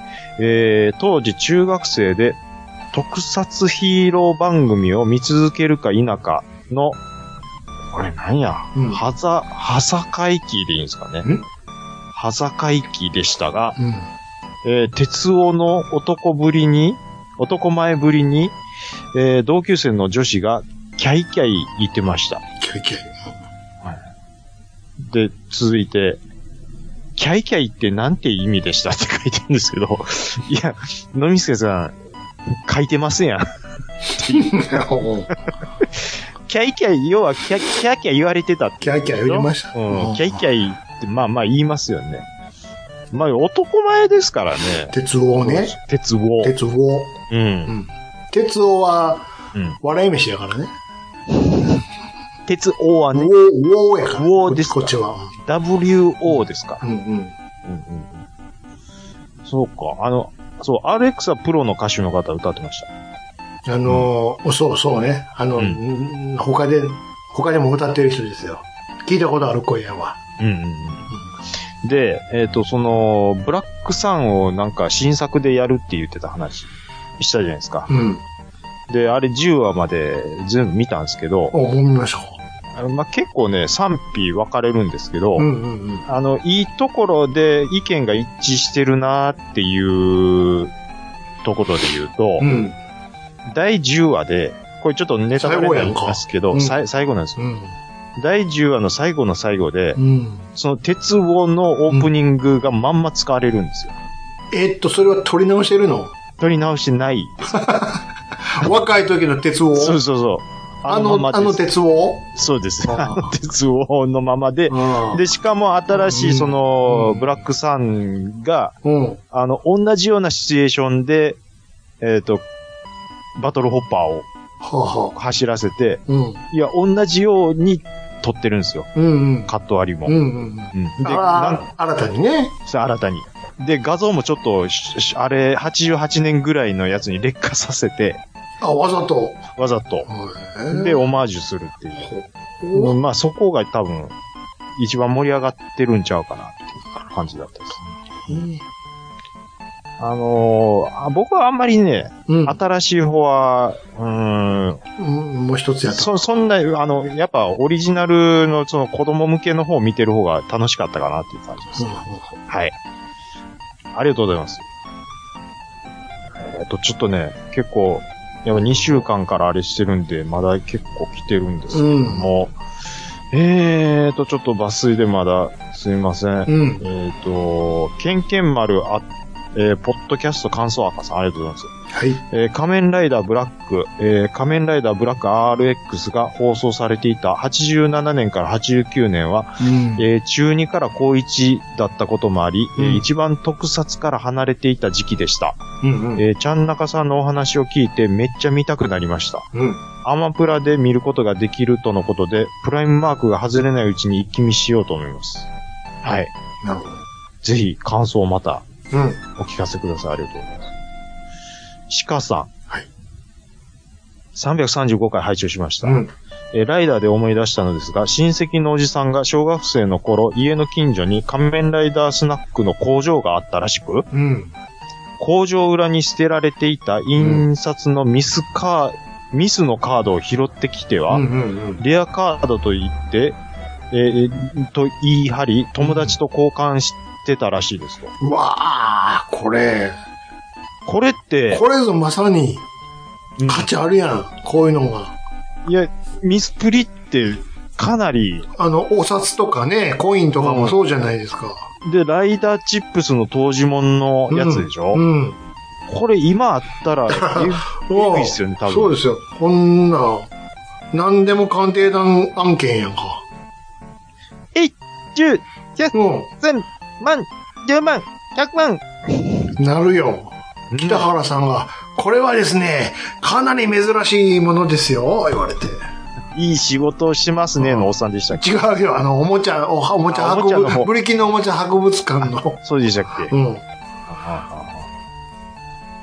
Speaker 1: えー当時中学生で特撮ヒーロー番組を見続けるか否かの、これなんや、
Speaker 3: うん
Speaker 1: はざ、はざかいきでいいんですかね
Speaker 3: ん
Speaker 1: はざかいきでしたが、
Speaker 3: うん。
Speaker 1: えー鉄尾の男ぶりに、男前ぶりに、えー同級生の女子がキャイキャイ言ってました。
Speaker 3: キャイ キャイ。
Speaker 1: で、続いて、キャイキャイってなんて意味でしたって書いてるんですけど、いや、のみすけさん、書いてますやん。キャイキャイ、要はキャキャイキャイ言われてたって
Speaker 3: キャイキャイ言いました。
Speaker 1: うん、キャイキャイって、まあまあ言いますよね。まあ男前ですからね。
Speaker 3: 鉄王ね。
Speaker 1: 鉄尾。
Speaker 3: 鉄王。
Speaker 1: うん
Speaker 3: う。ん。鉄王は、
Speaker 1: うん
Speaker 3: 笑い飯やからね。
Speaker 1: 鉄尾は
Speaker 3: ウ
Speaker 1: ね、
Speaker 3: ォー、ウォーやから。
Speaker 1: ウォーですか
Speaker 3: こっちは。
Speaker 1: WO ですか。
Speaker 3: うんうん。
Speaker 1: うんうんうんそうか。あの、そう、RX はプロの歌手の方歌ってました。
Speaker 3: あのー、そうそうね。あの、
Speaker 1: う
Speaker 3: うん他で、他でも歌ってる人ですよ。聞いたことある声やわ。
Speaker 1: うんうんうん。で、えっ、と、その、ブラックサンをなんか新作でやるって言ってた話したじゃないですか。
Speaker 3: うん。
Speaker 1: で、あれ10話まで全部見たんですけど、
Speaker 3: お、思いましょ
Speaker 1: あのまあ、結構ね、賛否分かれるんですけど、
Speaker 3: う。うんうんうん。
Speaker 1: あの、いいところで意見が一致してるなーっていうところで言うと、
Speaker 3: うん。
Speaker 1: 第10話で、これちょっとネタバレになりますけど、
Speaker 3: 最後やんか
Speaker 1: さい最後なんですよ。
Speaker 3: うん。
Speaker 1: 第10話の最後の最後で
Speaker 3: う、ん。
Speaker 1: その鉄王のオープニングがまんま使われるんですよ。
Speaker 3: えっと、それは取り直してるの
Speaker 1: 撮り直してない。
Speaker 3: 若い時の鉄王。
Speaker 1: そうそうそう。
Speaker 3: あの、あ
Speaker 1: ま
Speaker 3: の
Speaker 1: まです。
Speaker 3: 鉄王
Speaker 1: そうです。
Speaker 3: あー
Speaker 1: あの鉄王のままで。
Speaker 3: で、
Speaker 1: で、しかも新しい、その
Speaker 3: う、ん
Speaker 1: ブラックサンが、
Speaker 3: うん。
Speaker 1: あの、同じようなシチュエーションで、えっ、と、バトルホッパーを
Speaker 3: はあ、はあ。
Speaker 1: 走らせて、
Speaker 3: うん。
Speaker 1: いや、同じように取ってるんですよ。
Speaker 3: うんうん。
Speaker 1: カット割りも。
Speaker 3: うんうん
Speaker 1: うんで
Speaker 3: うん。
Speaker 1: なん
Speaker 3: ああ新たにね。
Speaker 1: そう新たに。で、画像もちょっとし、しあれ、88年ぐらいのやつに劣化させて、
Speaker 3: あ、わざと。
Speaker 1: わざと。で、オマージュするっていう。
Speaker 3: お
Speaker 1: まあ、そこが多分、一番盛り上がってるんちゃうかなっていう感じだったです。あのーあ僕はあんまりね、
Speaker 3: うん。
Speaker 1: 新しい方は、うーん、
Speaker 3: うんもう一つやった。
Speaker 1: そ、そんな、あの、やっぱオリジナルのその子供向けの方を見てる方が楽しかったかなっていう感じです。
Speaker 3: うん
Speaker 1: はい。ありがとうございます。えっと、ちょっとね、結構、やっぱ2週間からあれしてるんで、まだ結構来てるんですけども、えーと、ちょっと抜粋でまだ、すいません。
Speaker 3: うん。うん。
Speaker 1: えっ、と、ケンケン丸あ、えーポッドキャスト感想赤さん、ありがとうございます。
Speaker 3: はい。
Speaker 1: えー仮面ライダーブラック、えー仮面ライダーブラック RX が放送されていた87年から89年は、
Speaker 3: うん。
Speaker 1: えー中2から高1だったこともあり、
Speaker 3: うん
Speaker 1: えー一番特撮から離れていた時期でした。
Speaker 3: うんうん。
Speaker 1: えーちゃんなかさんのお話を聞いてめっちゃ見たくなりました。
Speaker 3: うん。
Speaker 1: アマプラで見ることができるとのことで、プライムマークが外れないうちに一気見しようと思います。はい。
Speaker 3: なるほど。
Speaker 1: ぜひ感想をまた
Speaker 3: うん。
Speaker 1: お聞かせください。ありがとうございます。鹿さん。
Speaker 3: はい。
Speaker 1: 335回拝聴しました、
Speaker 3: うん。
Speaker 1: えーライダーで思い出したのですが、親戚のおじさんが小学生の頃、家の近所に仮面ライダースナックの工場があったらしく、
Speaker 3: うん。
Speaker 1: 工場裏に捨てられていた印刷のミスカー、ミスのカードを拾ってきては、
Speaker 3: うんうんうん。
Speaker 1: レアカードと言って、えーと言い張り、友達と交換してたらしいですよ。
Speaker 3: うわあ、これ。
Speaker 1: これって、
Speaker 3: これぞまさに
Speaker 1: うん
Speaker 3: 価値あるやん。こういうのが。
Speaker 1: いや、ミスプリってかなり、
Speaker 3: あの、お札とかね、コインとかもそうじゃないですか。
Speaker 1: で、ライダーチップスの当時もんのやつでしょ、
Speaker 3: うん。うん
Speaker 1: これ今あった ら、え
Speaker 3: もう
Speaker 1: いいっすよね多分
Speaker 3: そうですよ。こんな、何でも鑑定団案件やんか。
Speaker 1: 10、
Speaker 3: う
Speaker 1: 千、万、10万、100万。
Speaker 3: ん。なるよ。北原さんが、これはですね、かなり珍しいものですよ、言われて。
Speaker 1: いい仕事をしてますね、のおっさんでしたっけ
Speaker 3: 違うよ、あの、おもちゃ、おおもちゃ
Speaker 1: あお
Speaker 3: 博
Speaker 1: もちゃの
Speaker 3: 物
Speaker 1: 方
Speaker 3: 館、ブリキのおもちゃ博物館の。
Speaker 1: そうでしたっけ、
Speaker 3: うん。
Speaker 1: あ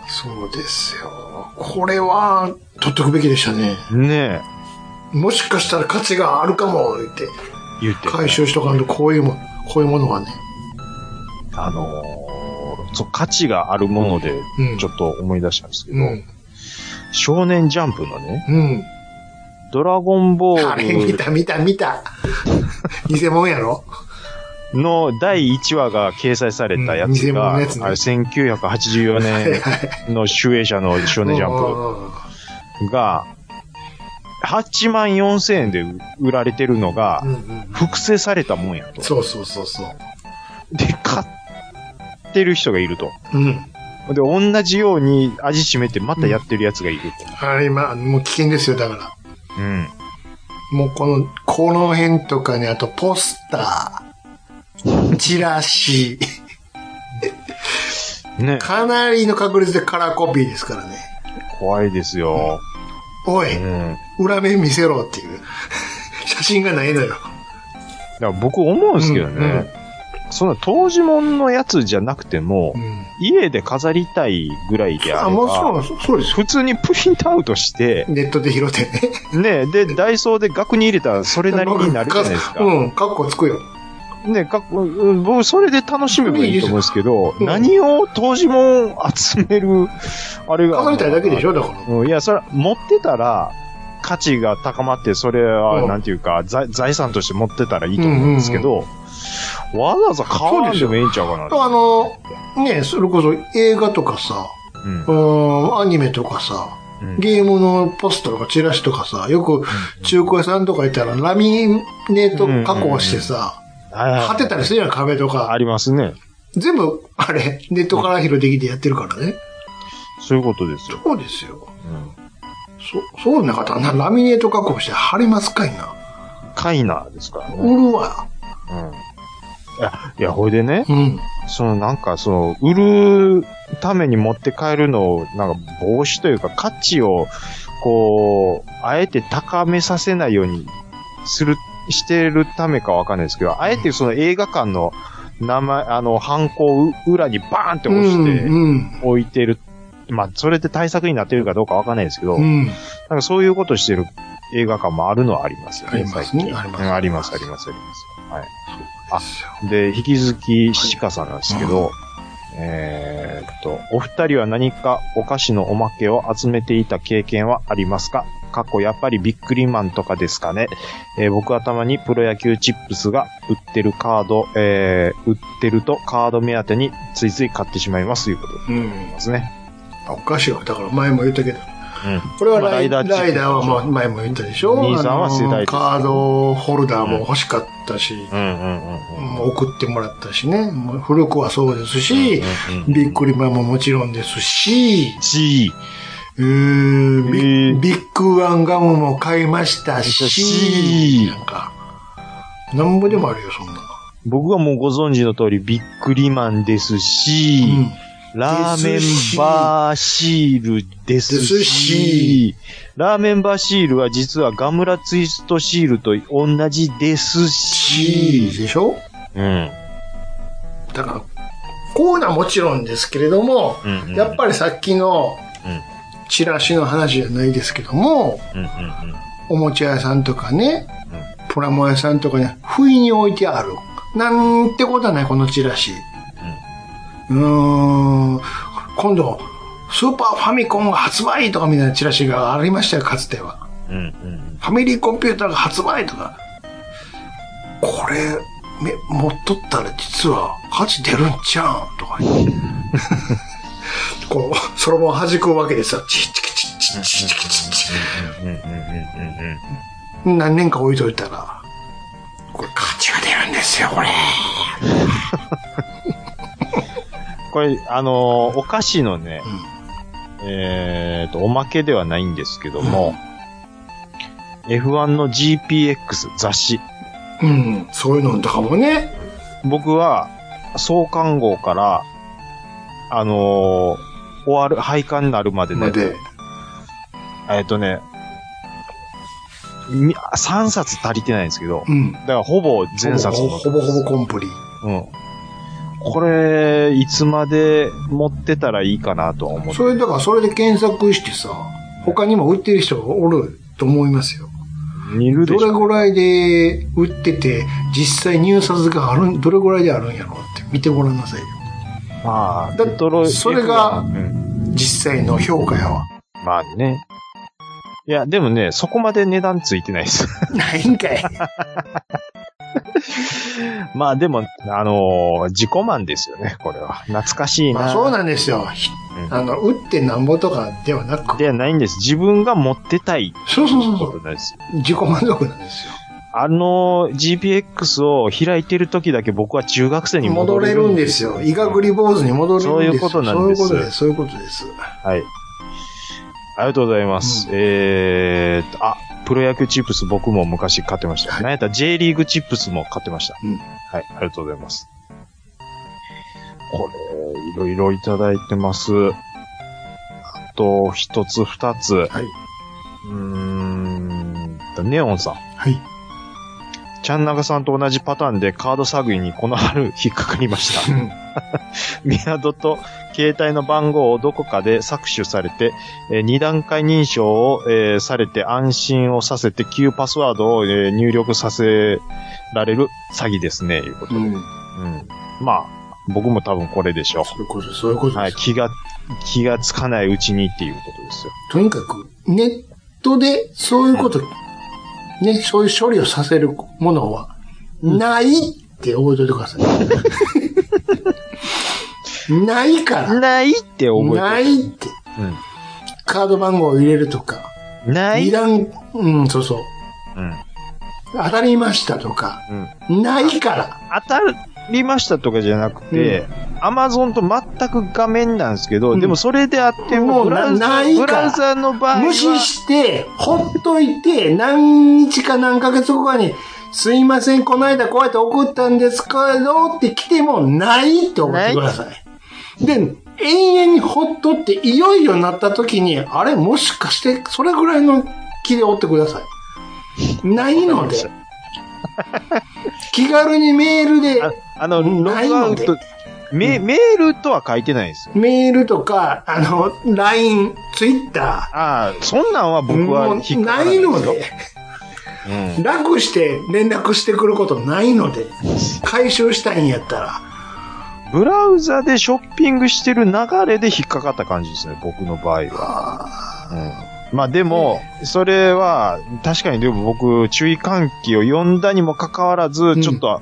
Speaker 3: そうですよ。これは、取っとくべきでしたね。
Speaker 1: あねえ、
Speaker 3: もしかしたら価値があるかも、言って。
Speaker 1: 言って。
Speaker 3: 回収しとかんと、こういうも、こういうものはね。
Speaker 1: あのーそう、価値があるもので、
Speaker 3: うん。
Speaker 1: ちょっと思い出したんですけど、
Speaker 3: うん。
Speaker 1: 少年ジャンプのね、
Speaker 3: うん。
Speaker 1: ドラゴンボ
Speaker 3: あれ見
Speaker 1: ー
Speaker 3: た見た見た。偽物やろ
Speaker 1: ルの第1話が掲載されたやつ
Speaker 3: うん偽物
Speaker 1: が、
Speaker 3: のやつね
Speaker 1: あれ1984年の集英社の少年ジャン
Speaker 3: ン
Speaker 1: プが、8万4千円で売られてるのが
Speaker 3: う、んうん。
Speaker 1: 複製されたもんやと。
Speaker 3: そうそうそうそう。
Speaker 1: で、買ってる人がいると。
Speaker 3: うん。
Speaker 1: で、同じように味しめてまたやってるやつがいる
Speaker 3: あれ今、もう危険ですよ、だから。
Speaker 1: と。うん。
Speaker 3: もうこの、この辺とかに、あとポスター、チラシ、
Speaker 1: ね、
Speaker 3: かなりの確率でカラーコピーですからね。
Speaker 1: 怖いですよ。
Speaker 3: お
Speaker 1: う
Speaker 3: い、
Speaker 1: ん。
Speaker 3: 裏面見せろっていう。写真がないのよ。
Speaker 1: だから僕思うんですけどね、
Speaker 3: うんうん
Speaker 1: その当時もんのやつじゃなくても、
Speaker 3: うん。
Speaker 1: 家で飾りたいぐらいであ
Speaker 3: あ、
Speaker 1: れ
Speaker 3: もう
Speaker 1: ば、
Speaker 3: そう、そうですよ。
Speaker 1: 普通にプリントアウトして、
Speaker 3: ネットで拾って
Speaker 1: ね、
Speaker 3: ね。
Speaker 1: で、ダイソーで額に入れたらそれなりになるじゃないですか。
Speaker 3: うん、カッコつくよ。
Speaker 1: ね、額うん僕それで楽しめばいいと思うんですけど、
Speaker 3: うん
Speaker 1: 何を当時もん集める、あれが。
Speaker 3: 飾りたいだけでし
Speaker 1: ょ、
Speaker 3: ょ、だから。
Speaker 1: うん、いや、それ持ってたら、価値が高まって、それは、
Speaker 3: うん
Speaker 1: なんていうか、財財産として持ってたらいいと思うんですけど、わざわざ買わんでもええんちゃうかな。
Speaker 3: あの、ね、それこそ映画とかさ、
Speaker 1: うん
Speaker 3: う。ーん、アニメとかさ、
Speaker 1: うん
Speaker 3: ゲームのポストとかチラシとかさ、よく中古屋さんとか行ったらラミネート加工してさ、
Speaker 1: はいはい
Speaker 3: 貼ってたりするやん、壁と
Speaker 1: あ
Speaker 3: か。
Speaker 1: りますね。
Speaker 3: 全部、あれ、ネットから拾ってきてやってるからね。
Speaker 1: そういうことですよ。
Speaker 3: そうですよ。
Speaker 1: うん。
Speaker 3: そ、そうなかったらな、ラミネート加工して貼りますかいな。
Speaker 1: カイナーですから
Speaker 3: 売
Speaker 1: ね。
Speaker 3: るわ。
Speaker 1: うん。いや、いや、ほいでね、
Speaker 3: うん。
Speaker 1: そのなんか、その、売るために持って帰るのを、なんか、防止というか、価値を、こう、あえて高めさせないようにするしてるためかわかんないですけど、あえてその映画館の名前、あの、犯行裏にバーンって押し
Speaker 3: う
Speaker 1: て
Speaker 3: ん、
Speaker 1: 置いてる。まあ、それで対策になってるかどうかわかんないですけど、
Speaker 3: うん。うん。
Speaker 1: なんかそういうことしてる映画館もあるのはありますよ
Speaker 3: あ
Speaker 1: ね、
Speaker 3: ります
Speaker 1: 最
Speaker 3: ね
Speaker 1: 近
Speaker 3: あります
Speaker 1: うんあります、あります、あります。はい。で、引き続き、シカさんなんですけど、えーっと、お二人は何かお菓子のおまけを集めていた経験はありますか過去やっぱりビックリマンとかですかね、えー僕はたまにプロ野球チップスが売ってるカード、えー売ってるとカード目当てについつい買ってしまいますということで
Speaker 3: うん。
Speaker 1: すね。
Speaker 3: お菓子は、だから前も言ったけど、
Speaker 1: うん。
Speaker 3: これは
Speaker 1: まあ
Speaker 3: ラ
Speaker 1: ラ
Speaker 3: イ
Speaker 1: イ
Speaker 3: ダ
Speaker 1: ダ
Speaker 3: ー
Speaker 1: ー
Speaker 3: ライダーはまあ前も言ったでしょ
Speaker 1: 兄さんは世代です
Speaker 3: あのカードホルダーも欲しかったし、
Speaker 1: うんうんうんうん。
Speaker 3: もう送ってもらったしね。もう古くはそうですし、ビックリマンももちろんですし、
Speaker 1: ち
Speaker 3: うーんビ
Speaker 1: えー
Speaker 3: ビッグワンガムも買いましたし、
Speaker 1: し
Speaker 3: なんか、なんぼでもあるよ、そんなの。
Speaker 1: 僕はもうご存知の通り、ビックリマンですし、
Speaker 3: うん
Speaker 1: ラーメンバーシールですし、
Speaker 3: ですし
Speaker 1: ラーメンバーシールは実はガムラツイストシールと同じです
Speaker 3: し
Speaker 1: し、
Speaker 3: でしょ
Speaker 1: うん。
Speaker 3: だから、こういうのはもちろんですけれども、
Speaker 1: うんうん
Speaker 3: やっぱりさっきの
Speaker 1: うん、
Speaker 3: チラシの話じゃないですけども、
Speaker 1: うんうん
Speaker 3: おもちゃ屋さんとかね、プラモ屋さんとかね、不意に置いてある。なんてことはない、このチラシ。うーん、今度、スーパーファミコンが発売とかみたいなチラシがありましたよ、かつては。
Speaker 1: うん。うんうん
Speaker 3: ファミリーコンピューターが発売とか。これ、め持っとったら実は価値出るんちゃうんとか言って。こう、そのまま弾くわけでさ、チッチキチッチッチッチキチッチ
Speaker 1: うんうんうんうんうん
Speaker 3: 何年か置いといたら、これ価値が出るんですよ、これ。
Speaker 1: これ、あのーお菓子のね、えっと、おまけではないんですけども、F1 の GPX 雑誌。
Speaker 3: うん、そういうのとかもね。
Speaker 1: 僕は、創刊号から、あのー終わる、廃刊になるまで
Speaker 3: ま
Speaker 1: ね、
Speaker 3: で。
Speaker 1: えっとね、み3冊足りてないんですけど、
Speaker 3: うん。
Speaker 1: だからほぼ全冊
Speaker 3: ほぼほぼほぼコンプリ。
Speaker 1: うん。これ、いつまで持ってたらいいかなとは思って。
Speaker 3: それだからそれで検索してさ、他にも売ってる人がおると思いますよ。
Speaker 1: 見るで
Speaker 3: ど
Speaker 1: し
Speaker 3: れ
Speaker 1: ょ。
Speaker 3: ぐらいで売ってて、実際入札があるん、どれぐらいであるんやろうって見てごらんなさいよ。
Speaker 1: まあ、
Speaker 3: だ
Speaker 1: レトロ
Speaker 3: それが
Speaker 1: F1 うん
Speaker 3: 実際の評価やわ。
Speaker 1: まあね。いや、でもね、そこまで値段ついてないです。
Speaker 3: ないんかい。
Speaker 1: まあでも、あのー自己満ですよね、これは。懐かしい な。
Speaker 3: まあそうなんですよ。ひ
Speaker 1: うん
Speaker 3: あの、売ってなんぼとかではなく、
Speaker 1: ではないんです。自分が持ってたい
Speaker 3: そうそうそうそ
Speaker 1: こと
Speaker 3: う。
Speaker 1: なんですよ。
Speaker 3: 自己満足なんですよ。
Speaker 1: あのー GPX を開いてる時だけ僕は中学生に戻
Speaker 3: 戻
Speaker 1: れ
Speaker 3: れ
Speaker 1: る
Speaker 3: るんですよ。イガグリ坊主に戻れるんですよ。
Speaker 1: そういうことなんです
Speaker 3: そういうことです。そういうことです。
Speaker 1: はい。ありがとうございます。えーっと、あ、プロ野球チップス僕も昔買ってました。
Speaker 3: はい
Speaker 1: なんやったら J リーグチップスも買ってました。
Speaker 3: うん
Speaker 1: はい、ありがとうございます。これ、いろいろいただいてます。あと、一つ二つ。う
Speaker 3: はい。
Speaker 1: ーんと、ネオンさん。
Speaker 3: はい。
Speaker 1: チャンナガさんと同じパターンでカード探りにこの春引っかかりました。
Speaker 3: うん
Speaker 1: ミヤドと携帯の番号をどこかで搾取されて、えー二段階認証を、えーされて安心をさせて旧パスワードを、えー入力させられる詐欺ですね、いうこと。
Speaker 3: うん。
Speaker 1: うん。まあ、僕も多分これでしょ
Speaker 3: そういうことです。そういうこと
Speaker 1: う。
Speaker 3: です。
Speaker 1: はい。気が、気がつかないうちにっていうことですよ。
Speaker 3: とにかく、ネットでそういうこと、ね、そういう処理をさせるものは、ないって覚えておいてください。 ないから。
Speaker 1: ないって覚えて。
Speaker 3: ないって。
Speaker 1: うん
Speaker 3: カード番号を入れるとか、
Speaker 1: な
Speaker 3: 二
Speaker 1: い
Speaker 3: 段、うん、そうそう。
Speaker 1: うん。
Speaker 3: 当たりましたとか、
Speaker 1: うん。
Speaker 3: ないから。
Speaker 1: 当たりましたとかじゃなくて、アマゾンと全く画面なんですけど、
Speaker 3: うん
Speaker 1: でもそれであって
Speaker 3: も
Speaker 1: も、
Speaker 3: う
Speaker 1: ブラウ
Speaker 3: な
Speaker 1: ザ
Speaker 3: ないから
Speaker 1: ブラウザの場合は。
Speaker 3: 無視して、ほっといて、何日か何ヶ月後かに、すいません、この間こうやって送ったんですけど、って来ても、ないって思ってください。で、永遠にほっとって、いよいよなった時に、あれ、も しかして、それぐらいの気でおってください。ないので。気軽にメールで、
Speaker 1: ああの、ロ
Speaker 3: ない
Speaker 1: グア
Speaker 3: の
Speaker 1: ウ
Speaker 3: で
Speaker 1: ト、メ、メールとは書いてないですよ。
Speaker 3: メールとか、あの、LINE、Twitter、
Speaker 1: ああ、そんなんは僕は
Speaker 3: も
Speaker 1: 引っ
Speaker 3: う
Speaker 1: かから
Speaker 3: な
Speaker 1: ないで
Speaker 3: い
Speaker 1: すよ。
Speaker 3: ので、
Speaker 1: うん。
Speaker 3: 楽して連絡してくることないので、回収したいんやったら、
Speaker 1: ブラウザでショッピングしてる流れで引っかかった感じですね、僕の場合は。
Speaker 3: あ
Speaker 1: うん。まあでも、それは、確かにでも僕、注意喚起を呼んだにもかかわらず、
Speaker 3: ん
Speaker 1: ちょっと、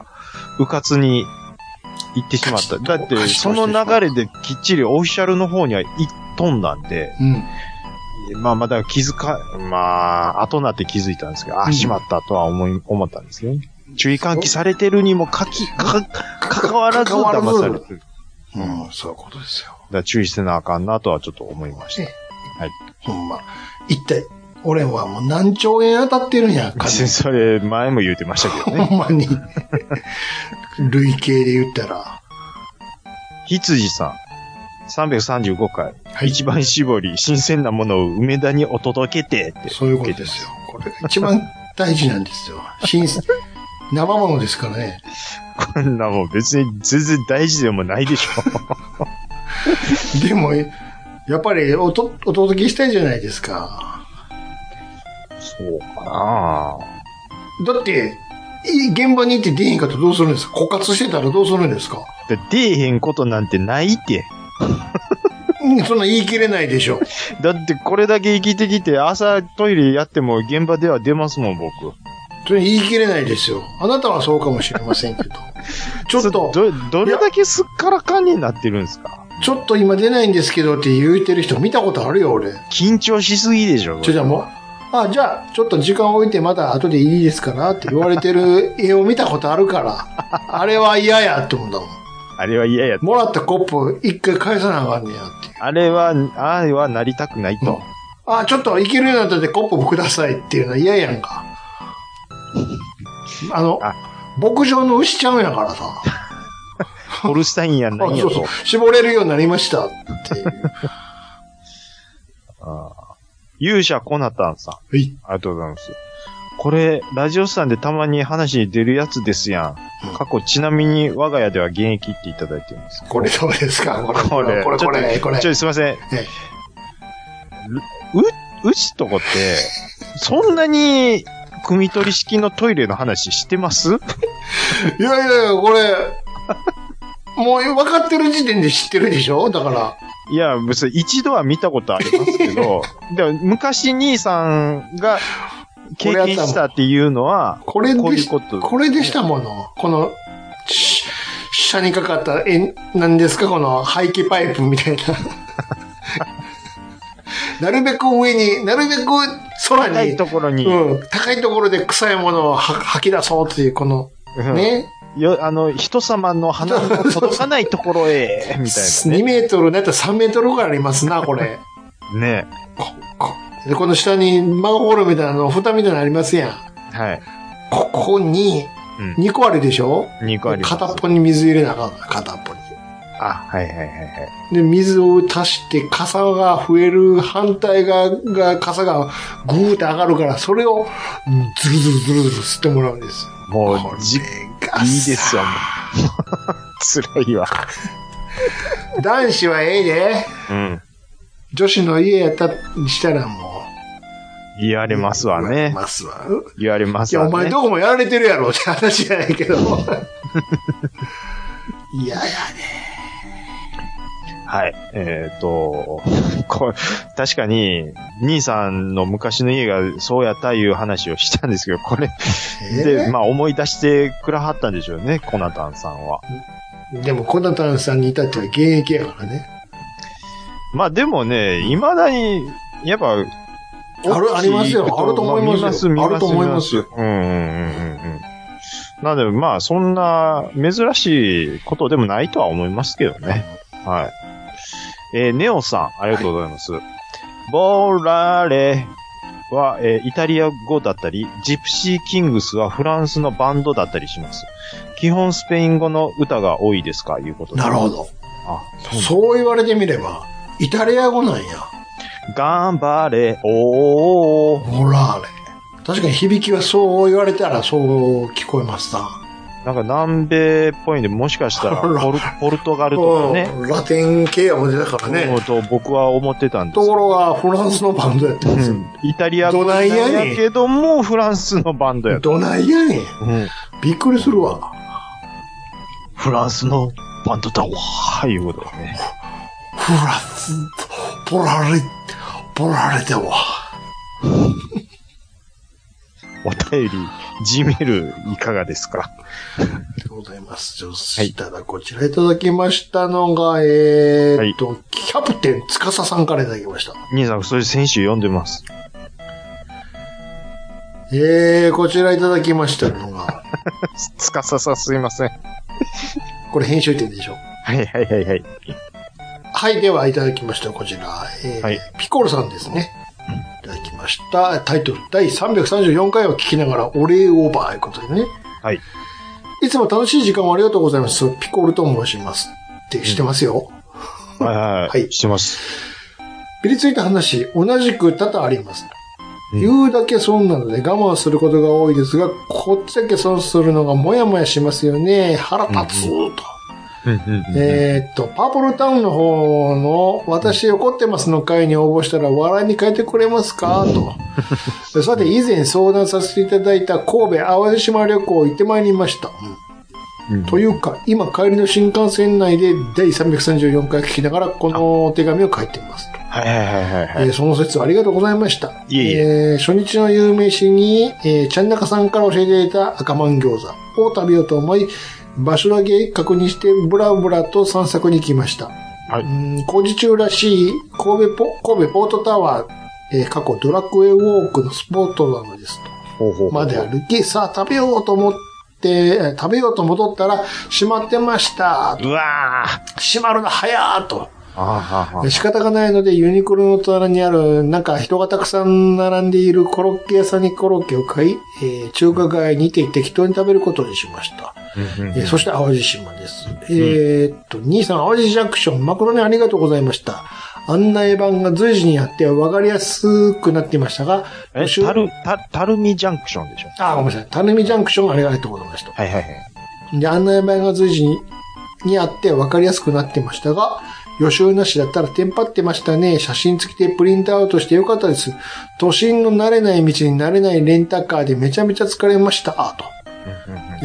Speaker 1: うかつに行ってしまった。だって、その流れできっちりオフィシャルの方には行っとんだんで、
Speaker 3: ーうん。
Speaker 1: まあまあだから気づか、まあ、後になって気づいたんですけど、
Speaker 3: う
Speaker 1: あ、
Speaker 3: ん
Speaker 1: しまったとは思い、思ったんですけどね。注意喚起されてるにもかき、か、かわらず
Speaker 3: 関わらず
Speaker 1: 騙されてる。う
Speaker 3: うん、そういうことですよ。
Speaker 1: だから注意してなあかんなとはちょっと思いました。
Speaker 3: ほんま。一体、俺はもう何兆円当たってるんや、
Speaker 1: 別に
Speaker 3: 金。
Speaker 1: それ、前も言うてましたけどね。
Speaker 3: ほんまに。累計で言ったら。
Speaker 1: 羊さん、335回、
Speaker 3: はい
Speaker 1: 一番絞り、新鮮なものを梅田にお届けてって。
Speaker 3: そういうことですよ。これが一番大事なんですよ。新鮮生ものですからね。
Speaker 1: こんなもん別に全然大事でもないでし ょ。
Speaker 3: でも、やっぱりおとお届けしたいじゃないですか。
Speaker 1: そうかなあ
Speaker 3: だって、い現場に行って出へんかったらどうするんですか枯渇してたらどうするんですか
Speaker 1: で出えへんことなんてないって。
Speaker 3: うんそんな言い切れないでしょ。
Speaker 1: だってこれだけ生きてきて朝トイレやっても現場では出ますもん、僕。
Speaker 3: それ言い切れないですよ。あなたはそうかもしれませんけど。ちょっと。
Speaker 1: そど、どれだけすっからかんになってるんですか
Speaker 3: ちょっと今出ないんですけどって言うてる人見たことあるよ、俺。
Speaker 1: 緊張しすぎでしょ、これ
Speaker 3: ちょ、じゃあもう。あ、じゃあ、ちょっと時間置いてまた後でいいですからって言われてる絵を見たことあるから、あれは嫌やって思ったもん。
Speaker 1: あれは嫌や。
Speaker 3: もらったコップ一回返さなあかんねやって。
Speaker 1: あれは、ああはなりたくないと。
Speaker 3: あ、ちょっといけるようになったんでコップくださいっていうのは嫌やんか。あの
Speaker 1: あ、
Speaker 3: 牧場の牛ちゃうんやからさ。
Speaker 1: ホルスタインやな
Speaker 3: あ
Speaker 1: んや
Speaker 3: そうそ
Speaker 1: と
Speaker 3: う。。絞れるようになりましたっていう。
Speaker 1: ああ勇者コナタンさん。
Speaker 3: は
Speaker 1: あ
Speaker 3: い。
Speaker 1: りがとうございます。これ、ラジオスさんでたまに話に出るやつですや
Speaker 3: うん
Speaker 1: ん。過去、ちなみに我が家では現役っていただいてるんです。
Speaker 3: これどうですかこれ、
Speaker 1: これ、
Speaker 3: これ、
Speaker 1: ちょ
Speaker 3: こ
Speaker 1: っと
Speaker 3: れ、これ
Speaker 1: ちょ、。すいません。
Speaker 3: え
Speaker 1: う、うちとこって、そんなに、組み取り式のトイレの話してます
Speaker 3: いやいやいや、これ、もう分かってる時点で知ってるでしょだから。
Speaker 1: いや、別に一度は見たことありますけ ど、でも昔兄さんが経験したっていうのは、
Speaker 3: これで
Speaker 1: こういう
Speaker 3: し
Speaker 1: こと
Speaker 3: これでしたもの。この、し下にかかった、え、何ですかこの排気パイプみたいな。 なるべく上に、なるべく空に、
Speaker 1: 高いところに、
Speaker 3: うん、高いところで臭いものをは吐き出そうという、この、
Speaker 1: うん
Speaker 3: ね、
Speaker 1: よあの、人様の鼻の届かないところ へ、みたい
Speaker 3: 2メートルだったら3メートルぐらいありますな、これ。
Speaker 1: なね。ね
Speaker 3: ここでこの下にマンホールみたいなの、蓋みたいなのありますやん。
Speaker 1: はい。
Speaker 3: ここに
Speaker 1: うん、
Speaker 3: 2個あるでしょ、
Speaker 1: 2個あります。
Speaker 3: 片っぽに水入れなあかんの片っぽに。
Speaker 1: あ、はいはいはいはい。
Speaker 3: で、水を足して、傘が増える、反対側が、傘がぐーって上がるから、それを、うんズルズルズルズル吸ってもらうんですよ。
Speaker 1: も
Speaker 3: こ
Speaker 1: う、じ、いい
Speaker 3: れが
Speaker 1: ですよ、もう。 辛いわ。
Speaker 3: 男子はええで、
Speaker 1: うん。
Speaker 3: 女子の家やったにしたらも
Speaker 1: 言われますわ
Speaker 3: う、
Speaker 1: ね。
Speaker 3: ますわ。
Speaker 1: 言われま
Speaker 3: い
Speaker 1: す
Speaker 3: や、
Speaker 1: わ
Speaker 3: お前
Speaker 1: ね。
Speaker 3: どこもやられてるやろって話じゃない けど。いやいやね。
Speaker 1: はい。えっ、と、 こ確かに、兄さんの昔の家がそうやったいう話をしたんですけど、これ、で、まあ思い出してくらはったんでしょうね、コナタンさんは。
Speaker 3: でも、コナタンさんに至っては現役やからね。
Speaker 1: まあでもね、未だに、やっぱ、
Speaker 3: あるありますよあると思いますよ
Speaker 1: 見
Speaker 3: あると思いますよ。
Speaker 1: 見見うんうんうんうんうん。なので、まあ、そんな珍しいことでもないとは思いますけどね。はい。えーネオさん、ありがとうございます。ボーラレは、えーイタリア語だったり、ジプシーキングスはフランスのバンドだったりします。基本スペイン語の歌が多いですかいうことで
Speaker 3: なるほど。
Speaker 1: あ、
Speaker 3: そう言われてみれば、イタリア語なんや。
Speaker 1: 頑張れ、おー。
Speaker 3: ほら、あれ。確かに響きはそう言われたらそう聞こえますな。
Speaker 1: なんか南米っぽいんで、もしかしたら
Speaker 3: あら
Speaker 1: ポルポルトガルとかね。
Speaker 3: うんラテン系やもんだから
Speaker 1: 思
Speaker 3: ね
Speaker 1: う。と僕は思ってたんです
Speaker 3: と
Speaker 1: けど。
Speaker 3: ころがフランスのバンドやったんです
Speaker 1: う
Speaker 3: よ。
Speaker 1: んイタリア
Speaker 3: どないやねん
Speaker 1: だけども、フランスのバンドやった。
Speaker 3: どないやねん。
Speaker 1: うん
Speaker 3: びっくりするわ。
Speaker 1: フランスのバンドだわー、いうことでね。
Speaker 3: フランス、ポラレ、ポラレてわ。
Speaker 1: お便り、G メールいかがですか
Speaker 3: でございます。そしたらこちらいただきましたのが、えーっと、キャプテン司さんからいただきました。
Speaker 1: 兄さん、それ先週読んでます。
Speaker 3: えー、こちらいただきましたのが、
Speaker 1: つかささんすいません。
Speaker 3: これ編集点でしょ。
Speaker 1: はいはいはいはい。
Speaker 3: はい、ではいただきました、こちら。えー
Speaker 1: はい
Speaker 3: ピコロさんですね。いただきました。タイトル、第334回を聞きながらお礼オーバーということでね。
Speaker 1: はい。
Speaker 3: いつも楽しい時間をありがとうございます。ピコルと申します。って知ってますよ。
Speaker 1: はいはいは
Speaker 3: はい
Speaker 1: い。してます。
Speaker 3: ピリついた話、同じく多々あります。
Speaker 1: うん
Speaker 3: 言うだけ損なので我慢することが多いですが、こっちだけ損するのがもやもやしますよね。腹立つと。
Speaker 1: うんうんうん
Speaker 3: えーっと、パープルタウンの方の私怒ってますの会に応募したら笑いに変えてくれますか と。さて、以前相談させていただいた神戸淡路島旅行行ってまいりました。
Speaker 1: うん
Speaker 3: というか、今帰りの新幹線内で第334回聞きながらこのお手紙を書いていますと。
Speaker 1: はいはいはいはいはい。
Speaker 3: えーその説はありがとうございました。
Speaker 1: いえいえ
Speaker 3: ー初日の有名詩に、えーちゃんなかさんから教えていた赤マン餃子を食べようと思い、場所だけ一角にしてブラブラと散策に来ました。
Speaker 1: はいう
Speaker 3: ーん工事中らしい神戸ポ神戸ポートタワー、えー過去ドラクエウォークのスポットなのですと。
Speaker 1: ほうほうほう
Speaker 3: まで歩き、さあ食べようと思って、えー食べようと戻ったら閉まってました。
Speaker 1: うわー
Speaker 3: 閉まるの早ーと。
Speaker 1: あはは
Speaker 3: 仕方がないので、ユニクロの隣にある、なんか人がたくさん並んでいるコロッケ屋さんにコロッケを買い、えー中華街にて適当に食べることにしました。
Speaker 1: うんうん
Speaker 3: えーそして淡路島です。えーっと、兄さん、淡路ジャンクション、マクロネありがとうございました。案内板が随時にあって分かりやすくなっていましたが、
Speaker 1: え、
Speaker 3: ご周
Speaker 1: たる、た、たるみジャンクションでしょ
Speaker 3: あ、ごめんなさい。タヌミジャンクションありがとうございました。
Speaker 1: はいはいはい。
Speaker 3: で、案内板が随時にあって分かりやすくなってましたが、予習なしだったらテンパってましたね。写真付きでプリントアウトしてよかったです。都心の慣れない道に慣れないレンタカーでめちゃめちゃ疲れました。あと。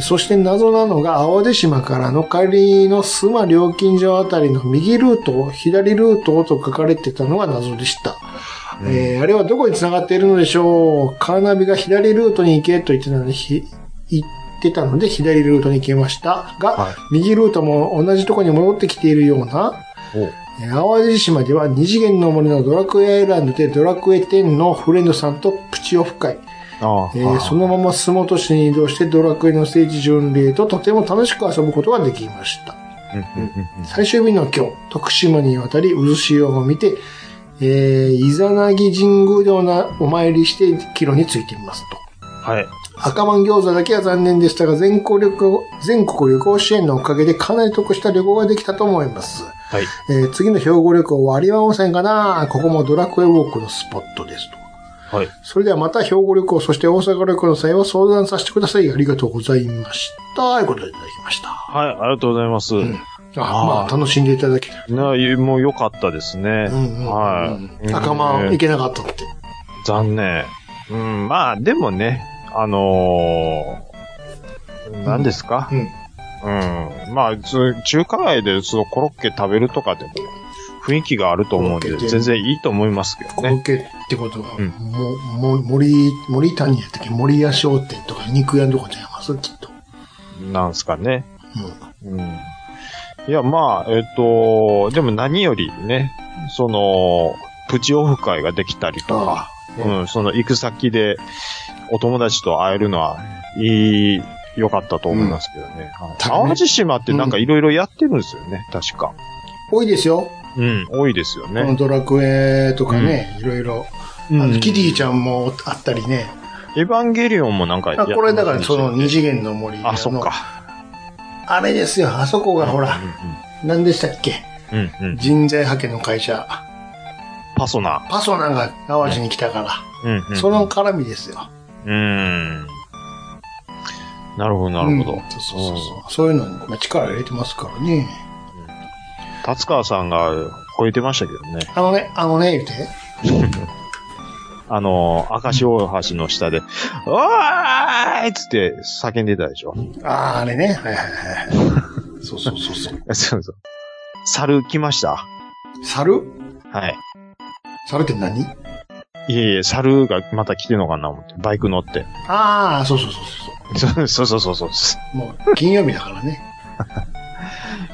Speaker 3: そして謎なのが、淡路島からの帰りの須磨料金所あたりの右ルートを、左ルートをと書かれてたのが謎でした。えーあれはどこに繋がっているのでしょうカーナビが左ルートに行けと言ってたのに、ひ行ってたので左ルートに行けましたが、
Speaker 1: はい
Speaker 3: 右ルートも同じとこに戻ってきているような、
Speaker 1: お
Speaker 3: えー淡路島では二次元の森のドラクエアイランドでドラクエ10のフレンドさんとプチオフ会。
Speaker 1: ああ、
Speaker 3: えーそのまま洲本市に移動してドラクエの聖地巡礼ととても楽しく遊ぶことができました。最終日の今日、徳島に渡り渦潮を見て、えー、イザナギ神宮でおなお参りして帰路についていますと。
Speaker 1: はい。
Speaker 3: 赤マン餃子だけは残念でしたが、全国旅行、全国旅行支援のおかげでかなり得した旅行ができたと思います。
Speaker 1: はい。
Speaker 3: えー次の兵庫旅行は有馬温泉かなここもドラクエウォークのスポットですと。
Speaker 1: はい。
Speaker 3: それではまた兵庫旅行、そして大阪旅行の際は相談させてください。ありがとうございました。ということでいただきました。あ
Speaker 1: はい、ありがとうございます。
Speaker 3: まあ、楽しんでいただけた。
Speaker 1: な、ゆもう良かったですね。
Speaker 3: うんうん
Speaker 1: はい。
Speaker 3: 赤間
Speaker 1: うん
Speaker 3: 行けなかったって。
Speaker 1: 残念。うん、まあ、でもね、あのー、何ですか
Speaker 3: うん。
Speaker 1: うん。まあ、つ中華街でそのコロッケ食べるとかでも雰囲気があると思うん
Speaker 3: コ
Speaker 1: で、
Speaker 3: ロッケって
Speaker 1: 全然いいと思いますけど
Speaker 3: コロ
Speaker 1: ね。
Speaker 3: ッケってことは、
Speaker 1: うん
Speaker 3: も、も、森、森谷やったっけ森屋商店とか肉屋のとこちゃいますきっと。
Speaker 1: なんすかね。
Speaker 3: う
Speaker 1: うんいや、まあ、えっ、と、でも何よりね、その、プチオフ会ができたりとか、
Speaker 3: ああ
Speaker 1: うん、その行く先でお友達と会えるのは、いい、良かったと思いますけどね。はい
Speaker 3: 多分ね
Speaker 1: 淡路島ってなんかいろいろやってるんですよね、確か。
Speaker 3: ん。多いですよ。
Speaker 1: うん、多いですよ
Speaker 3: この
Speaker 1: ね。
Speaker 3: ドラクエとかね、いろいろ。あ
Speaker 1: う
Speaker 3: の、
Speaker 1: ん
Speaker 3: キティちゃんもあったりね。
Speaker 1: エヴァンゲリオンもなんかや
Speaker 3: あ
Speaker 1: って
Speaker 3: これだから
Speaker 1: ますし
Speaker 3: その二次元の森
Speaker 1: あ、そっ
Speaker 3: の
Speaker 1: か。
Speaker 3: あれですよ。あそこがほら、何でしたっけ
Speaker 1: うん、うん、うんうん。
Speaker 3: 人材派遣の会社。
Speaker 1: パソナ。
Speaker 3: パソナが淡路に来たから、
Speaker 1: うん、うん。
Speaker 3: その絡みですよ。
Speaker 1: うーん。なるほど、なるほど。
Speaker 3: うんそうそうそうそう。そういうのにまあ力入れてますからね。
Speaker 1: 達川さんが超えてましたけどね。
Speaker 3: あのね、あのね、言うて。
Speaker 1: あの、明石大橋の下で、おーいっつって叫んでたでしょ。
Speaker 3: ああ、あれね。はいはいはいはい。そうそうそうそう。
Speaker 1: そうそう。猿来ました
Speaker 3: 猿
Speaker 1: はい。
Speaker 3: 猿って何
Speaker 1: いえいえ、猿がまた来てんのかな思って、バイク乗って。
Speaker 3: ああ、そうそうそうそ
Speaker 1: そうそうそうそうそう。
Speaker 3: う。もう、金曜日だからね。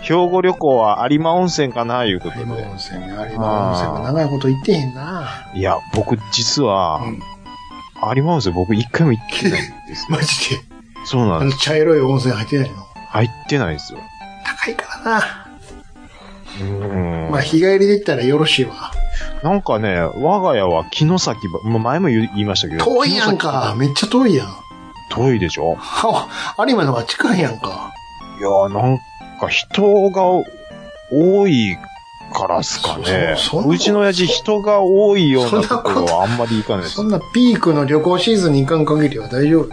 Speaker 1: 兵庫旅行は有馬温泉かないうこと
Speaker 3: 有馬
Speaker 1: で。
Speaker 3: 温泉ね。有馬温泉も長いこと行ってへんない
Speaker 1: や、僕実は、
Speaker 3: うん
Speaker 1: 有馬温泉僕一回も行ってないん ですよ。
Speaker 3: マジで。
Speaker 1: そうな
Speaker 3: あ
Speaker 1: んで
Speaker 3: の、
Speaker 1: す。
Speaker 3: 茶色い温泉入ってないの。
Speaker 1: 入ってないんですよ。
Speaker 3: 高いからな。
Speaker 1: うーん。
Speaker 3: まあ、日帰りで行ったらよろしいわ。
Speaker 1: なんかね、我が家は城崎ば、もう前も言い言いましたけど。
Speaker 3: 遠いやんか。めっちゃ遠いやん。
Speaker 1: 城崎。遠いでしょ
Speaker 3: は、有馬の方が近いやんか。
Speaker 1: いやー、なんか人が多いからっすかね。
Speaker 3: そそそんな
Speaker 1: うちの親父人が多いような
Speaker 3: そんな
Speaker 1: と
Speaker 3: こ
Speaker 1: ことろはあんまり行かないです
Speaker 3: そ。んなピークの旅行シーズンに行かん限りは大丈夫よ。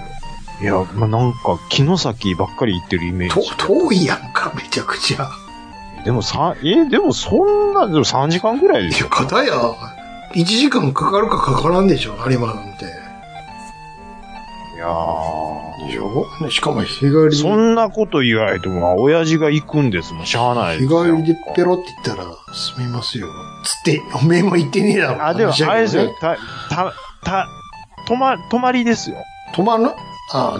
Speaker 1: いや、まあ、なんか城崎ばっかり行ってるイメー
Speaker 3: と
Speaker 1: ジ。、
Speaker 3: 遠いやんか、めちゃくちゃ。
Speaker 1: でもさ、え、でもそんな、でも3時間ぐらいで
Speaker 3: い
Speaker 1: し
Speaker 3: や、
Speaker 1: ょ
Speaker 3: かたや、1時間かかるかかからんでしょ、有馬なんて。
Speaker 1: いやー
Speaker 3: でしょしかも日帰り
Speaker 1: そ
Speaker 3: で、
Speaker 1: んなこと言われても、親父が行くんですもん、しゃあない
Speaker 3: 日
Speaker 1: すよ
Speaker 3: 帰りでペロって言ったら、済みますよ。つって、おめえも行ってねえだろ。
Speaker 1: あ、でも、
Speaker 3: 話だけど
Speaker 1: あれ
Speaker 3: ね
Speaker 1: ですよ、た、た、た、泊ま、泊まりですよ、
Speaker 3: 泊まんなあ、あ、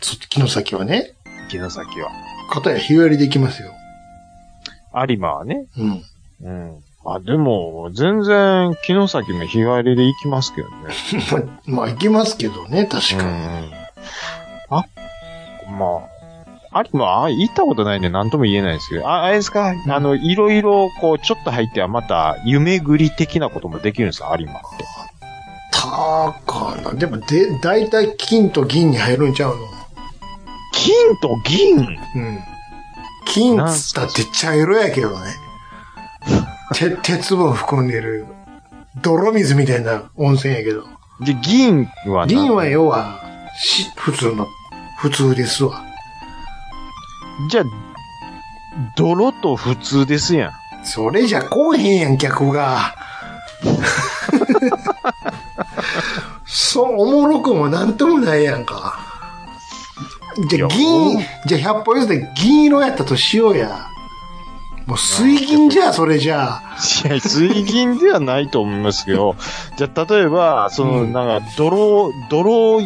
Speaker 3: そっちの先はね。
Speaker 1: 城崎は。
Speaker 3: かたや日帰りで行きますよ。
Speaker 1: 有馬はね。
Speaker 3: うん。
Speaker 1: うん。あ、でも、全然、城崎も日帰りで行きますけどね。
Speaker 3: まあ、行きますけどね、確かに。
Speaker 1: ん。あ、まあ、有馬、あ行ったことないんで何とも言えないですけど、あ、あれですか、あの、いろいろ、こう、ちょっと入ってはまた、夢ぐり的なこともできるんですか、有馬って。
Speaker 3: たかな。でも、で、だいたい金と銀に入るんちゃうの
Speaker 1: 金と銀
Speaker 3: うん。金
Speaker 1: なん
Speaker 3: つ
Speaker 1: す
Speaker 3: った
Speaker 1: か
Speaker 3: って茶色やけど ね。て、鉄分含んでる、泥水みたいな温泉やけど。
Speaker 1: で、銀は何
Speaker 3: 銀は要は、し、普通の、普通ですわ。
Speaker 1: じゃあ、泥と普通ですやん。
Speaker 3: それじゃこうへんやん、客が。 そう、おもろくもなんともないやんか。じゃ
Speaker 1: いや
Speaker 3: あ、銀、じゃあ100歩譲って銀色やったとしようや。もう水銀じゃ、それじゃあ。
Speaker 1: いや、水銀ではないと思いますけ ど、じゃあ、例えば、その、
Speaker 3: うん
Speaker 1: なんか、泥、泥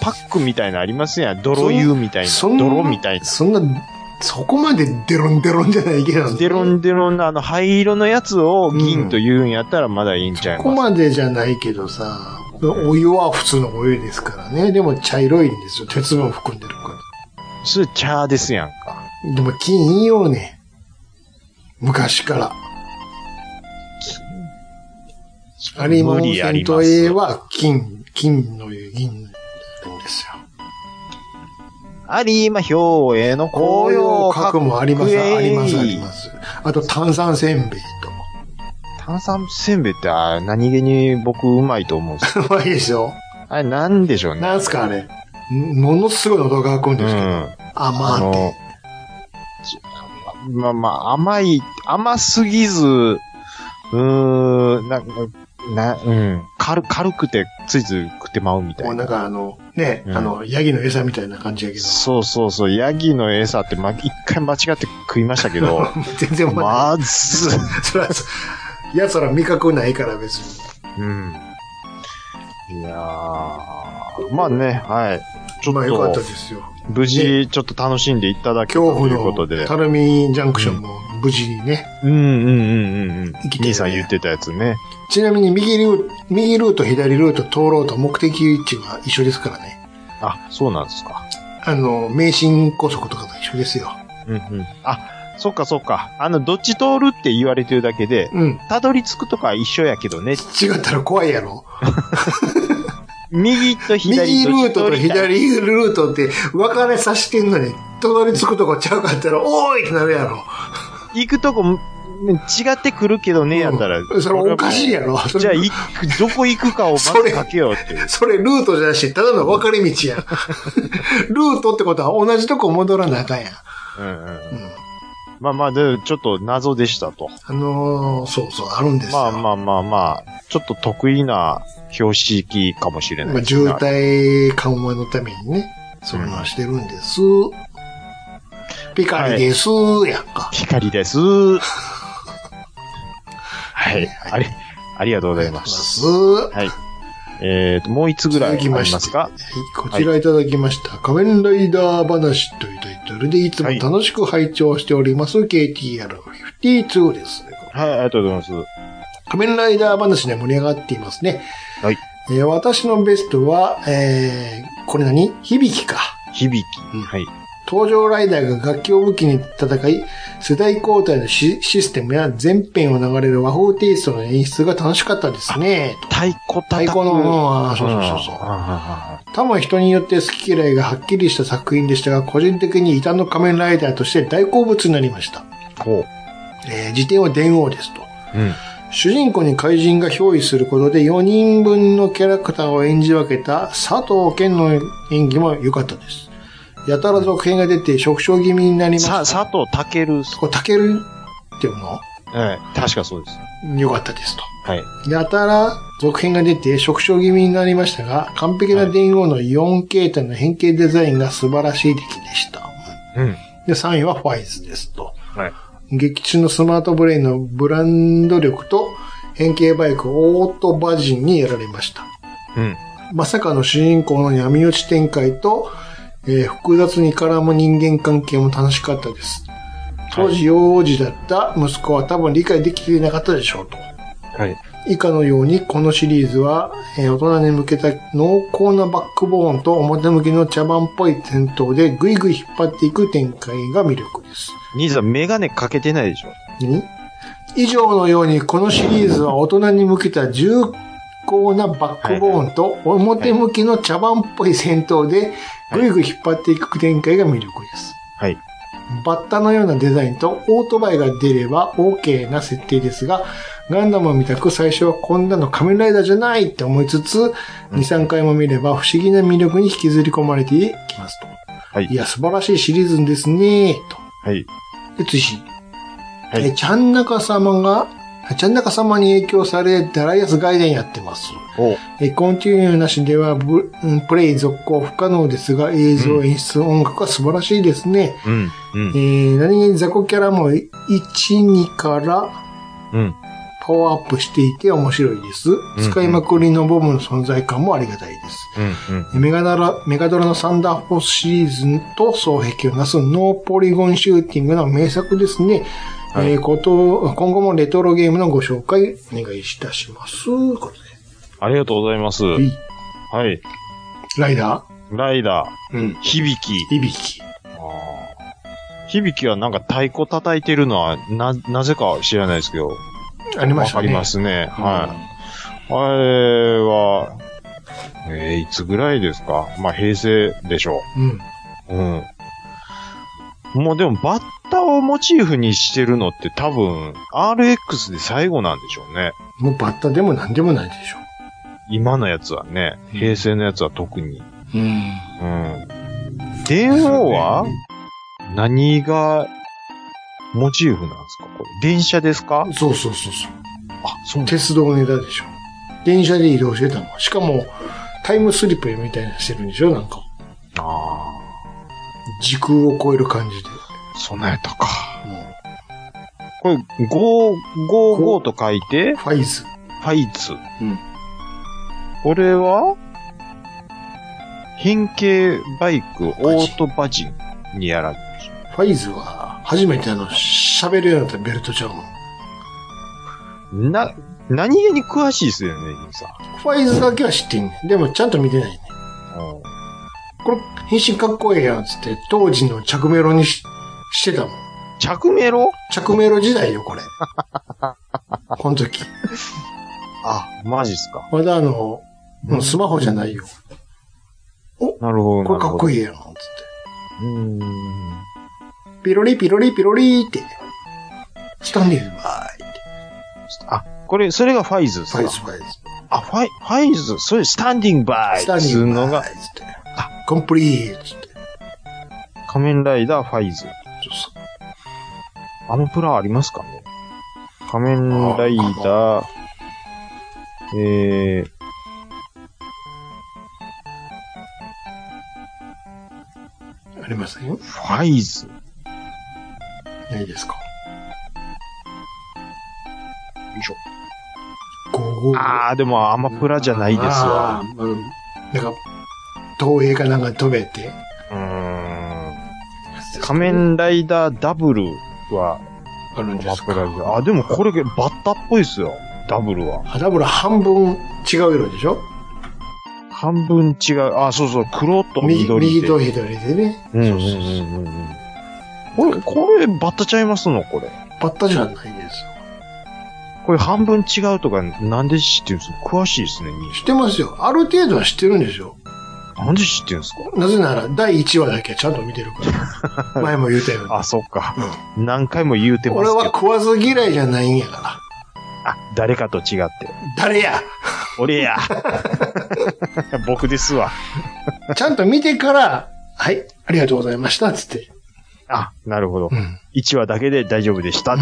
Speaker 1: パックみたいなのありますやん。泥湯みたい
Speaker 3: そ
Speaker 1: な。
Speaker 3: んな
Speaker 1: 泥みたいな。
Speaker 3: そんな、そこまでデロンデロンじゃないけど。
Speaker 1: デロンデロンのあの灰色のやつを銀と言うんやったらまだいいんちゃい
Speaker 3: そこ
Speaker 1: ます。
Speaker 3: までじゃないけどさ、お湯は普通のお湯ですからね。でも茶色いんですよ。鉄分含んでるから。
Speaker 1: それ茶ですやんか。
Speaker 3: でも金いいよね。昔から。有馬温泉といえば金、金の湯、銀の湯なんですよ。
Speaker 1: ありまひょうえの紅
Speaker 3: 紅葉
Speaker 1: 葉
Speaker 3: 核
Speaker 1: 核
Speaker 3: もあります、あります、あります。あと炭酸せんべい
Speaker 1: 炭酸せんべいってあれ何気に僕うまいと思うんですよ。
Speaker 3: と。うまいでしょ
Speaker 1: あれなんでしょうね。
Speaker 3: なんすかあれ。んものすごい喉が開くん
Speaker 1: う
Speaker 3: ですけど。
Speaker 1: ん。
Speaker 3: 甘
Speaker 1: あ
Speaker 3: っ
Speaker 1: の
Speaker 3: て。、
Speaker 1: ちまあまあ、甘い、甘すぎず、うーん、なんか、な、うん、軽、軽くて、ついつい食ってまうみた
Speaker 3: もう
Speaker 1: い
Speaker 3: な
Speaker 1: な。
Speaker 3: んかあの、ね、
Speaker 1: うん
Speaker 3: あの、ヤギの餌みたいな感じやけど。
Speaker 1: そうそうそう、ヤギの餌って、ま、一回間違って食いましたけど、
Speaker 3: 全然うまい。
Speaker 1: まず、
Speaker 3: そら、いや、そら味覚ないから別に。
Speaker 1: うん。いやー、まあね、はい。ちょ
Speaker 3: まあよかっ
Speaker 1: ったと
Speaker 3: で、すよ。
Speaker 1: 無事、ちょっと楽しんでいただけた
Speaker 3: 恐
Speaker 1: と
Speaker 3: 怖
Speaker 1: いうこと
Speaker 3: の
Speaker 1: で。
Speaker 3: たるみジャンクションも無事にね。
Speaker 1: うんうんうんうんうん。
Speaker 3: 生きてるね
Speaker 1: 兄さん言ってたやつね。
Speaker 3: ちなみに右ルート、右ルート、左ルート通ろうと目的地は一緒ですからね。
Speaker 1: あ、そうなんですか。
Speaker 3: あの、名神高速とかと一緒ですよ。
Speaker 1: うんうん。あ、そっかそっか。あの、どっち通るって言われてるだけで、
Speaker 3: うん。
Speaker 1: たどり着くとか一緒やけどね。
Speaker 3: 違ったら怖いやろ。
Speaker 1: 右と左
Speaker 3: 右ル
Speaker 1: どっ
Speaker 3: ー
Speaker 1: ち通
Speaker 3: トと
Speaker 1: りたい
Speaker 3: 左ルートって分かれさせてんのに、たどり着くとこちゃうかったら、おーいってなるやろ。
Speaker 1: 行くとこ、
Speaker 5: 違ってくるけどね、やったら。
Speaker 3: それおかしいやろ。それ
Speaker 5: じゃあ、行く、どこ行くかをまず
Speaker 3: それ
Speaker 5: かけようっていう。
Speaker 3: それルートじゃなし、ただの分かれ 道やん。ルートってことは同じとこ戻らなあかんやん。
Speaker 1: うんうん
Speaker 3: うん
Speaker 1: まあまあ、で、ちょっと謎でしたと。
Speaker 3: あのー、そうそう、あるんですよ。
Speaker 1: まあまあまあまあ、ちょっと得意な標識かもしれない
Speaker 3: まあ、
Speaker 1: ですね
Speaker 3: 渋滞緩和のためにね、そんなんしてるんです。ピカリです、やんか。
Speaker 1: 光です。 はい。あり、ありがとうございます。
Speaker 3: 続
Speaker 1: はい。えっ、と、もう一つぐらいありますか
Speaker 3: はい、こちらいただきました。仮面ライダー話というタイトルで、いつも楽しく拝聴しております、KTR52 です。
Speaker 1: はい、ありがとうございます。
Speaker 3: 仮面ライダー話で盛り上がっていますね。
Speaker 1: はい。
Speaker 3: えー私のベストは、えー、これ何響きか。
Speaker 1: 響き。
Speaker 3: うん
Speaker 1: はい。
Speaker 3: 登場ライダーが楽器を武器に戦い、世代交代のシシステムや全編を流れる和風テイストの演出が楽しかったですね。と
Speaker 1: 太鼓叩
Speaker 3: 太
Speaker 1: く。
Speaker 3: 鼓の、うんそうそうそうそう。
Speaker 1: う
Speaker 3: 多分人によって好き嫌いがはっきりした作品でしたが、個人的に異端の仮面ライダーとして大好物になりました。
Speaker 1: ん。こ
Speaker 3: えー、辞典は伝王ですと。
Speaker 1: う。うん。
Speaker 3: 主人公に怪人が憑依することで4人分のキャラクターを演じ分けた佐藤健の演技も良かったです。やたら続編が出て、触傷気味になりました
Speaker 1: さ、。佐藤健さ
Speaker 3: これ、タケルっていうの
Speaker 1: ん。はい。確かそうです。
Speaker 3: 良かったです
Speaker 1: はい。
Speaker 3: と。やたら続編が出て、触傷気味になりましたが、完璧な伝言の4形態の変形デザインが素晴らしい出来でした。
Speaker 1: うん。
Speaker 3: で、3位はファイズですと。
Speaker 1: はい。
Speaker 3: 劇中のスマートブレインのブランド力と変形バイクオートバジンにやられました。
Speaker 1: うん。
Speaker 3: まさかの主人公の闇落ち展開と、えー複雑に絡む人間関係も楽しかったです。当時幼児だった息子は多分理解できていなかったでしょうと。
Speaker 1: はい。
Speaker 3: 以下のようにこのシリーズは、えー大人に向けた濃厚なバックボーンと表向きの茶番っぽい戦闘でぐいぐい引っ張っていく展開が魅力です。
Speaker 1: 兄さん、メガネかけてないでしょ
Speaker 3: ん以上のようにこのシリーズは大人に向けた重厚なバックボーンと表向きの茶番っぽい戦闘でぐいぐい引っ張っていく展開が魅力です。
Speaker 1: はい。
Speaker 3: バッタのようなデザインとオートバイが出れば OK な設定ですが、ガンダムみたく最初はこんなの仮面ライダーじゃないって思いつつ、2、3回も見れば不思議な魅力に引きずり込まれていきますと。
Speaker 1: はい
Speaker 3: いや、素晴らしいシリーズですねと。
Speaker 1: はい。
Speaker 3: で、追伸。
Speaker 1: はい
Speaker 3: え、ちゃんなか様が、ちゃんなか様に影響され、ダライアス外伝やってます。
Speaker 1: お
Speaker 3: え、コンティニューなしではブ、うんプレイ続行不可能ですが、映像、演出、音楽は素晴らしいですね。
Speaker 1: うん。うん
Speaker 3: え。ー、何気に雑魚キャラも1、2から
Speaker 1: うん。
Speaker 3: パワーアップしていて面白いです。
Speaker 1: ん
Speaker 3: 使いまくりのボムの存在感もありがたいです。
Speaker 1: うん。うん。
Speaker 3: メガドラ、メガドラのサンダーフォースシリーズと双璧をなすノーポリゴンシューティングの名作ですね。
Speaker 1: はい
Speaker 3: えーこと、今後もレトロゲームのご紹介お願いいたします。こ
Speaker 1: ありがとうございます。
Speaker 3: れで
Speaker 1: はい。
Speaker 3: ライダ
Speaker 1: ライダ
Speaker 3: ーうん。
Speaker 1: ー、響き。
Speaker 3: いびき。
Speaker 1: 響きはなんか太鼓叩いてるのは、な、なぜか知らないですけど、
Speaker 3: ありま
Speaker 1: わ
Speaker 3: した
Speaker 1: か
Speaker 3: ね。
Speaker 1: りま。すね。はい。あれは、えーいつぐらいですかまあ、平成でしょ
Speaker 3: うん。
Speaker 1: う。うん。もうでも、バッタをモチーフにしてるのって多分、RX で最後なんでしょうね。
Speaker 3: もうバッタでも何でもないでしょ。
Speaker 1: 今のやつはね、平成のやつは特に。
Speaker 3: うん。
Speaker 1: うん。電王は、何が、モチーフなんですかこれ。電車ですか
Speaker 3: そうそうそうそう。
Speaker 1: あ、そうなん
Speaker 3: 鉄道ネタでしょ。電車で移動してたもん。しかも、タイムスリップみたいなのしてるんでしょなんか。
Speaker 1: だ。あ
Speaker 3: 時空を超える感じで。
Speaker 1: ーそんなんやったか。
Speaker 3: も
Speaker 1: これ、5、5、5と書いて
Speaker 3: う、、ファイズ。
Speaker 1: ファイツ。
Speaker 3: うん。
Speaker 1: これは、変形バイク、オートバジンにやられる。
Speaker 3: ファイズは、初めてあの、喋るようになったベルトちゃうもん。
Speaker 1: な、何気に詳しいですよね、インさん。
Speaker 3: ファイズだけは知ってんねん。でもちゃんと見てないね。
Speaker 1: うん
Speaker 3: これ、変身かっこええやん、つって、当時の着メロにししてたもん。
Speaker 1: 着メロ
Speaker 3: 着メロ時代よ、これ。この時。
Speaker 1: あ、マジっすか。
Speaker 3: まだあの、もうスマホじゃないよ。
Speaker 1: なるほど。
Speaker 3: これかっこ
Speaker 1: いい。
Speaker 3: いいやん、つっ
Speaker 1: うーん。
Speaker 3: て。ピロリピロリピロリって。スタンディーズバイ。
Speaker 1: あ、これ、それがファイズですか
Speaker 3: ファイズ、ファイズ。
Speaker 1: あ、ファイ、ファイズ、それ、スタンディングバイ
Speaker 3: スタンディ
Speaker 1: す
Speaker 3: ー
Speaker 1: る
Speaker 3: ズ
Speaker 1: のが
Speaker 3: バイ。、つって。あ、コンプリート。つって。
Speaker 1: 仮面ライダーファイズ。
Speaker 3: そうそう
Speaker 1: あのプランありますかね仮面ライダー、えー、
Speaker 3: ありませんよ。
Speaker 1: ファイズ。
Speaker 3: ないですか。
Speaker 1: いしょ。
Speaker 3: ゴー
Speaker 1: あー、でもアマプラじゃないですわ。
Speaker 3: あー。うんなんか、東映かなんか止めて。
Speaker 1: うーん。仮面ライダーダブルは
Speaker 3: ある
Speaker 1: ア
Speaker 3: んで
Speaker 1: マ
Speaker 3: す
Speaker 1: プ
Speaker 3: か。
Speaker 1: ラじゃ。あ、でもこれバッタっぽいですよ。ダブルは。
Speaker 3: 肌ぶら半分違う色でしょ
Speaker 1: 半分違う。あ、そうそう。黒と
Speaker 3: 右
Speaker 1: 緑で。
Speaker 3: 右と左でね。
Speaker 1: うんうんうんうんうん。これ、これ、バッタちゃいますのこれ。
Speaker 3: バッタじゃないですよ。
Speaker 1: これ半分違うとか、なんで知ってるんですか詳しいですね、に
Speaker 3: 知ってますよ。ある程度は知ってるんですよ。
Speaker 1: なんで知ってるんです
Speaker 3: なぜなら、第1話だけはちゃんと見てる から。前も言うたように
Speaker 1: か。あ、そっか。何回も言うてますけ
Speaker 3: 俺
Speaker 1: ど。
Speaker 3: は食わず嫌いじゃないんやから。
Speaker 1: あ、誰かと違って。
Speaker 3: 誰や
Speaker 1: 俺 や。僕ですわ。
Speaker 3: ちゃんと見てから、はい、ありがとうございました、つって。
Speaker 1: あ、なるほど
Speaker 3: うん。。
Speaker 1: 1話だけで大丈夫でした。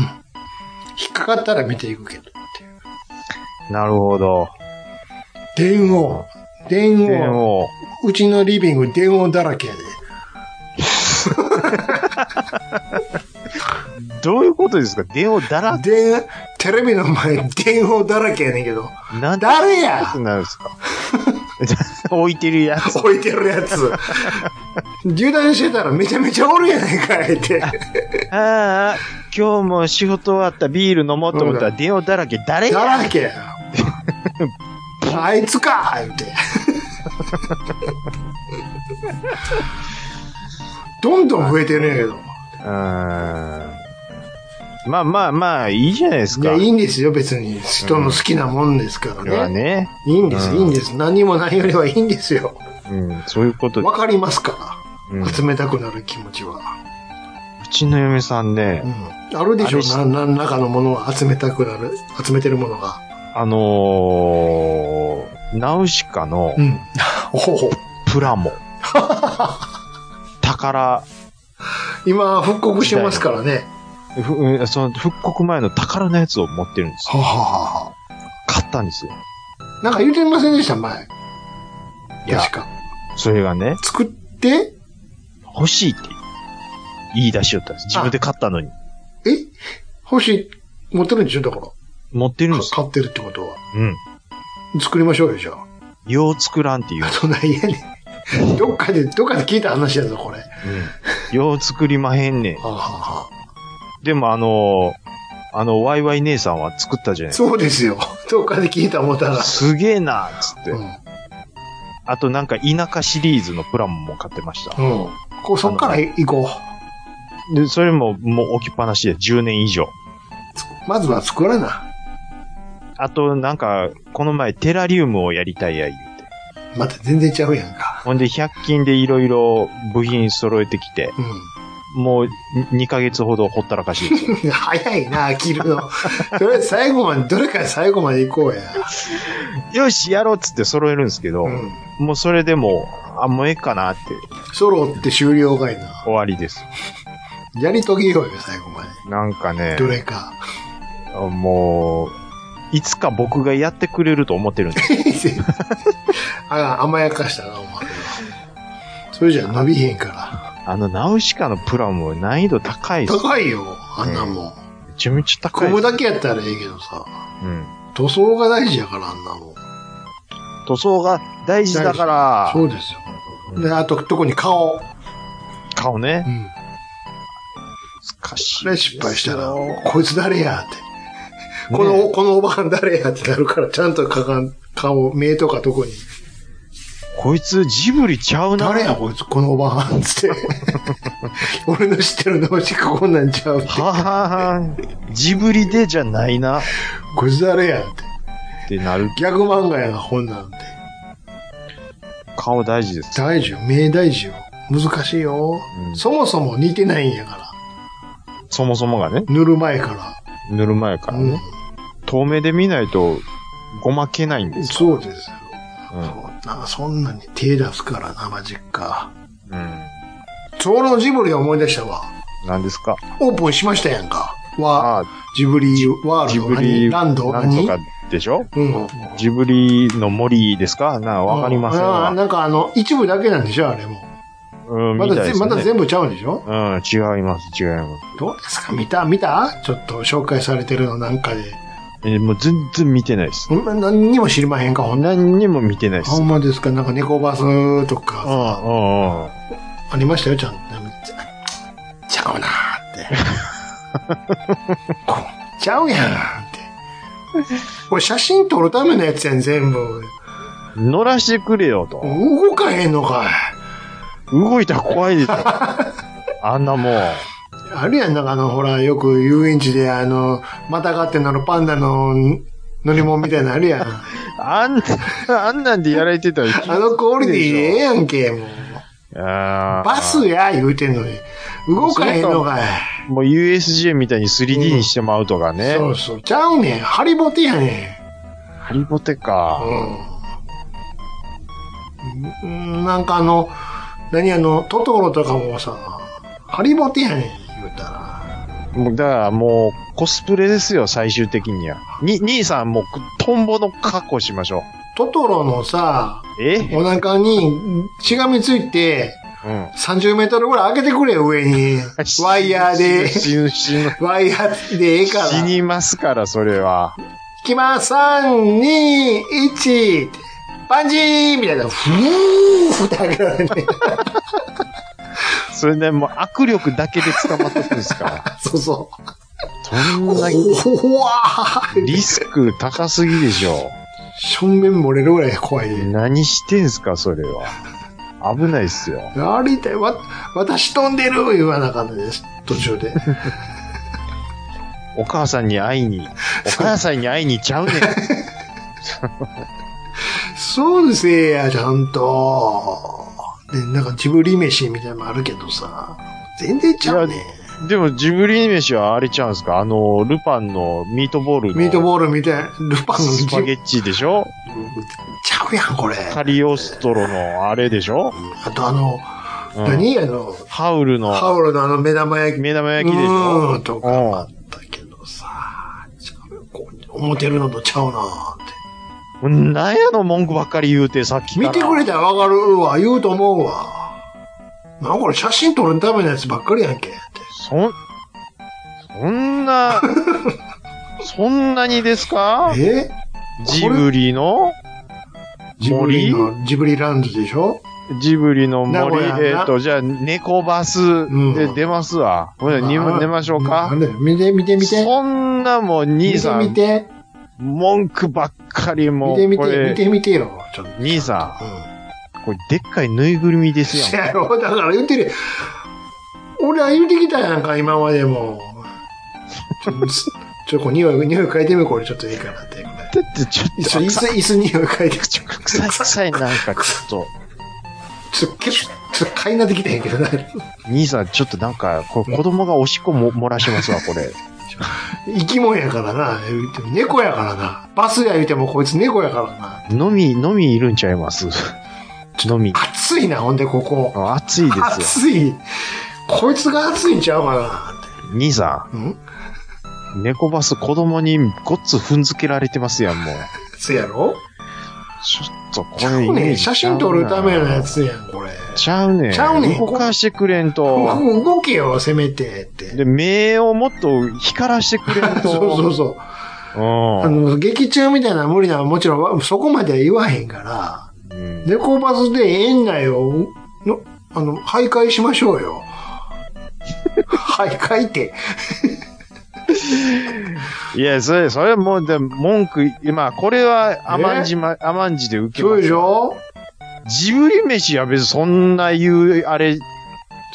Speaker 3: 引っかかったら見ていくけど、っていう。
Speaker 1: なるほど。
Speaker 3: 電王。電
Speaker 1: で
Speaker 3: 王。
Speaker 1: も、
Speaker 3: うちのリビング電王だらけやで。
Speaker 1: どういうことですか電話だら、
Speaker 3: 電、テレビの前電王だらけやねんけど。
Speaker 1: なん
Speaker 3: 誰 や
Speaker 1: なんですか置いてるやつ。
Speaker 3: 置いてるやつ。油断してたらめちゃめちゃおるやないかい って。
Speaker 1: ああ、今日も仕事終わったビール飲もうと思ったら電話だらけ、誰
Speaker 3: だ
Speaker 1: や
Speaker 3: らけや。あいつかー って。どんどん増えてるんやけど。
Speaker 1: うーんまあまあまあ、いいじゃないです
Speaker 3: い
Speaker 1: か。
Speaker 3: や、い
Speaker 1: い
Speaker 3: いんですよ、別に。人の好きなもんですか
Speaker 1: これ
Speaker 3: ら
Speaker 1: は
Speaker 3: ね。
Speaker 1: ね。
Speaker 3: いいんです、
Speaker 1: うん
Speaker 3: いいんです。何もないよりはいいんですよ。
Speaker 1: うん、そういうことで
Speaker 3: わ。かりますか
Speaker 1: うん
Speaker 3: ら。
Speaker 1: う
Speaker 3: 集めたくなる気持ちは。
Speaker 1: ちの嫁さん
Speaker 3: う
Speaker 1: ね、
Speaker 3: ん。あるでしょ
Speaker 1: あるし
Speaker 3: な何らかのものを集めたくなる。集めてるものが。
Speaker 1: あのー、ナウシカの
Speaker 3: うん。おほほ。
Speaker 1: プラ モ。宝、
Speaker 3: 今、復刻してますからね。
Speaker 1: ふうんその復刻前の宝のやつを持ってるんです
Speaker 3: は
Speaker 1: よ。
Speaker 3: ははは
Speaker 1: 買ったんですよ。
Speaker 3: なんか言うてませんでした、前。
Speaker 1: いや
Speaker 3: 確か。
Speaker 1: それがね、
Speaker 3: 作って、
Speaker 1: 欲しいって言い出しよったんです。自分で買ったのに。
Speaker 3: え欲しい、持ってるんでしょだから。
Speaker 1: 持ってるんで
Speaker 3: か
Speaker 1: すよ。
Speaker 3: 買ってるってことは。
Speaker 1: うん。
Speaker 3: 作りましょうよ、じゃあ。
Speaker 1: よう作らんっていう
Speaker 3: あ。とないやねん。どっかで、どっかで聞いた話やぞ、これ。は
Speaker 1: うん。よう作りまへんねん。
Speaker 3: あ、はあは
Speaker 1: でもあのーあの、ワイワイ姉さんは作ったじゃな
Speaker 3: あ、
Speaker 1: いですか。
Speaker 3: そうですよ。どっかで聞いた思ったら。
Speaker 1: すげえなっつって。
Speaker 3: うん。
Speaker 1: あとなんか田舎シリーズのプラモも買ってました。
Speaker 3: うん。こう、そっから行こ
Speaker 1: で、それももう置きっぱなしで10年以上。
Speaker 3: う。まずは作らな。
Speaker 1: あとなんか、この前テラリウムをやりたいや言うて。
Speaker 3: また全然ちゃうやんか。
Speaker 1: ほんで100均でいろいろ部品揃えてきて、
Speaker 3: う
Speaker 1: もう2ヶ月ほどほったらかしいです よ。
Speaker 3: ん。早いな、切るの。 とりあえず最後まで、どれか最後まで行こうや。
Speaker 1: よし、やろうっつって揃えるんですけど、
Speaker 3: うん。
Speaker 1: もうそれでもう、あ、もうええかなって
Speaker 3: ソロって終了がいな。
Speaker 1: 終わりです。
Speaker 3: やり遂げようよ、最後まで。
Speaker 1: なんかね。
Speaker 3: どれか。
Speaker 1: もう、いつか僕がやってくれると思ってるん です。
Speaker 3: あ、甘やかしたな、お前は。それじゃ伸びへんか
Speaker 1: あの、ナウシカのプラム難易度高い
Speaker 3: ら。
Speaker 1: です。
Speaker 3: 高いよ、あんなもん。
Speaker 1: めちゃめちゃ高
Speaker 3: ゴ
Speaker 1: い
Speaker 3: ム
Speaker 1: です。
Speaker 3: だけやったらええけどさ。
Speaker 1: うん。
Speaker 3: 塗装が大事やから、あんなもん。
Speaker 1: 塗装が大事だから、
Speaker 3: そうですよ。で、あと、特に顔。
Speaker 1: 顔ね
Speaker 3: う。ん。
Speaker 1: 難しい
Speaker 3: それ失敗した
Speaker 1: で
Speaker 3: ら
Speaker 1: すよ、
Speaker 3: こいつ誰やって。この、このおばあん誰やってなるから、ちゃんとかかん、顔、目とかとこに。
Speaker 1: こいつジブリちゃうな。
Speaker 3: 誰やこいつ、このおばあんつ って。俺の知ってるのしかこんなんちゃうって。
Speaker 1: はははジブリでじゃないな。っ
Speaker 3: こいつ誰やって。
Speaker 1: てなる。
Speaker 3: ギャグ漫画やな、本なんて。
Speaker 1: 顔大事です。
Speaker 3: 大事よ、名大事よ。難しいよ、
Speaker 1: うん
Speaker 3: そもそも似てないんやから。
Speaker 1: そもそもがね。
Speaker 3: 塗る前から。
Speaker 1: 塗る前からね。遠目で見ないと、ごまけないん
Speaker 3: う
Speaker 1: で
Speaker 3: ん。
Speaker 1: すよ。
Speaker 3: そうですよ。
Speaker 1: うん。
Speaker 3: そんな、そんなに手出すからな、マジか。
Speaker 1: うん。
Speaker 3: ちょうどジブリを思い出したわ。
Speaker 1: 何ですか
Speaker 3: オープンしましたやんか。は、
Speaker 1: あ
Speaker 3: ジブリワー
Speaker 1: ジ
Speaker 3: ルド
Speaker 1: ブ
Speaker 3: 何
Speaker 1: リ、
Speaker 3: ランド
Speaker 1: なんと
Speaker 3: 何
Speaker 1: かでしょ
Speaker 3: うん。
Speaker 1: ジブリの森ですかな、わかりません
Speaker 3: あー
Speaker 1: わ。
Speaker 3: なんかあの、一部だけなんでしょあれも。
Speaker 1: うん、
Speaker 3: ま
Speaker 1: みた
Speaker 3: だ
Speaker 1: い
Speaker 3: ぜ、
Speaker 1: ですね。
Speaker 3: まだ全部ちゃうんでしょ
Speaker 1: うん、違います、違います。
Speaker 3: どうですか見た見たちょっと紹介されてるのなんかで。
Speaker 1: えーもう全然見てないです。
Speaker 3: ん何にも知りまへんか、ほんな
Speaker 1: 何にも見てないです。
Speaker 3: ほ
Speaker 1: うんん、
Speaker 3: まですかなんか猫バスと
Speaker 1: う
Speaker 3: か、
Speaker 1: ん、うん。
Speaker 3: ありましたよ、ちゃんと。ちゃちゃうなー って。こうちゃうやんって。これ写真撮るためのやつやん、全部。
Speaker 1: 乗らしてくれよと。
Speaker 3: 動かへんのかい。
Speaker 1: 動いたら怖い でしょ。あんなもう。
Speaker 3: あるやん、なんかあの、ほら、よく遊園地で、あの、またがってんのあのパンダの乗り物みたいなのある やん。
Speaker 1: あん、あんなんでやられてたら気
Speaker 3: あのクオリティでええやんけ、もう。
Speaker 1: あー
Speaker 3: バスや、言うてんのに。動かへんのかい。
Speaker 1: もう USJ みたいに 3D にしてもらうとかね。
Speaker 3: そうそう。ちゃうねん。ハリボテやね
Speaker 1: ハリボテ
Speaker 3: ん。
Speaker 1: か。
Speaker 3: うん。んなんかあの、何あの、トトロとかもさ、ハリボテやねん、言うたら。
Speaker 1: もうだからもうコスプレですよ、最終的には。に、兄さんもうトンボの格好しましょ
Speaker 3: トトロのさ、
Speaker 1: う。え
Speaker 3: お腹にしがみついて、
Speaker 1: うん。。
Speaker 3: 30メートルぐらい上げてくれよ、上に ワイヤーで、
Speaker 1: 死ぬ、死ぬ。
Speaker 3: ワイヤーでええから。
Speaker 1: 死にますから、それは。
Speaker 3: いきます。3、2、1、バンジーみたいな、ふーって上げられて。
Speaker 1: それでもう握力だけで捕まってくんです から。
Speaker 3: そうそう。
Speaker 1: そんな
Speaker 3: ほわー
Speaker 1: リスク高すぎでしょ。
Speaker 3: 正面漏れるぐらい怖い。
Speaker 1: 何してんすか、それは。危ないっすよ。
Speaker 3: あれだよ、わ、私飛んでる言わなあかんのです。途中で。
Speaker 1: お母さんに会いに。お母さんに会いにちゃうねん。
Speaker 3: そうですえや、ちゃんと。で、なんかジブリ飯みたいなのもあるけどさ。全然ちゃうね
Speaker 1: い。でもジブリ飯はあれちゃうんすかあの、ルパンのミートボールの。
Speaker 3: ミートボールみたいな、ルパンの
Speaker 1: スパゲ
Speaker 3: ち
Speaker 1: ッチでしょ
Speaker 3: ゃうやん、これ。
Speaker 1: カリオストロのあれでしょ、
Speaker 3: あとあの、
Speaker 1: うん
Speaker 3: 何あの、
Speaker 1: ハウルの
Speaker 3: ハウルのあの目玉焼き。
Speaker 1: 目玉焼きでし
Speaker 3: う
Speaker 1: ょ
Speaker 3: ん、とか
Speaker 1: うん
Speaker 3: あったけどさ、ちゃうこう思ってるのとちゃうなーって。
Speaker 1: なんやの文句ばっかり言うて、さっきから。
Speaker 3: 見てくれたらわかるわ、言うと思うわ。なんかこれ写真撮るためのやつばっかりやんけ。って
Speaker 1: そん、そん な、そんなにですか
Speaker 3: え
Speaker 1: ジブリの
Speaker 3: ジブリの、ジブリランドでしょ
Speaker 1: ジブリの
Speaker 3: 名
Speaker 1: 森、
Speaker 3: 古
Speaker 1: え
Speaker 3: 屋
Speaker 1: っ
Speaker 3: な、
Speaker 1: と、じゃあ、猫バス
Speaker 3: ん
Speaker 1: で出ますわ。ほ、ら、に
Speaker 3: あ
Speaker 1: 出ましょう
Speaker 3: あ
Speaker 1: か。
Speaker 3: れ見て見て見て。
Speaker 1: そんなもん、兄さ
Speaker 3: 見
Speaker 1: ん、
Speaker 3: て
Speaker 1: 文句ばっかりもう、
Speaker 3: 見て、見て
Speaker 1: こ
Speaker 3: 見て、
Speaker 1: れ
Speaker 3: 見、て見てよ。ちょっと。
Speaker 1: 兄さ、
Speaker 3: うん
Speaker 1: これ、でっかいぬいぐるみです
Speaker 3: ん。
Speaker 1: よ。
Speaker 3: せやろ、だから言ってる。俺は言うてきたやんか、今までも。ちょちょっとこう匂い、匂い嗅いでみよう、これちょっといいかなって。これ
Speaker 1: だって、ちょっ
Speaker 3: 椅
Speaker 1: と
Speaker 3: 子、椅
Speaker 1: 臭
Speaker 3: 子
Speaker 1: い、、
Speaker 3: 椅子に匂い嗅いで。ちょ
Speaker 1: 臭い、臭い、なんか、ちょっと、
Speaker 3: っと、けちょっと嗅いなってきてへんけどな。
Speaker 1: 兄さん、ちょっとなんか、これ、子供がおしっこも漏らしますわ、これ。
Speaker 3: 生き物やからな。言うても猫やからな。バスや言うてもこいつ猫やからな。
Speaker 1: 飲み、飲みいるんちゃいます飲み。
Speaker 3: 暑いな、ほんでここ。
Speaker 1: あ暑いですよ。
Speaker 3: 暑い。こいつが暑いんちゃうか
Speaker 1: 兄さ
Speaker 3: な。うん
Speaker 1: ん、猫バス子供にごっつ踏んづけられてますやん、もう。
Speaker 3: そうやろ
Speaker 1: ちょっとこ
Speaker 3: ちゃ
Speaker 1: れ
Speaker 3: うねん。写真撮るためのや
Speaker 1: つ。
Speaker 3: つやん、これ。
Speaker 1: ちゃうねん。
Speaker 3: ちゃうねん
Speaker 1: 動かしてくれんと。
Speaker 3: 動動けよ、せめてって。
Speaker 1: で、目をもっと光らしてくれんと。
Speaker 3: そうそうそう。
Speaker 1: うん
Speaker 3: あの、劇中みたいな無理なのはもちろん、そこまでは言わへんから。
Speaker 1: うん
Speaker 3: 猫バスで園内を、の、あの、徘徊しましょ うよ。徘徊って。
Speaker 1: いや、それ、それもう、で文句、今、これは甘んじま、甘んじで受け
Speaker 3: そ
Speaker 1: ま
Speaker 3: う
Speaker 1: す。
Speaker 3: でしょ
Speaker 1: ジブリ飯は別にそんな言う、あれ、
Speaker 3: そ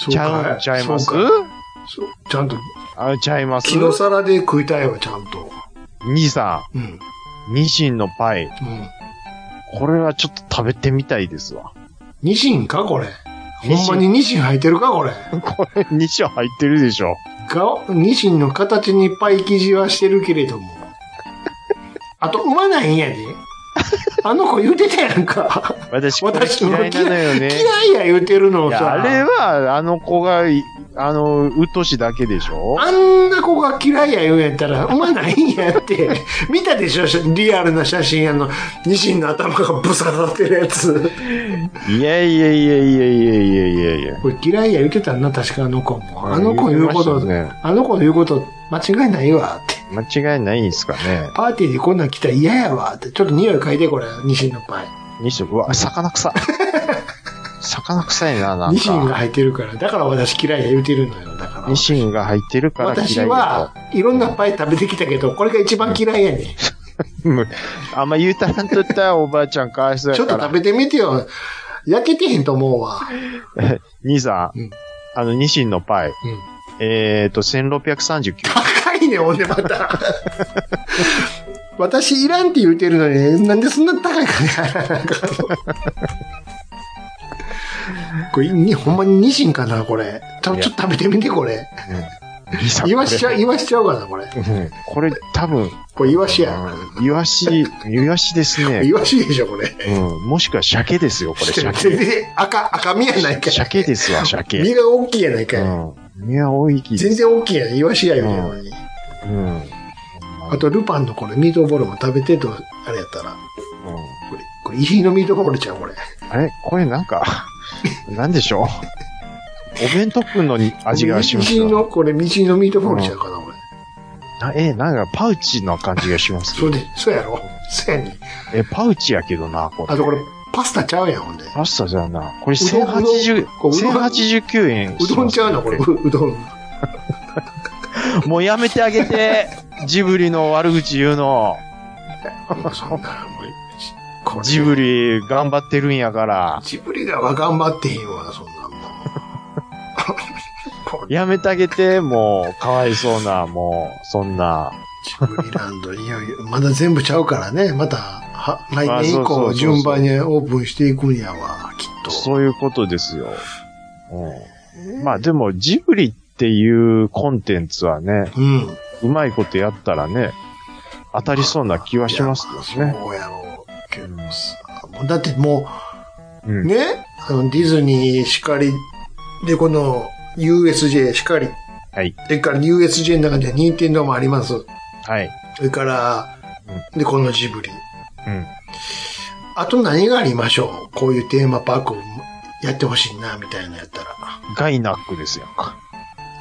Speaker 3: う
Speaker 1: ち
Speaker 3: か
Speaker 1: ゃう、ちゃいます
Speaker 3: そうかそうちゃんと、
Speaker 1: あちゃいます
Speaker 3: 木の皿で食いたいわ、ちゃんと。
Speaker 1: 兄さ
Speaker 3: うん。うん。
Speaker 1: ん、ニシンのパイ。これはちょっと食べてみたいですわ。
Speaker 3: ニシンか、これ。ほ
Speaker 1: ニシン
Speaker 3: んまにニシン入ってるか、これ。
Speaker 1: これ、ニシン入ってるでしょ。
Speaker 3: が、ニシンの形にパイ生地はしてるけれど も。あと、産まないんやで。あの子言うてたやんか。
Speaker 1: 私、これ
Speaker 3: 私も
Speaker 1: 嫌いなの よね。
Speaker 3: 嫌いや言うてるのを
Speaker 1: いや
Speaker 3: さ。
Speaker 1: あれは、あの子がい、あの、うっとしだけでしょ
Speaker 3: あんな子が嫌いや言うんやったら、産まないんやって。 見たでしょリアルな写真、あの、ニシンの頭がぶさ刺さってるやつ。
Speaker 1: いやいやいやいやいやいやいやいや。
Speaker 3: これ嫌いや言うてたな、確かあの子も。あの子言うこと、
Speaker 1: 言ってましたね
Speaker 3: あの子の言うこと間違いないわって。
Speaker 1: 間違いないんすかね。
Speaker 3: パーティーでこんなん来たら嫌やわって。ちょっと匂い嗅いで、これ、ニシンのパイ。
Speaker 1: 西野、うわ、魚臭い。 魚臭いな、なん
Speaker 3: ニシンが
Speaker 1: か。
Speaker 3: 入ってるから、だから私嫌いや言うてるのよ。だから。
Speaker 1: ニシンが入ってるから
Speaker 3: 私
Speaker 1: 嫌いだ
Speaker 3: は、いろんなパイ食べてきたけど、これが一番嫌いやねん。ち
Speaker 1: と。うんあんま言うたらんとったらおばあちゃんかわいそう
Speaker 3: ょ
Speaker 1: や
Speaker 3: っ
Speaker 1: か
Speaker 3: と
Speaker 1: ら
Speaker 3: 食。べてみてよ。焼けてへんと思うわ。
Speaker 1: 兄さん、
Speaker 3: うん
Speaker 1: あの、ニシンのパイ。
Speaker 3: ん
Speaker 1: えっ、と、1639
Speaker 3: 高いね、ほんでまた。私いらんって言うてるのに、なんでそんな高いかね。これ、にほんまにニシンかな、これ。ちょ、
Speaker 1: いや
Speaker 3: ちょっと食べてみて、これ。
Speaker 1: 円。兄さん
Speaker 3: イワシちゃ
Speaker 1: こ
Speaker 3: う、イワシちゃうかな、これ。
Speaker 1: れうんこれ多分、
Speaker 3: これイワシや。
Speaker 1: うんイワシ、イワシですね
Speaker 3: イ。ワシでしょ、これ。
Speaker 1: うん。もしくは鮭ですよ、これ。
Speaker 3: 全
Speaker 1: 鮭。
Speaker 3: 然赤、赤身やないかい。
Speaker 1: 鮭ですわ、鮭。
Speaker 3: 身が大きいやないかい。
Speaker 1: うん。いや、多いき。
Speaker 3: 全然大きいやん。イワシやよ、うに。
Speaker 1: うん。
Speaker 3: あと、ルパンのこれ、ミートボールも食べてと、あれやったら。
Speaker 1: う
Speaker 3: これ、これ、イヒのミートボールちゃう、これ。
Speaker 1: ん。あれこれなんか、 なんでしょう。お弁当くんのに味がします
Speaker 3: 道
Speaker 1: よ。
Speaker 3: の、これ、道のミートボールちゃうかな、これ。
Speaker 1: なえ、なんかパウチの感じがします
Speaker 3: そ。うで、そうやろそうやねん
Speaker 1: え、パウチやけどな、こ
Speaker 3: あ
Speaker 1: れ。
Speaker 3: とこれ、パスタちゃうやん、ほんで。
Speaker 1: パスタじゃな。これ
Speaker 3: うどん
Speaker 1: 1080
Speaker 3: これうどん
Speaker 1: 1089円
Speaker 3: う
Speaker 1: しますね。
Speaker 3: どんちゃうの、これ、
Speaker 1: こ
Speaker 3: ううどん。
Speaker 1: れもうやめてあげて。ジブリの悪口言うの。
Speaker 3: そんな、もう、これ、
Speaker 1: ジブリ頑張ってるんやから。
Speaker 3: ジブリがわ頑張ってへんわ、そんなんもう。これ、
Speaker 1: やめてあげて、もう、かわいそうな、もう、そんな。
Speaker 3: ジブリランド、いよいよ、まだ全部ちゃうからね、また、は来
Speaker 1: あ
Speaker 3: 年以
Speaker 1: そうそうそうそ
Speaker 3: 降、
Speaker 1: う
Speaker 3: 順番にオープンしていくんやわ、きっと。
Speaker 1: そういうことですよ。うん、まあでも、ジブリっていうコンテンツはね、
Speaker 3: うん。
Speaker 1: うまいことやったらね、当たりそうな気はしますけど
Speaker 3: い
Speaker 1: ね。
Speaker 3: やまあそうやろうけどさ。もうだってもう、
Speaker 1: うん。
Speaker 3: ね、あのディズニーしかり、で、この USJ しかり、
Speaker 1: はい。
Speaker 3: それから USJ の中には任天堂もあります。
Speaker 1: はい。
Speaker 3: それから、で、このジブリ。
Speaker 1: うん。
Speaker 3: あと何がありましょうこういうテーマパークやってほしいな、みたいなやったら。
Speaker 1: ガイナックですよ。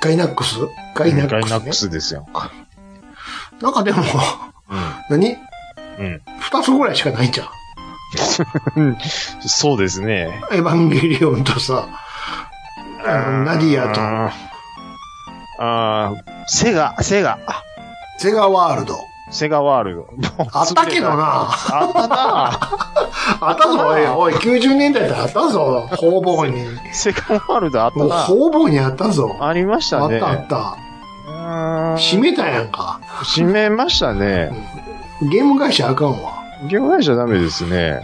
Speaker 3: ガイナックスガイナックス、ね
Speaker 1: ガイナックスですよ。
Speaker 3: なんかでも、 何
Speaker 1: うん。
Speaker 3: 二つぐらいしかないじゃん。
Speaker 1: うん。そうですね。
Speaker 3: エヴァンゲリオンとさ、あのナディアと、
Speaker 1: あーあー、セガ、セガ、
Speaker 3: セガワールド。
Speaker 1: セガワールド。
Speaker 3: あったけどな。
Speaker 1: あったな。
Speaker 3: あったぞ、おい、おい、90年代ってあったぞ、方々に。
Speaker 1: セカンドワールドあっ
Speaker 3: も
Speaker 1: た
Speaker 3: う
Speaker 1: な。
Speaker 3: 方々にあったぞ。
Speaker 1: ありましたね。
Speaker 3: あったあった。
Speaker 1: うー
Speaker 3: 閉
Speaker 1: ん
Speaker 3: めたやんか。
Speaker 1: 閉めましたね。
Speaker 3: ゲーム会社あかんわ。
Speaker 1: ゲーム会社ダメですね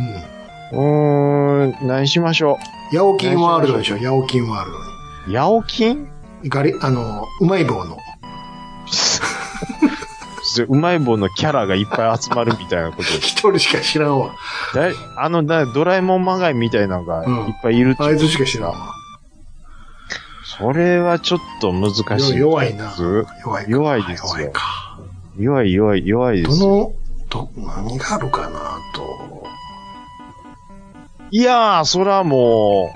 Speaker 3: う。ん。
Speaker 1: うーん、何しましょ
Speaker 3: ヤオキンワールドでしょ、ヤオキンワールドに
Speaker 1: う。ヤオキン
Speaker 3: ガリ、あの、うまい棒の。
Speaker 1: うまい棒のキャラがいっぱい集まるみたいな こと。
Speaker 3: 一人しか知らんわ。
Speaker 1: だいあのだ、ドラえもんまがいみたいなのが
Speaker 3: うん
Speaker 1: いっぱいいるって
Speaker 3: あいつしか知らんわ。
Speaker 1: それはちょっと難しい。
Speaker 3: よ弱いな
Speaker 1: ず
Speaker 3: 弱いか。
Speaker 1: 弱いですよ
Speaker 3: 弱いか。
Speaker 1: 弱い弱い弱いで
Speaker 3: ど
Speaker 1: す。
Speaker 3: の、ど、何があるかなと。
Speaker 1: いやー、そらも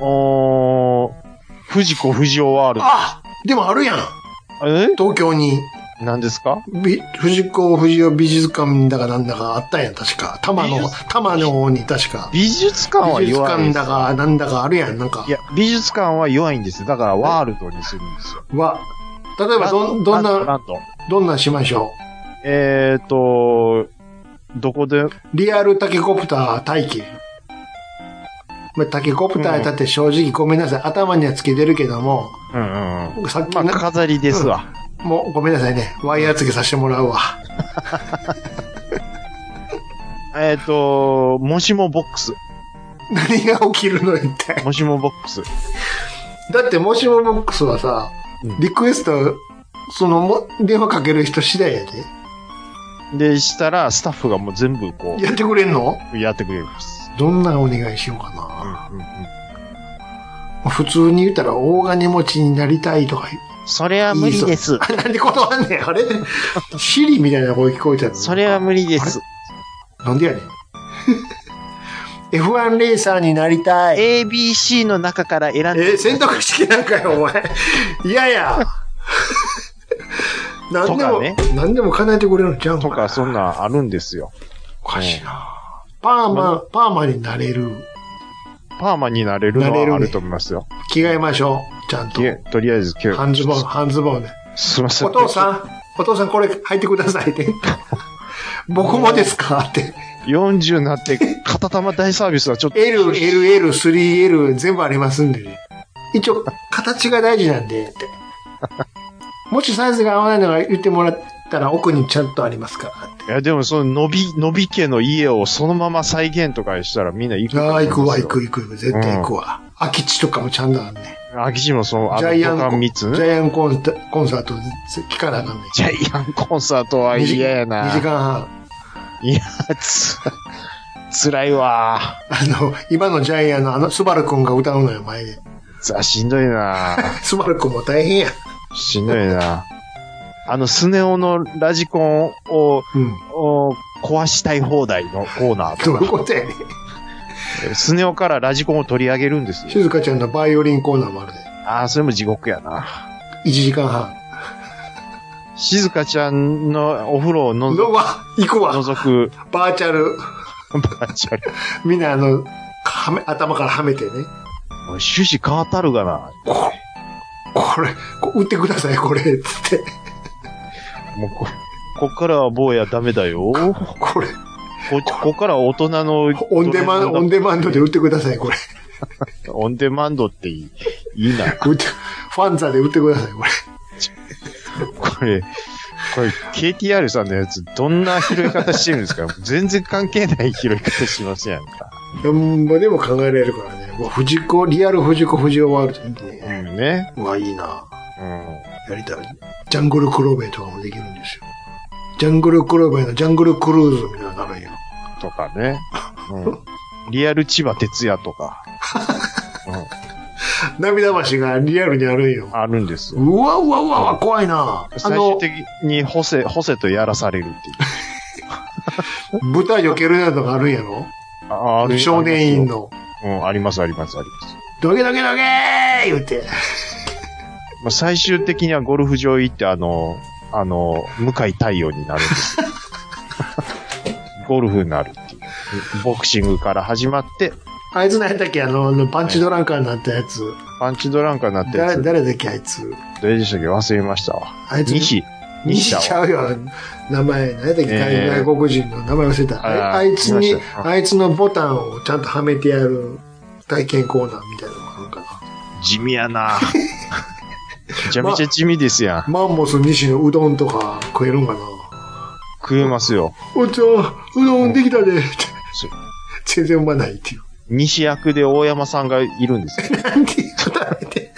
Speaker 1: う、おー、藤子不二雄ワール
Speaker 3: あでもあるやん
Speaker 1: ド。え
Speaker 3: 東京に。
Speaker 1: 何ですか
Speaker 3: び藤子不二雄美術館だかなんだかあったんやん、確か。多摩
Speaker 1: 美
Speaker 3: の
Speaker 1: 術、
Speaker 3: 多摩の方に確か。
Speaker 1: 美術館は
Speaker 3: 美術
Speaker 1: 弱い
Speaker 3: 館
Speaker 1: です。
Speaker 3: だかなんだかあるやん、なんか
Speaker 1: い。や、美術館は弱いんですよ。だからワールドにするんですよ。
Speaker 3: は、例えばどん、どん
Speaker 1: ランドラ
Speaker 3: な、
Speaker 1: ンド。
Speaker 3: どんなんしましょ
Speaker 1: えっ、ー、と、どこで、
Speaker 3: う。リアルタケコプター体験。まあ、タケコプターだって正直ごめんなさい。頭にはつけてるけども、
Speaker 1: うんうんうん。
Speaker 3: さっき
Speaker 1: まあ、
Speaker 3: な
Speaker 1: 飾りですわ。
Speaker 3: もうごめんなさいね。ワイヤーつけさせてもらうわ。
Speaker 1: えっ、ー、と、もしもボックス。
Speaker 3: 何が起きるの一体。
Speaker 1: もしもボックス。
Speaker 3: だって、もしもボックスはさ、リクエスト、その、も電話かける人次第やで。
Speaker 1: で、したら、スタッフがもう全部こ
Speaker 3: やってくれんの
Speaker 1: う、やってくれます。
Speaker 3: どんなお願いしようか
Speaker 1: うん
Speaker 3: な。
Speaker 1: うんうん。
Speaker 3: 普通に言ったら、大金持ちになりたいとか言う
Speaker 1: それは無理です。
Speaker 3: あなんで断んねん。あれシリみたいな声聞こえたの
Speaker 1: それは無理です。
Speaker 3: なんでやねん。F1 レーサーになりたい。
Speaker 1: ABC の中から選んで、
Speaker 3: え、選択式なんかよ、お前。いや いや。何で
Speaker 1: と
Speaker 3: も、
Speaker 1: かね
Speaker 3: 何でも叶えてくれるんちゃうん
Speaker 1: とか、そ
Speaker 3: ん
Speaker 1: んなんあるんですよ。
Speaker 3: おかしいな。パーマ、パーマになれる。
Speaker 1: パーマになれるのはあると思いますよ。
Speaker 3: 着替えましょう。ちゃんと
Speaker 1: い。えとりあえず、今日。
Speaker 3: 半ズボン、半ズボンで。
Speaker 1: すいません。
Speaker 3: お父さん、お父さんこれ履いてくださ いって。僕もですかって。
Speaker 1: 40になって、片玉大サービスはちょっと。
Speaker 3: L、LL、3L 全部ありますんでね。一応、形が大事なん で、って。もしサイズが合わないのが言ってもらったら奥にちゃんとありますからっ
Speaker 1: いや、でもその、伸び、伸び家の家をそのまま再現とかしたらみんな行
Speaker 3: て。
Speaker 1: く。
Speaker 3: ああ、行くわ、行く。行く行く。絶対行くわ。空き地とかもちゃんとあんね。
Speaker 1: 空き地もその、あ
Speaker 3: ジ
Speaker 1: の、
Speaker 3: ャイア
Speaker 1: 土
Speaker 3: ンコ
Speaker 1: 管
Speaker 3: ン、
Speaker 1: 三
Speaker 3: ジ
Speaker 1: つ
Speaker 3: ャイアンコンサコンサート聞かなあかんね。
Speaker 1: ジャイアンコンサートは嫌やな。
Speaker 3: 2時間半。
Speaker 1: いや、つ、辛いわ。
Speaker 3: あの、今のジャイアンのあの、スバル君が歌うのよ、前で。
Speaker 1: ざ、しんどいな。
Speaker 3: スバル君も大変や。
Speaker 1: しんどいな。あの、スネ夫のラジコンを、
Speaker 3: うん。
Speaker 1: を壊したい放題のコーナーと
Speaker 3: どういう
Speaker 1: か、
Speaker 3: ことやねん。
Speaker 1: スネ夫からラジコンを取り上げるんですよ。
Speaker 3: 静香ちゃんのバイオリンコーナーもあるで。
Speaker 1: ああ、それも地獄やな。
Speaker 3: 1時間半。
Speaker 1: 静香ちゃんのお風呂をのぞ
Speaker 3: うわ、行くわ。
Speaker 1: 覗く、
Speaker 3: バーチャル。
Speaker 1: バーチャル。
Speaker 3: みんなあの、はめ、頭からはめてね。
Speaker 1: もう趣旨変わったるがな。
Speaker 3: ここれ、こ打ってください、これ、つって。
Speaker 1: もうこ、こっからは坊やダメだよ。こ、
Speaker 3: これ、
Speaker 1: こっからは大人の。
Speaker 3: オンデマンド、オン
Speaker 1: ド。
Speaker 3: デマンドで打ってください、これ。
Speaker 1: オンデマンドっていい、いいな。
Speaker 3: 打って、ファンザで打ってください、これ。
Speaker 1: これ、これ、KTR さんのやつ、どんな拾い方してるんです か全然関係ない拾い方しますやんか。
Speaker 3: うんまでも考えられるからね。うわ藤子、リアル藤子不二雄ワールド
Speaker 1: う
Speaker 3: ね。
Speaker 1: んね。
Speaker 3: うわ、いいな
Speaker 1: うん。
Speaker 3: やりたい。ジャングルクローベイとかもできるんですよ。ジャングルクローベイのジャングルクルーズみたいなのがあるんよ。
Speaker 1: とかね。うん。リアル千葉哲也とか、
Speaker 3: 涙橋がリアルにあるんよ。
Speaker 1: あるんですよ。
Speaker 3: うわうわうわうわ、怖いなあ
Speaker 1: 最終
Speaker 3: の、
Speaker 1: 的に、ホセ、ホセとやらされるっていう。
Speaker 3: 豚避けるやつがあるんやろ
Speaker 1: ああ
Speaker 3: 少年院。の。
Speaker 1: うん、あります、あります、あります。
Speaker 3: どけどけどけー言うて。
Speaker 1: まあ、最終的にはゴルフ場行って、あの、あの、向井太陽になるんです よゴルフになるっていう。ボクシングから始まって、
Speaker 3: あいつ何やったっけあの、あのパンチドランカーになったやつ。
Speaker 1: パンチドランカーになってるや
Speaker 3: 誰、
Speaker 1: つ
Speaker 3: 誰だっけあいつ。
Speaker 1: 誰でしたっけ忘れましたわ。
Speaker 3: あいつ。
Speaker 1: 西。西
Speaker 3: 西
Speaker 1: 田
Speaker 3: ち
Speaker 1: は。
Speaker 3: ゃうよ。名前、何やったっけ、
Speaker 1: えー
Speaker 3: 外国人の名前忘れた。あ
Speaker 1: あー
Speaker 3: あいつに
Speaker 1: いまし、た
Speaker 3: あいつのボタンをちゃんとはめてやる体験コーナーみたいなのもあるかな。
Speaker 1: 地味や なめちゃめちゃ地味ですやん。
Speaker 3: マンモス西のうどんとか食えるんかな。
Speaker 1: 食えますよ。
Speaker 3: おっちゃん、うどんできたで。
Speaker 1: そう
Speaker 3: 全然うまないっていう。
Speaker 1: 西役で大山さんがいるんですよ。
Speaker 3: なんで働いて。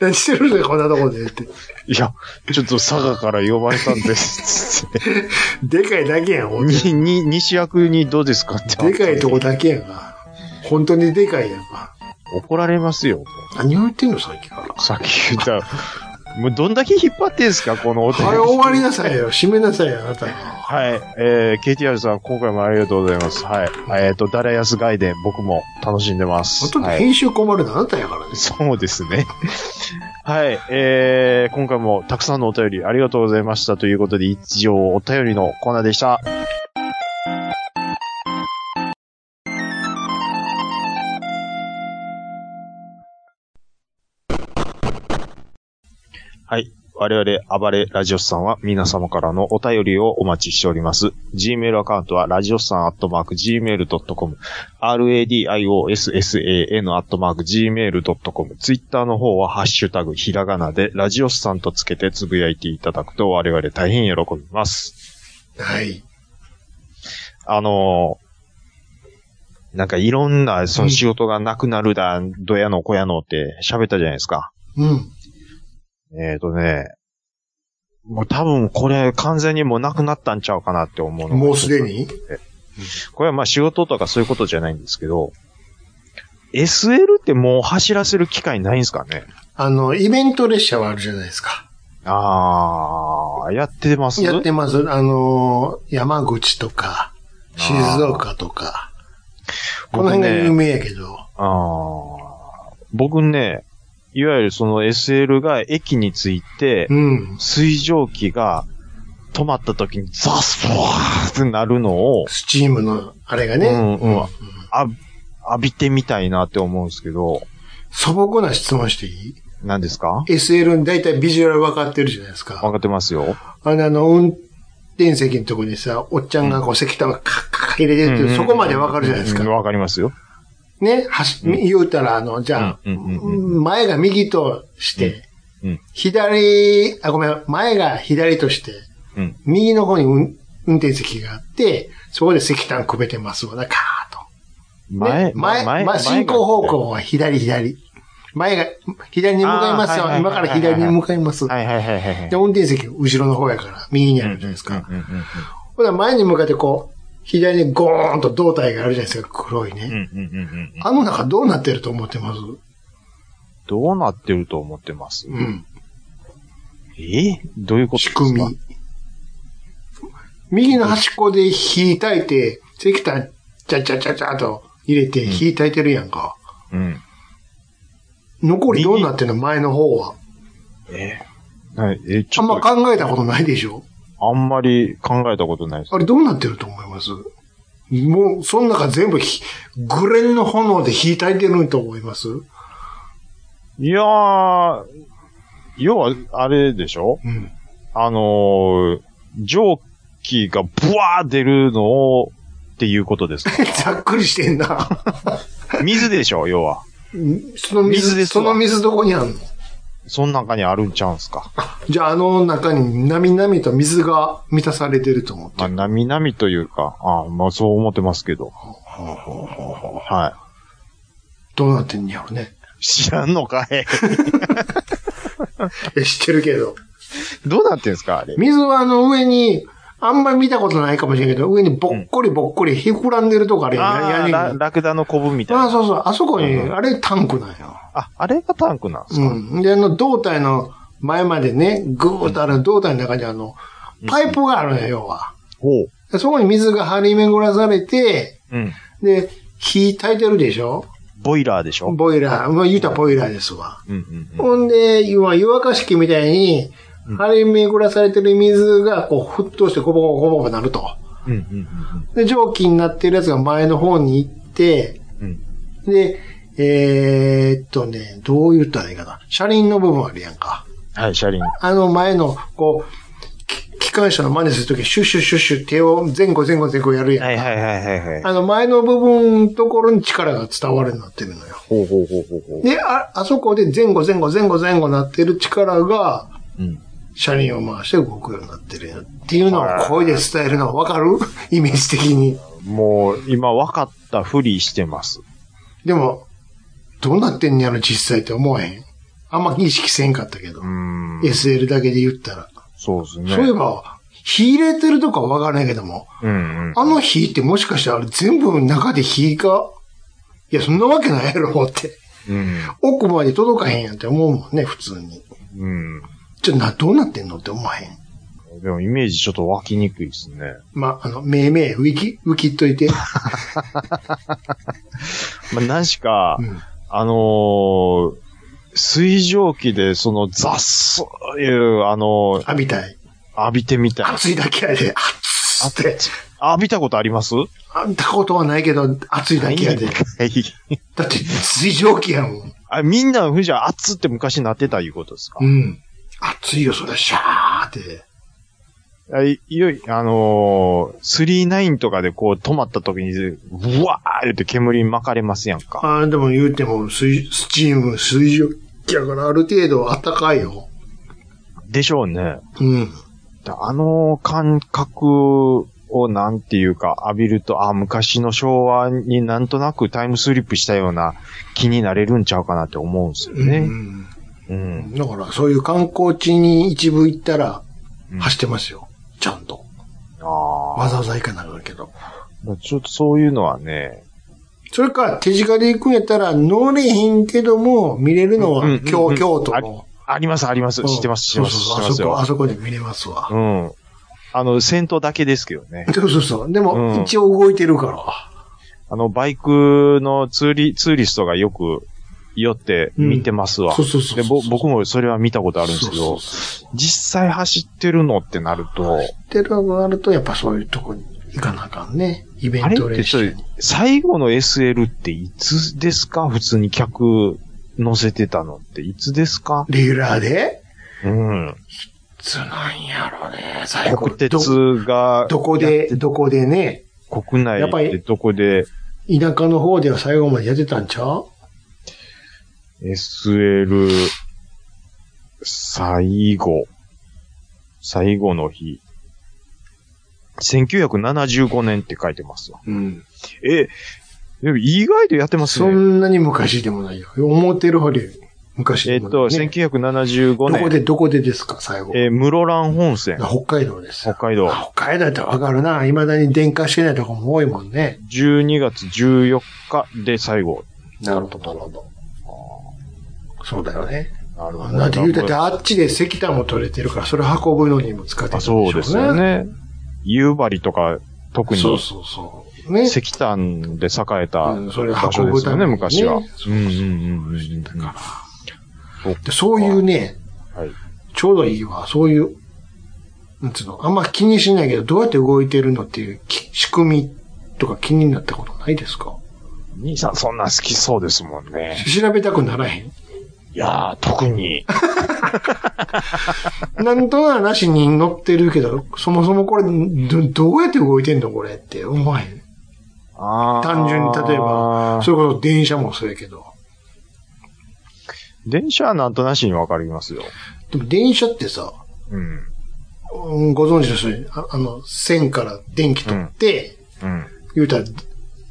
Speaker 3: 何してるんだよ、こんなとこで。って。
Speaker 1: いや、ちょっと佐賀から呼ばれたんです。 つって
Speaker 3: でかいだけやん、ほんと
Speaker 1: に、に、西役にどうですかって。
Speaker 3: でかいとこだけやんか。本当にでかいやんか。
Speaker 1: 怒られますよ。
Speaker 3: 何を言ってんの、さっきから。
Speaker 1: さっき言った。もうどんだけ引っ張ってんすかこのお便り。
Speaker 3: あれ終わりなさいよ。締めなさいよ、あなた。
Speaker 1: はい。えー、KTR さん、今回もありがとうございます。はい。えっ、と、ダラヤス外伝、僕も楽しんでます。
Speaker 3: 本当に
Speaker 1: はい
Speaker 3: 編集困るのあなたやからね。
Speaker 1: そうですね。はい。えー、今回もたくさんのお便りありがとうございました。ということで、一応お便りのコーナーでした。はい。我々、暴れラジオスさんは皆様からのお便りをお待ちしております。Gmail アカウントは、ラジオスさんアットマーク Gmail.com、radiossan アットマーク gmail.com。ツイッターの方はハッシュタグひらがなでラジオスさんとつけてつぶやいていただくと我々大変喜びます。
Speaker 3: はい。
Speaker 1: あのーなんかいろんなその仕事がなくなるだ、どやのこやのって喋ったじゃないですか。
Speaker 3: うん。
Speaker 1: えっ、とね、もう多分これ完全にもうなくなったんちゃうかなって思うのが。
Speaker 3: もうすでに
Speaker 1: これはまあ仕事とかそういうことじゃないんですけど、SL ってもう走らせる機会ないんですかね
Speaker 3: あの、イベント列車はあるじゃないですか。
Speaker 1: あー、やってます
Speaker 3: やってます。あのー、山口とか、静岡とか。この辺が有
Speaker 1: 僕ね、
Speaker 3: 名やけど。
Speaker 1: あー僕ね、いわゆるその SL が駅に着いて
Speaker 3: う、ん。
Speaker 1: 水蒸気が止まった時にザスポーってなるのを、
Speaker 3: スチームの、あれがね。
Speaker 1: うんうん
Speaker 3: うん
Speaker 1: あ浴びてみたいなって思うんですけど、
Speaker 3: 素朴な質問していい
Speaker 1: 何ですか
Speaker 3: ?SL に大体ビジュアル分かってるじゃないです
Speaker 1: わ
Speaker 3: か。
Speaker 1: かってますよ。
Speaker 3: あの、あの運転席のとこにさ、おっちゃんがこう石炭をカッカッカッ入れてるっていう、そこまで分かるじゃないですか
Speaker 1: うん。わかりますよ。
Speaker 3: ね、はし、言うたら、あの、じゃあ、
Speaker 1: うんうんうん
Speaker 3: 前が右として、
Speaker 1: うんうん
Speaker 3: 左、あ、ごめん、前が左として、
Speaker 1: うん
Speaker 3: 右の方に運運転席があって、そこで石炭くべてますわな、カーッと。
Speaker 1: 前、
Speaker 3: ね前、前、
Speaker 1: が
Speaker 3: 進行方向は左、左。前が、左に向かいます
Speaker 1: あー
Speaker 3: よ。
Speaker 1: はいはい
Speaker 3: 今から左に向かいます。
Speaker 1: はいはいはいはいはい。
Speaker 3: で、運転席、後ろの方やから、右にあるじゃないですか。
Speaker 1: うんうんうん
Speaker 3: ほら、前に向かってこう、左にゴーンと胴体があるじゃないですか、黒いね。
Speaker 1: うんうんうんうんうん
Speaker 3: あの中どうなってると思ってます
Speaker 1: どうなってると思ってます
Speaker 3: うん。
Speaker 1: えどういうことです
Speaker 3: 仕
Speaker 1: か
Speaker 3: 組み。右の端っこで火炊いて、石炭、ちゃちゃちゃちゃと入れて火炊いてるやんか。
Speaker 1: うん。
Speaker 3: 残りどうなってんの前の方は。
Speaker 1: えはい、え、ち
Speaker 3: あん
Speaker 1: ょ
Speaker 3: ま
Speaker 1: っと、
Speaker 3: 考えたことないでしょ
Speaker 1: あんまり考えたことないです
Speaker 3: あ。れどうなってると思いますもう、その中全部火、グレンの炎で火炊いてると思いますう
Speaker 1: いやー、要は、あれでしょ
Speaker 3: ん。
Speaker 1: あのー、蒸気がブワー出るのを、っていうこと ですか
Speaker 3: ざっくりしてんな。
Speaker 1: 水でしょ要は。
Speaker 3: その水、
Speaker 1: 水です
Speaker 3: そ
Speaker 1: わ
Speaker 3: の水どこにあんの
Speaker 1: その中にあるんちゃうんすか。
Speaker 3: じゃあ、あの中に、なみなみと水が満たされてると思って
Speaker 1: まあ、なみなみというか、あまあ、そう思ってますけど。はい。
Speaker 3: どうなってんやろね。
Speaker 1: 知らんの かい
Speaker 3: え知ってるけど。
Speaker 1: どうなってんすかあれ。
Speaker 3: 水はあの上に、あんまり見たことないかもしれんけど、上にぼっこりぼっこり膨らんでるとこあれやん、
Speaker 1: あ
Speaker 3: 屋
Speaker 1: あ、
Speaker 3: 根
Speaker 1: ラ
Speaker 3: に。
Speaker 1: ラクダのコブみたい
Speaker 3: ああ、
Speaker 1: な。
Speaker 3: そうそう。あそこに、
Speaker 1: うん
Speaker 3: あれタンクなんよ。
Speaker 1: あ、あれがタンクなんですか、
Speaker 3: うん。で、あの胴体の前までね、ぐーっとある胴体の中にあの、パイプがあるのよ、要は。
Speaker 1: ほう。
Speaker 3: でそこに水が張り巡らされて、
Speaker 1: うん。
Speaker 3: で、火炊いてるでしょ
Speaker 1: ボイラーでしょ
Speaker 3: ボイラー。まあ、言うたらボイラーですわ。
Speaker 1: うんうんうん。
Speaker 3: ほんで、今、湯沸かし器みたいに、張り巡らされてる水が、こう、沸騰してゴボゴボゴボゴボなると。
Speaker 1: うんうんうん
Speaker 3: で、蒸気になってるやつが前の方に行って、
Speaker 1: うん。うん。
Speaker 3: で、えーっとね、どう言ったらいいかな。車輪の部分あるやんか。
Speaker 1: はい、車輪。
Speaker 3: あの前の、こう、き機関車の真似するとき、シュッシュッシュッシュッ手を前後前後前後やるやんか。
Speaker 1: はいはいはいはいはい。
Speaker 3: あの前の部分のところに力が伝わるようになってるのよ。
Speaker 1: ほうほうほうほうほ
Speaker 3: で、あ、あそこで前後前後前後前後なってる力が、
Speaker 1: う。うん。
Speaker 3: 車輪を回して動くようになってるよっていうのを声で伝えるのは わかるイメージ的に。
Speaker 1: もう、今分かったふりしてます。
Speaker 3: でも、どうなってんねやろ、実際って思わへん。あんま意識せんかったけど
Speaker 1: う。ーん。
Speaker 3: SL だけで言ったら。
Speaker 1: そうですね。
Speaker 3: そういえば、火入れてるとかわからないけども、
Speaker 1: うんうん。
Speaker 3: あの火ってもしかしてあれ全部中で火が、いや、そんなわけないやろって。
Speaker 1: うん。
Speaker 3: 奥まで届かへんやんって思うもんね、普通に。
Speaker 1: うん。
Speaker 3: ちょっとな、どうなってんのって思わへん。
Speaker 1: でもイメージちょっと湧きにくいですね。
Speaker 3: まあ、あの、めいめい、浮き、浮きっといて。
Speaker 1: まあ、何しか、
Speaker 3: うん
Speaker 1: あのー水蒸気でそのザッソいう、あのー
Speaker 3: 浴びたい。
Speaker 1: 浴びてみたい。
Speaker 3: 暑いだけやで、暑って。
Speaker 1: 浴びたことあります
Speaker 3: 浴びたことはないけど、暑いだけやで。
Speaker 1: はい
Speaker 3: だって、水蒸気やもん。
Speaker 1: あみんな、ふじゃ、熱って昔なってたいうことですか、
Speaker 3: うん。暑いよ、それ、シャーって。
Speaker 1: あいいよい、あのー、39とかでこう止まった時に、うわーって煙に巻かれますやんか。
Speaker 3: ああ、でも言うても、水、スチーム、水蒸気やからある程度暖かいよ。
Speaker 1: でしょうね。
Speaker 3: うん。
Speaker 1: あの感覚をなんていうか浴びると、あ、昔の昭和になんとなくタイムスリップしたような気になれるんちゃうかなって思うんですよね。
Speaker 3: うん
Speaker 1: うん。
Speaker 3: だから、そういう観光地に一部行ったら
Speaker 1: うん、
Speaker 3: 走ってますよ。ちゃんと。
Speaker 1: あ
Speaker 3: わざわざ行かなあかんけど。
Speaker 1: あ。ちょっとそういうのはね、
Speaker 3: それから、手近で行くんやったら、乗れへんけども、見れるの
Speaker 1: うんうん
Speaker 3: は、
Speaker 1: うん
Speaker 3: 京、
Speaker 1: うん
Speaker 3: 京都
Speaker 1: あ
Speaker 3: の。
Speaker 1: あります、あります。知ってます、知ってます、知
Speaker 3: そ
Speaker 1: って
Speaker 3: うそう
Speaker 1: ます
Speaker 3: そうあそこ、
Speaker 1: よ。
Speaker 3: あそこで見れますわ。
Speaker 1: うん。あの、戦闘だけですけどね。
Speaker 3: そうそうそう。で
Speaker 1: うん
Speaker 3: も、一応動いてるから。
Speaker 1: あの、バイクのツーリ、ツーリストがよく寄って見てますわ。
Speaker 3: そうそうそうそ
Speaker 1: でぼ
Speaker 3: う。
Speaker 1: 僕もそれは見たことあるんですけ
Speaker 3: そう
Speaker 1: ど、
Speaker 3: そうそう
Speaker 1: 実際走ってるのってなると、
Speaker 3: ってるのがあると、やっぱそういうとこに行かなあかんね。イベ
Speaker 1: あ
Speaker 3: ン
Speaker 1: れ
Speaker 3: ト
Speaker 1: って
Speaker 3: 練
Speaker 1: そ
Speaker 3: 習
Speaker 1: れ
Speaker 3: に。、
Speaker 1: 最後の SL っていつですか普通に客乗せてたのっていつですか
Speaker 3: レギュラーで
Speaker 1: うん。
Speaker 3: つなんやろね。最後
Speaker 1: 国鉄が、
Speaker 3: どこで、どこでね、
Speaker 1: 国内
Speaker 3: やっぱ
Speaker 1: で
Speaker 3: り
Speaker 1: どこで
Speaker 3: 田舎の方では最後までやってたんちゃう
Speaker 1: SL 最後、最後の日。1975年って書いてますわ。
Speaker 3: うん。
Speaker 1: え、でも意外とやってます
Speaker 3: そ
Speaker 1: ね。
Speaker 3: んなに昔でもないよ。思ってるほどより昔
Speaker 1: え
Speaker 3: で
Speaker 1: っ
Speaker 3: も
Speaker 1: と、
Speaker 3: ないね、
Speaker 1: 1975
Speaker 3: どこ
Speaker 1: 年、
Speaker 3: で、どこでですか、最後。
Speaker 1: えー室蘭本線、
Speaker 3: 北海道です
Speaker 1: 北
Speaker 3: よ。
Speaker 1: 海道。
Speaker 3: あ北海道ってわかるな。未だに電化してないとこも多いもんね。
Speaker 1: 12月14日で最後。
Speaker 3: なるほど、なるほど。そうだよね。
Speaker 1: なる
Speaker 3: なんて言うたって、あっちで石炭も取れてるから、それ運ぶのにも使ってた
Speaker 1: あ
Speaker 3: んしょ
Speaker 1: そうですよ。ね。夕張とか、特に
Speaker 3: そうそうそう。ね。
Speaker 1: 石炭で栄えた
Speaker 3: うんそれ
Speaker 1: 場所
Speaker 3: 運
Speaker 1: で
Speaker 3: ぶ
Speaker 1: す
Speaker 3: た
Speaker 1: よ
Speaker 3: め
Speaker 1: ね、
Speaker 3: にね
Speaker 1: 昔は。
Speaker 3: そうそうそう
Speaker 1: うんうんうんうん。
Speaker 3: だから
Speaker 1: そうか
Speaker 3: でそういうね、
Speaker 1: はい
Speaker 3: ちょうどいいわ。そういう、なんつうの、あんま気にしないけど、どうやって動いてるのっていうき仕組みとか気になったことないですか
Speaker 1: 兄さんそんな好きそうですもんね。
Speaker 3: 調べたくなら へん。
Speaker 1: いやー、特 に。
Speaker 3: なんとなしに乗ってるけど、そもそもこれ、ど、どうやって動いてんのこれって思わへん。
Speaker 1: あー
Speaker 3: 単純に例えば、それこそ電車もそうやけど。
Speaker 1: 電車はなんとなしにわかりますよ。
Speaker 3: でも電車ってさ、
Speaker 1: うん。
Speaker 3: うんご存知の人に、ああの、線から電気取って、
Speaker 1: うん。
Speaker 3: 言うたら、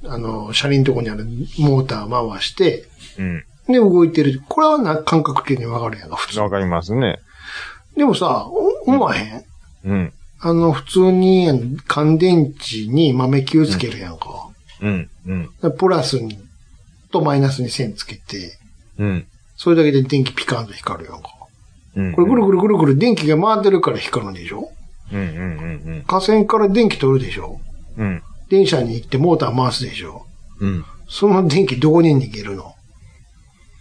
Speaker 3: あの、車輪のとこにあるモーター回して、
Speaker 1: うん。
Speaker 3: で、動いてる。これはな、感覚的にわかるやんか、普通。
Speaker 1: わかりますね。
Speaker 3: でもさ、お思わへん
Speaker 1: うん。
Speaker 3: あの、普通に、あの乾電池に豆球つけるやんか。
Speaker 1: うん。うん。
Speaker 3: プラスに、とマイナスに線つけて、
Speaker 1: うん。
Speaker 3: それだけで電気ピカンと光るやんか。
Speaker 1: うん。
Speaker 3: これぐるぐるぐるぐる電気が回ってるから光るんでしょ
Speaker 1: うんうんうん
Speaker 3: 架線から電気取るでしょ
Speaker 1: うん。うん。
Speaker 3: 電車に行ってモーター回すでしょ
Speaker 1: うん。
Speaker 3: その電気どこに逃げるの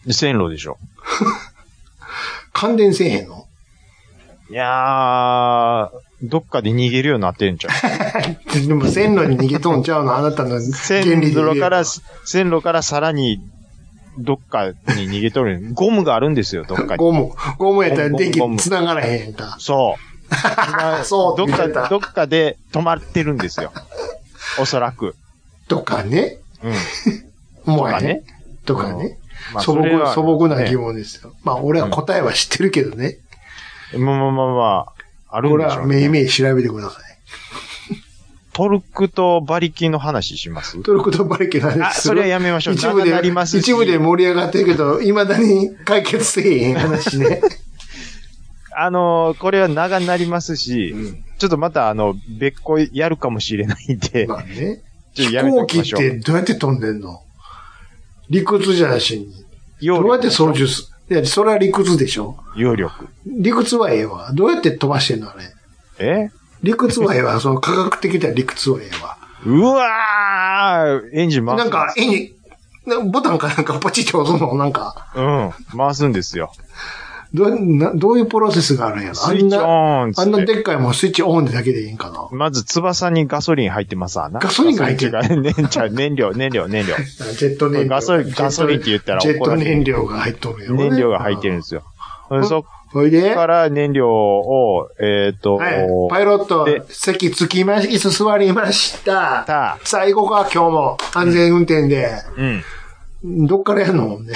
Speaker 1: で線路でしょ。
Speaker 3: 感電せえへんの
Speaker 1: いやー、どっかで逃げるようになってんじゃん。
Speaker 3: でも線路に逃げとんちゃうのあなたの原
Speaker 1: 線
Speaker 3: 理で言
Speaker 1: 路
Speaker 3: え
Speaker 1: か
Speaker 3: ば
Speaker 1: ら、線路からさらに、どっかに逃げとる。 ゴムがあるんですよ、どっかに。
Speaker 3: ゴム、ゴムやったら電
Speaker 1: ゴム
Speaker 3: 気繋がらへんか。
Speaker 1: そう。
Speaker 3: そう
Speaker 1: どっか、
Speaker 3: 見てた
Speaker 1: どっかで止まってるんですよ。おそらく。
Speaker 3: とかね。
Speaker 1: うん。
Speaker 3: もう
Speaker 1: まあ
Speaker 3: や
Speaker 1: ね
Speaker 3: ね。。とかね。
Speaker 1: まあ
Speaker 3: 素
Speaker 1: それは
Speaker 3: 朴、素朴な疑
Speaker 1: ね
Speaker 3: 問ですよ。まあ、俺は答えは知ってるけどね。
Speaker 1: まあまあまあまあ、あるん
Speaker 3: これ
Speaker 1: でしょ
Speaker 3: は
Speaker 1: うね、
Speaker 3: めいめい調べてください。
Speaker 1: トルクと馬力の話します
Speaker 3: トルコとバレキの
Speaker 1: あ、
Speaker 3: 話す
Speaker 1: それ
Speaker 3: る
Speaker 1: はやめましょう。
Speaker 3: 一部
Speaker 1: 長なり
Speaker 3: で
Speaker 1: ます、し
Speaker 3: 一部で盛り上がってるけど、未だに解決せえへん 話ね。
Speaker 1: あのーこれは長になりますし、
Speaker 3: うん
Speaker 1: ちょっとまた、あの、別個やるかもしれないんで、
Speaker 3: まあね。
Speaker 1: ちょっと
Speaker 3: 飛
Speaker 1: やめと
Speaker 3: 行
Speaker 1: き
Speaker 3: 機
Speaker 1: ま
Speaker 3: っ
Speaker 1: しょう。
Speaker 3: てどうやって飛んでんの理屈じゃなしに。
Speaker 1: 揚
Speaker 3: ど
Speaker 1: 力
Speaker 3: うやって操縦すいや、それは理屈でしょ。
Speaker 1: 揚力。
Speaker 3: 理屈はええわ。どうやって飛ばしてんのあれ。
Speaker 1: え
Speaker 3: 理屈はええわ。その科学的な理屈はええわ。
Speaker 1: うわーエンジン回す
Speaker 3: なんか、絵に、なボタンかなんかポチって押すのなんか、
Speaker 1: うん。回すんですよ。
Speaker 3: どうなどういうプロセスがあるんやろあ
Speaker 1: スイ
Speaker 3: ん
Speaker 1: ッチオ
Speaker 3: な、
Speaker 1: ーンっつ
Speaker 3: あんな
Speaker 1: って。
Speaker 3: でっかいもんスイッチオンでだけでいいんかな
Speaker 1: まず翼にガソリン入ってますわな。
Speaker 3: ガソリンが入ってる
Speaker 1: ガソリン違う燃料燃料、燃料、燃料。
Speaker 3: ジェット燃料。
Speaker 1: ガソリン
Speaker 3: ジェット
Speaker 1: ガソリンって言ったら
Speaker 3: ジェッ
Speaker 1: 怒ら
Speaker 3: ト
Speaker 1: れる
Speaker 3: 燃料が入っとるんやろね
Speaker 1: 燃料が入ってるんですよ。そっ
Speaker 3: うんほいで、
Speaker 1: か
Speaker 3: はい、
Speaker 1: ら燃料を、えっ、と、
Speaker 3: パイロット
Speaker 1: で、
Speaker 3: 席つきまし、椅子座りました。
Speaker 1: た、
Speaker 3: 最後か、今日も安全運転で、
Speaker 1: うん。
Speaker 3: どっからやんのね。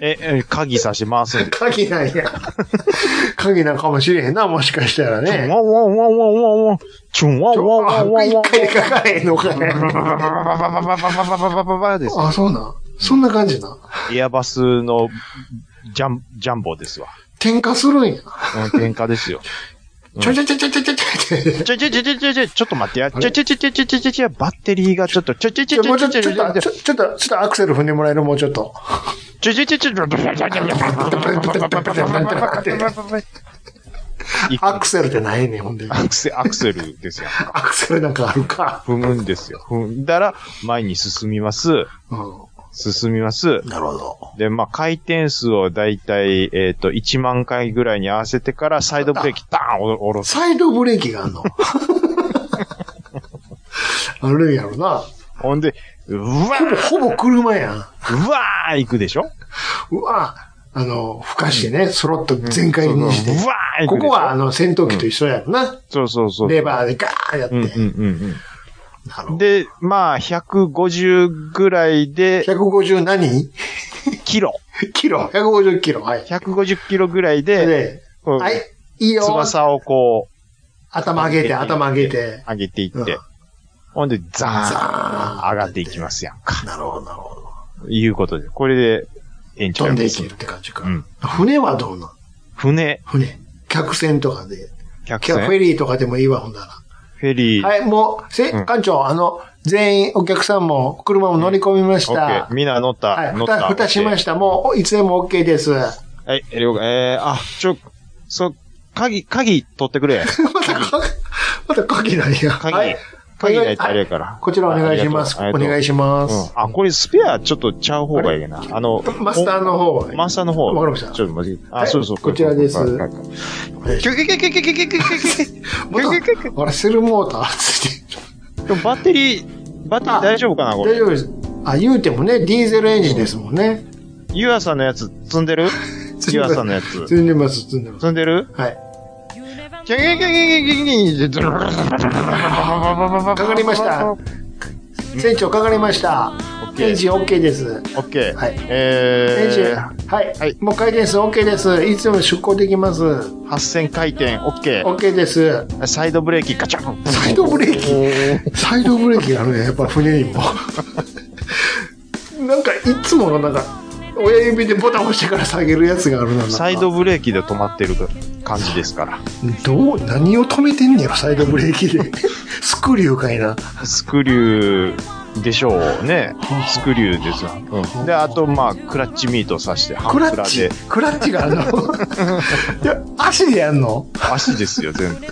Speaker 1: え、え鍵さして回すんです。
Speaker 3: 鍵なん や。鍵なんかもしれへんな、もしかしたら
Speaker 1: チュン
Speaker 3: ね。
Speaker 1: ワンワンワンワンワンワン。チュンワンワンワ
Speaker 3: あ
Speaker 1: ンワンワ
Speaker 3: 一
Speaker 1: ン。
Speaker 3: 回でかかれへんのかね。
Speaker 1: バババババババババババです。
Speaker 3: あ、そうなん。そんな感じな。
Speaker 1: エアバスのジャン、ジャンボですわ。
Speaker 3: 転化するんや。
Speaker 1: うん、喧嘩ですよ。うん
Speaker 3: ちょいちょいちょいちょいちょいちょいちょい
Speaker 1: ちょいちょいちょいちょいちょい、ちょっと待ってや。ちょいちょいちょいちょいちょいちょいちょいちょい、バッテリーがちょっと、ちょいちょいちょいちょ
Speaker 3: もう
Speaker 1: い
Speaker 3: ち
Speaker 1: ち
Speaker 3: ょ
Speaker 1: ょ
Speaker 3: っ
Speaker 1: い
Speaker 3: と、
Speaker 1: ち
Speaker 3: ち
Speaker 1: ょい
Speaker 3: ょっ
Speaker 1: ちょい
Speaker 3: と、ちょちょっと、ちょっとアクセル踏んでもらえるもうちょっと。
Speaker 1: ちょいちょいちょいちょいちょい
Speaker 3: アクセルってないねん、ほんで。
Speaker 1: アクセ、アクセルですよ。
Speaker 3: アクセルなんかあるか。
Speaker 1: 踏むんですよ。踏んだら、前に進みます。
Speaker 3: うん。
Speaker 1: 進みます。
Speaker 3: なるほど。
Speaker 1: で、まあ、回転数をだいたい、えっ、と、1万回ぐらいに合わせてから、サイドブレーキ、ダーンおろ下ろす。
Speaker 3: サイドブレーキがあるの。あるんやろな。
Speaker 1: ほんで、うわ
Speaker 3: ほ
Speaker 1: ー
Speaker 3: ぼ、ほぼ車やん。
Speaker 1: うわー行くでしょ
Speaker 3: うわあの、ふかしてね、そろっと全開にして。
Speaker 1: うわー行くでしょ
Speaker 3: ここは、あの、戦闘機と一緒やろな。
Speaker 1: そうそうそう。
Speaker 3: レバーでガーンやって。
Speaker 1: うんうんうんう
Speaker 3: なる
Speaker 1: ん。
Speaker 3: ほど。
Speaker 1: で、まあ、150ぐらいで、
Speaker 3: 150何
Speaker 1: キロ。
Speaker 3: キロ ?150 キロ。はい。
Speaker 1: 150キロぐらいで、
Speaker 3: で、
Speaker 1: うん
Speaker 3: はい、いいよ。
Speaker 1: 翼をこう、
Speaker 3: 頭上げて、頭上げて。
Speaker 1: 上げていって
Speaker 3: うん、
Speaker 1: ほんで、ザー
Speaker 3: ザ
Speaker 1: ン上がっていきますやんか。
Speaker 3: ーン。なるほど、なるほど。
Speaker 1: いうことで、これで、延長
Speaker 3: 飛んでい
Speaker 1: す
Speaker 3: けるって感じか。
Speaker 1: うん
Speaker 3: 船はどうなん
Speaker 1: 船、
Speaker 3: 船。客船とかで。
Speaker 1: 客
Speaker 3: キャ
Speaker 1: 船、
Speaker 3: フェリーとかでもいいわ、ほんなら。
Speaker 1: フェリー、
Speaker 3: はい、もう、せ、
Speaker 1: うん
Speaker 3: 館長、あの、全員、お客さんも、車も乗り込みまし
Speaker 1: オッケ
Speaker 3: た
Speaker 1: ー、。みんな乗った、
Speaker 3: はい、
Speaker 1: 乗っ
Speaker 3: ふ
Speaker 1: た。
Speaker 3: た、ふたしました。もう、いつでも OK です。 ま
Speaker 1: た。はい、了解。えー、あ、ちょ、そ、鍵、鍵取ってく れ。
Speaker 3: た、かまた鍵なんや。
Speaker 1: 鍵、
Speaker 3: はい。
Speaker 1: 鍵ないとあれやから。
Speaker 3: こちらお願いします。お願い
Speaker 1: し
Speaker 3: しま
Speaker 1: うん
Speaker 3: す。。
Speaker 1: あ、これスペアちょっとちゃう方がいいな。あの、
Speaker 3: マスターの方は
Speaker 1: マスターの方。
Speaker 3: わかりました
Speaker 1: ちょっと待って。あ、
Speaker 3: はい
Speaker 1: そうそう。
Speaker 3: こちらです
Speaker 1: はいはいはいキュキュキュキュキュキュキュキュキュキ
Speaker 3: ま
Speaker 1: ュキュキュキ
Speaker 3: たあれ、セルモーターついてる。
Speaker 1: ュでもバッテリー、バッテリー大丈夫かなこ
Speaker 3: 大
Speaker 1: れ。
Speaker 3: 丈夫 です。あ、言うてもね、ディーゼルエンジンですもんね。
Speaker 1: ユアさんのやつ積んでるユアさんのやつ。
Speaker 3: 積んでます、積んでます。
Speaker 1: 積んでる
Speaker 3: はい。
Speaker 1: キュキュキュキュキュキュキュキ
Speaker 3: かかりました。船長かかりました。
Speaker 1: ケー
Speaker 3: エンジン OK です。
Speaker 1: オッケー。
Speaker 3: はいエンジン、
Speaker 1: えー、
Speaker 3: はい、
Speaker 1: はい
Speaker 3: もう回転数 OK です。いつでも出航できます。
Speaker 1: 8000回転、オッケ
Speaker 3: OK です。
Speaker 1: ー。サイドブレーキ、ガチャン。
Speaker 3: サイドブレーキ、 サイドブレーキがあるね、やっぱ船にも。 なんか、いつものなんか、親指でボタン押してから下げるやつがあるな。なんか
Speaker 1: サイドブレーキで止まってる感じですから。
Speaker 3: どう、何を止めてんねやろ、サイドブレーキ で。スクリューかいな。
Speaker 1: スクリューでしょうね。スクリューですわ。うん、で、あと、まあ、クラッチミートさして、
Speaker 3: クラ
Speaker 1: ハンプ
Speaker 3: ッ
Speaker 1: ラ
Speaker 3: チ
Speaker 1: で。
Speaker 3: クラッチがあ るのいや、足でやんの
Speaker 1: 足ですよ、全部。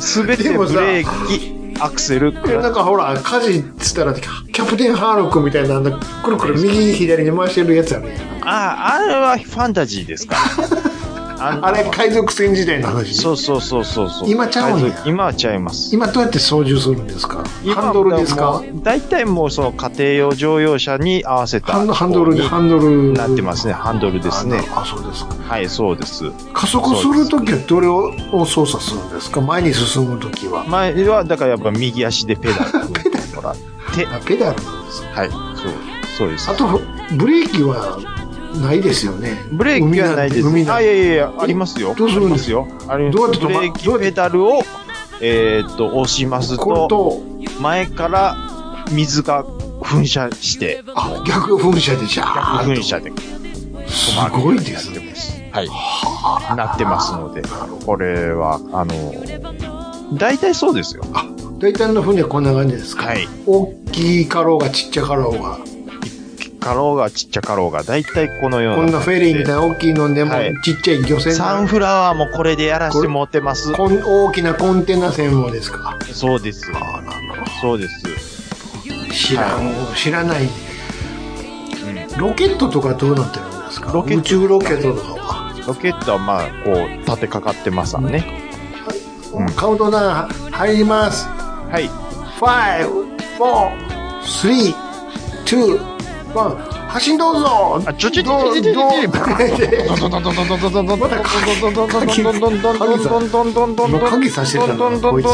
Speaker 1: すべて
Speaker 3: でも
Speaker 1: ブ
Speaker 3: さ
Speaker 1: レーキ、アクセル、ク
Speaker 3: いや
Speaker 1: ラ
Speaker 3: なん
Speaker 1: ッ
Speaker 3: かほら、火事っつったら、キャプテンハーロックみたいな、なんかくるくる右左に回してるやつあるやん。
Speaker 1: チ。ああ、あれはファンタジーですから。あん
Speaker 3: あれ、海賊船時代の話。
Speaker 1: そうそうそうそうそう。
Speaker 3: 今ちゃうんや
Speaker 1: あいつ今はちゃいます。
Speaker 3: 今どうやって操縦するんですかハンドルですか
Speaker 1: 大体もうその家庭用乗用車に合わせた。
Speaker 3: ハンドハンドルで、ハンドル。
Speaker 1: なってますねハンドルですね
Speaker 3: あ、あそうですか。
Speaker 1: はい、そうです。
Speaker 3: 加速するときはどれをを操作するんですか前に進むときは。
Speaker 1: 前は、だからやっぱ右足でペダル踏んでもらって。
Speaker 3: あ ペダルなんですか
Speaker 1: はい、そう、そうです
Speaker 3: あ。と、ブレーキはないですよね。
Speaker 1: ブレーキはないです。
Speaker 3: 海なん
Speaker 1: あ、い
Speaker 3: て
Speaker 1: やいやいや、ありますよ。
Speaker 3: どうする
Speaker 1: あり
Speaker 3: んで
Speaker 1: ますすよ。あります
Speaker 3: どうやって止
Speaker 1: ブ
Speaker 3: ま
Speaker 1: レーキペダルを、えーっと、押します
Speaker 3: これ
Speaker 1: と、
Speaker 3: と、
Speaker 1: 前から水が噴射して、
Speaker 3: あ、逆噴射でじゃーっと
Speaker 1: 噴射で。
Speaker 3: すごいです
Speaker 1: なって
Speaker 3: ね。
Speaker 1: ます。はい。なってますので、これは、あの、大体そうですよ。
Speaker 3: 大体の船はこんな感じですか、
Speaker 1: はい。
Speaker 3: 大きいかろうがちっちゃかろうが。
Speaker 1: かろうがちっちゃかろうが、大体このような。
Speaker 3: こんなフェリーみたい
Speaker 1: な。
Speaker 3: な大きいのでも、
Speaker 1: はい
Speaker 3: ちっちゃい漁船
Speaker 1: サンフラワーもこれでやらせてもらってます。
Speaker 3: こん大きなコンテナ船もですか
Speaker 1: そうです。
Speaker 3: あなる
Speaker 1: そうです。
Speaker 3: 知らん、知らない、ロケットとかどうなってるんですか
Speaker 1: ロケット
Speaker 3: 宇宙ロケットとかは、
Speaker 1: ロケットはまあ、こう、立てかかってますわね。うん
Speaker 3: カウントダウン入ります
Speaker 1: はい。
Speaker 3: 54321発進どうぞ
Speaker 1: あちょちょち
Speaker 3: ど
Speaker 1: ょ
Speaker 3: う
Speaker 1: ちょちょちょ
Speaker 3: どう
Speaker 1: ちょ
Speaker 3: また鍵鍵もう鍵さしてたのこいつ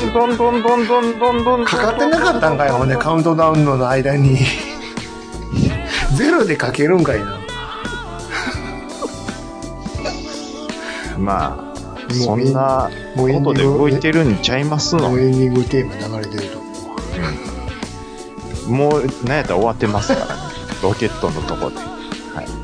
Speaker 3: かかってなかったんかいほんでカウントダウンの間にゼロでかけるんかいな
Speaker 1: まあ、そんなことで動いてるんちゃいますの
Speaker 3: もう。エンディングテーマ流れてると思う
Speaker 1: もう、なんやったら終わってますからね。ロケットのとこで。はい。
Speaker 2: 「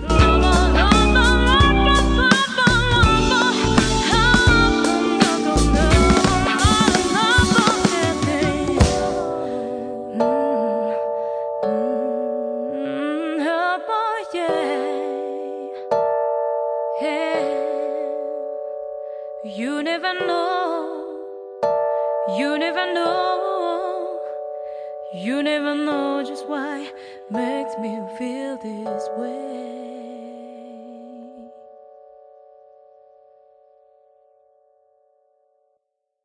Speaker 6: You never know. You never know. You never know just why makes me feel this way.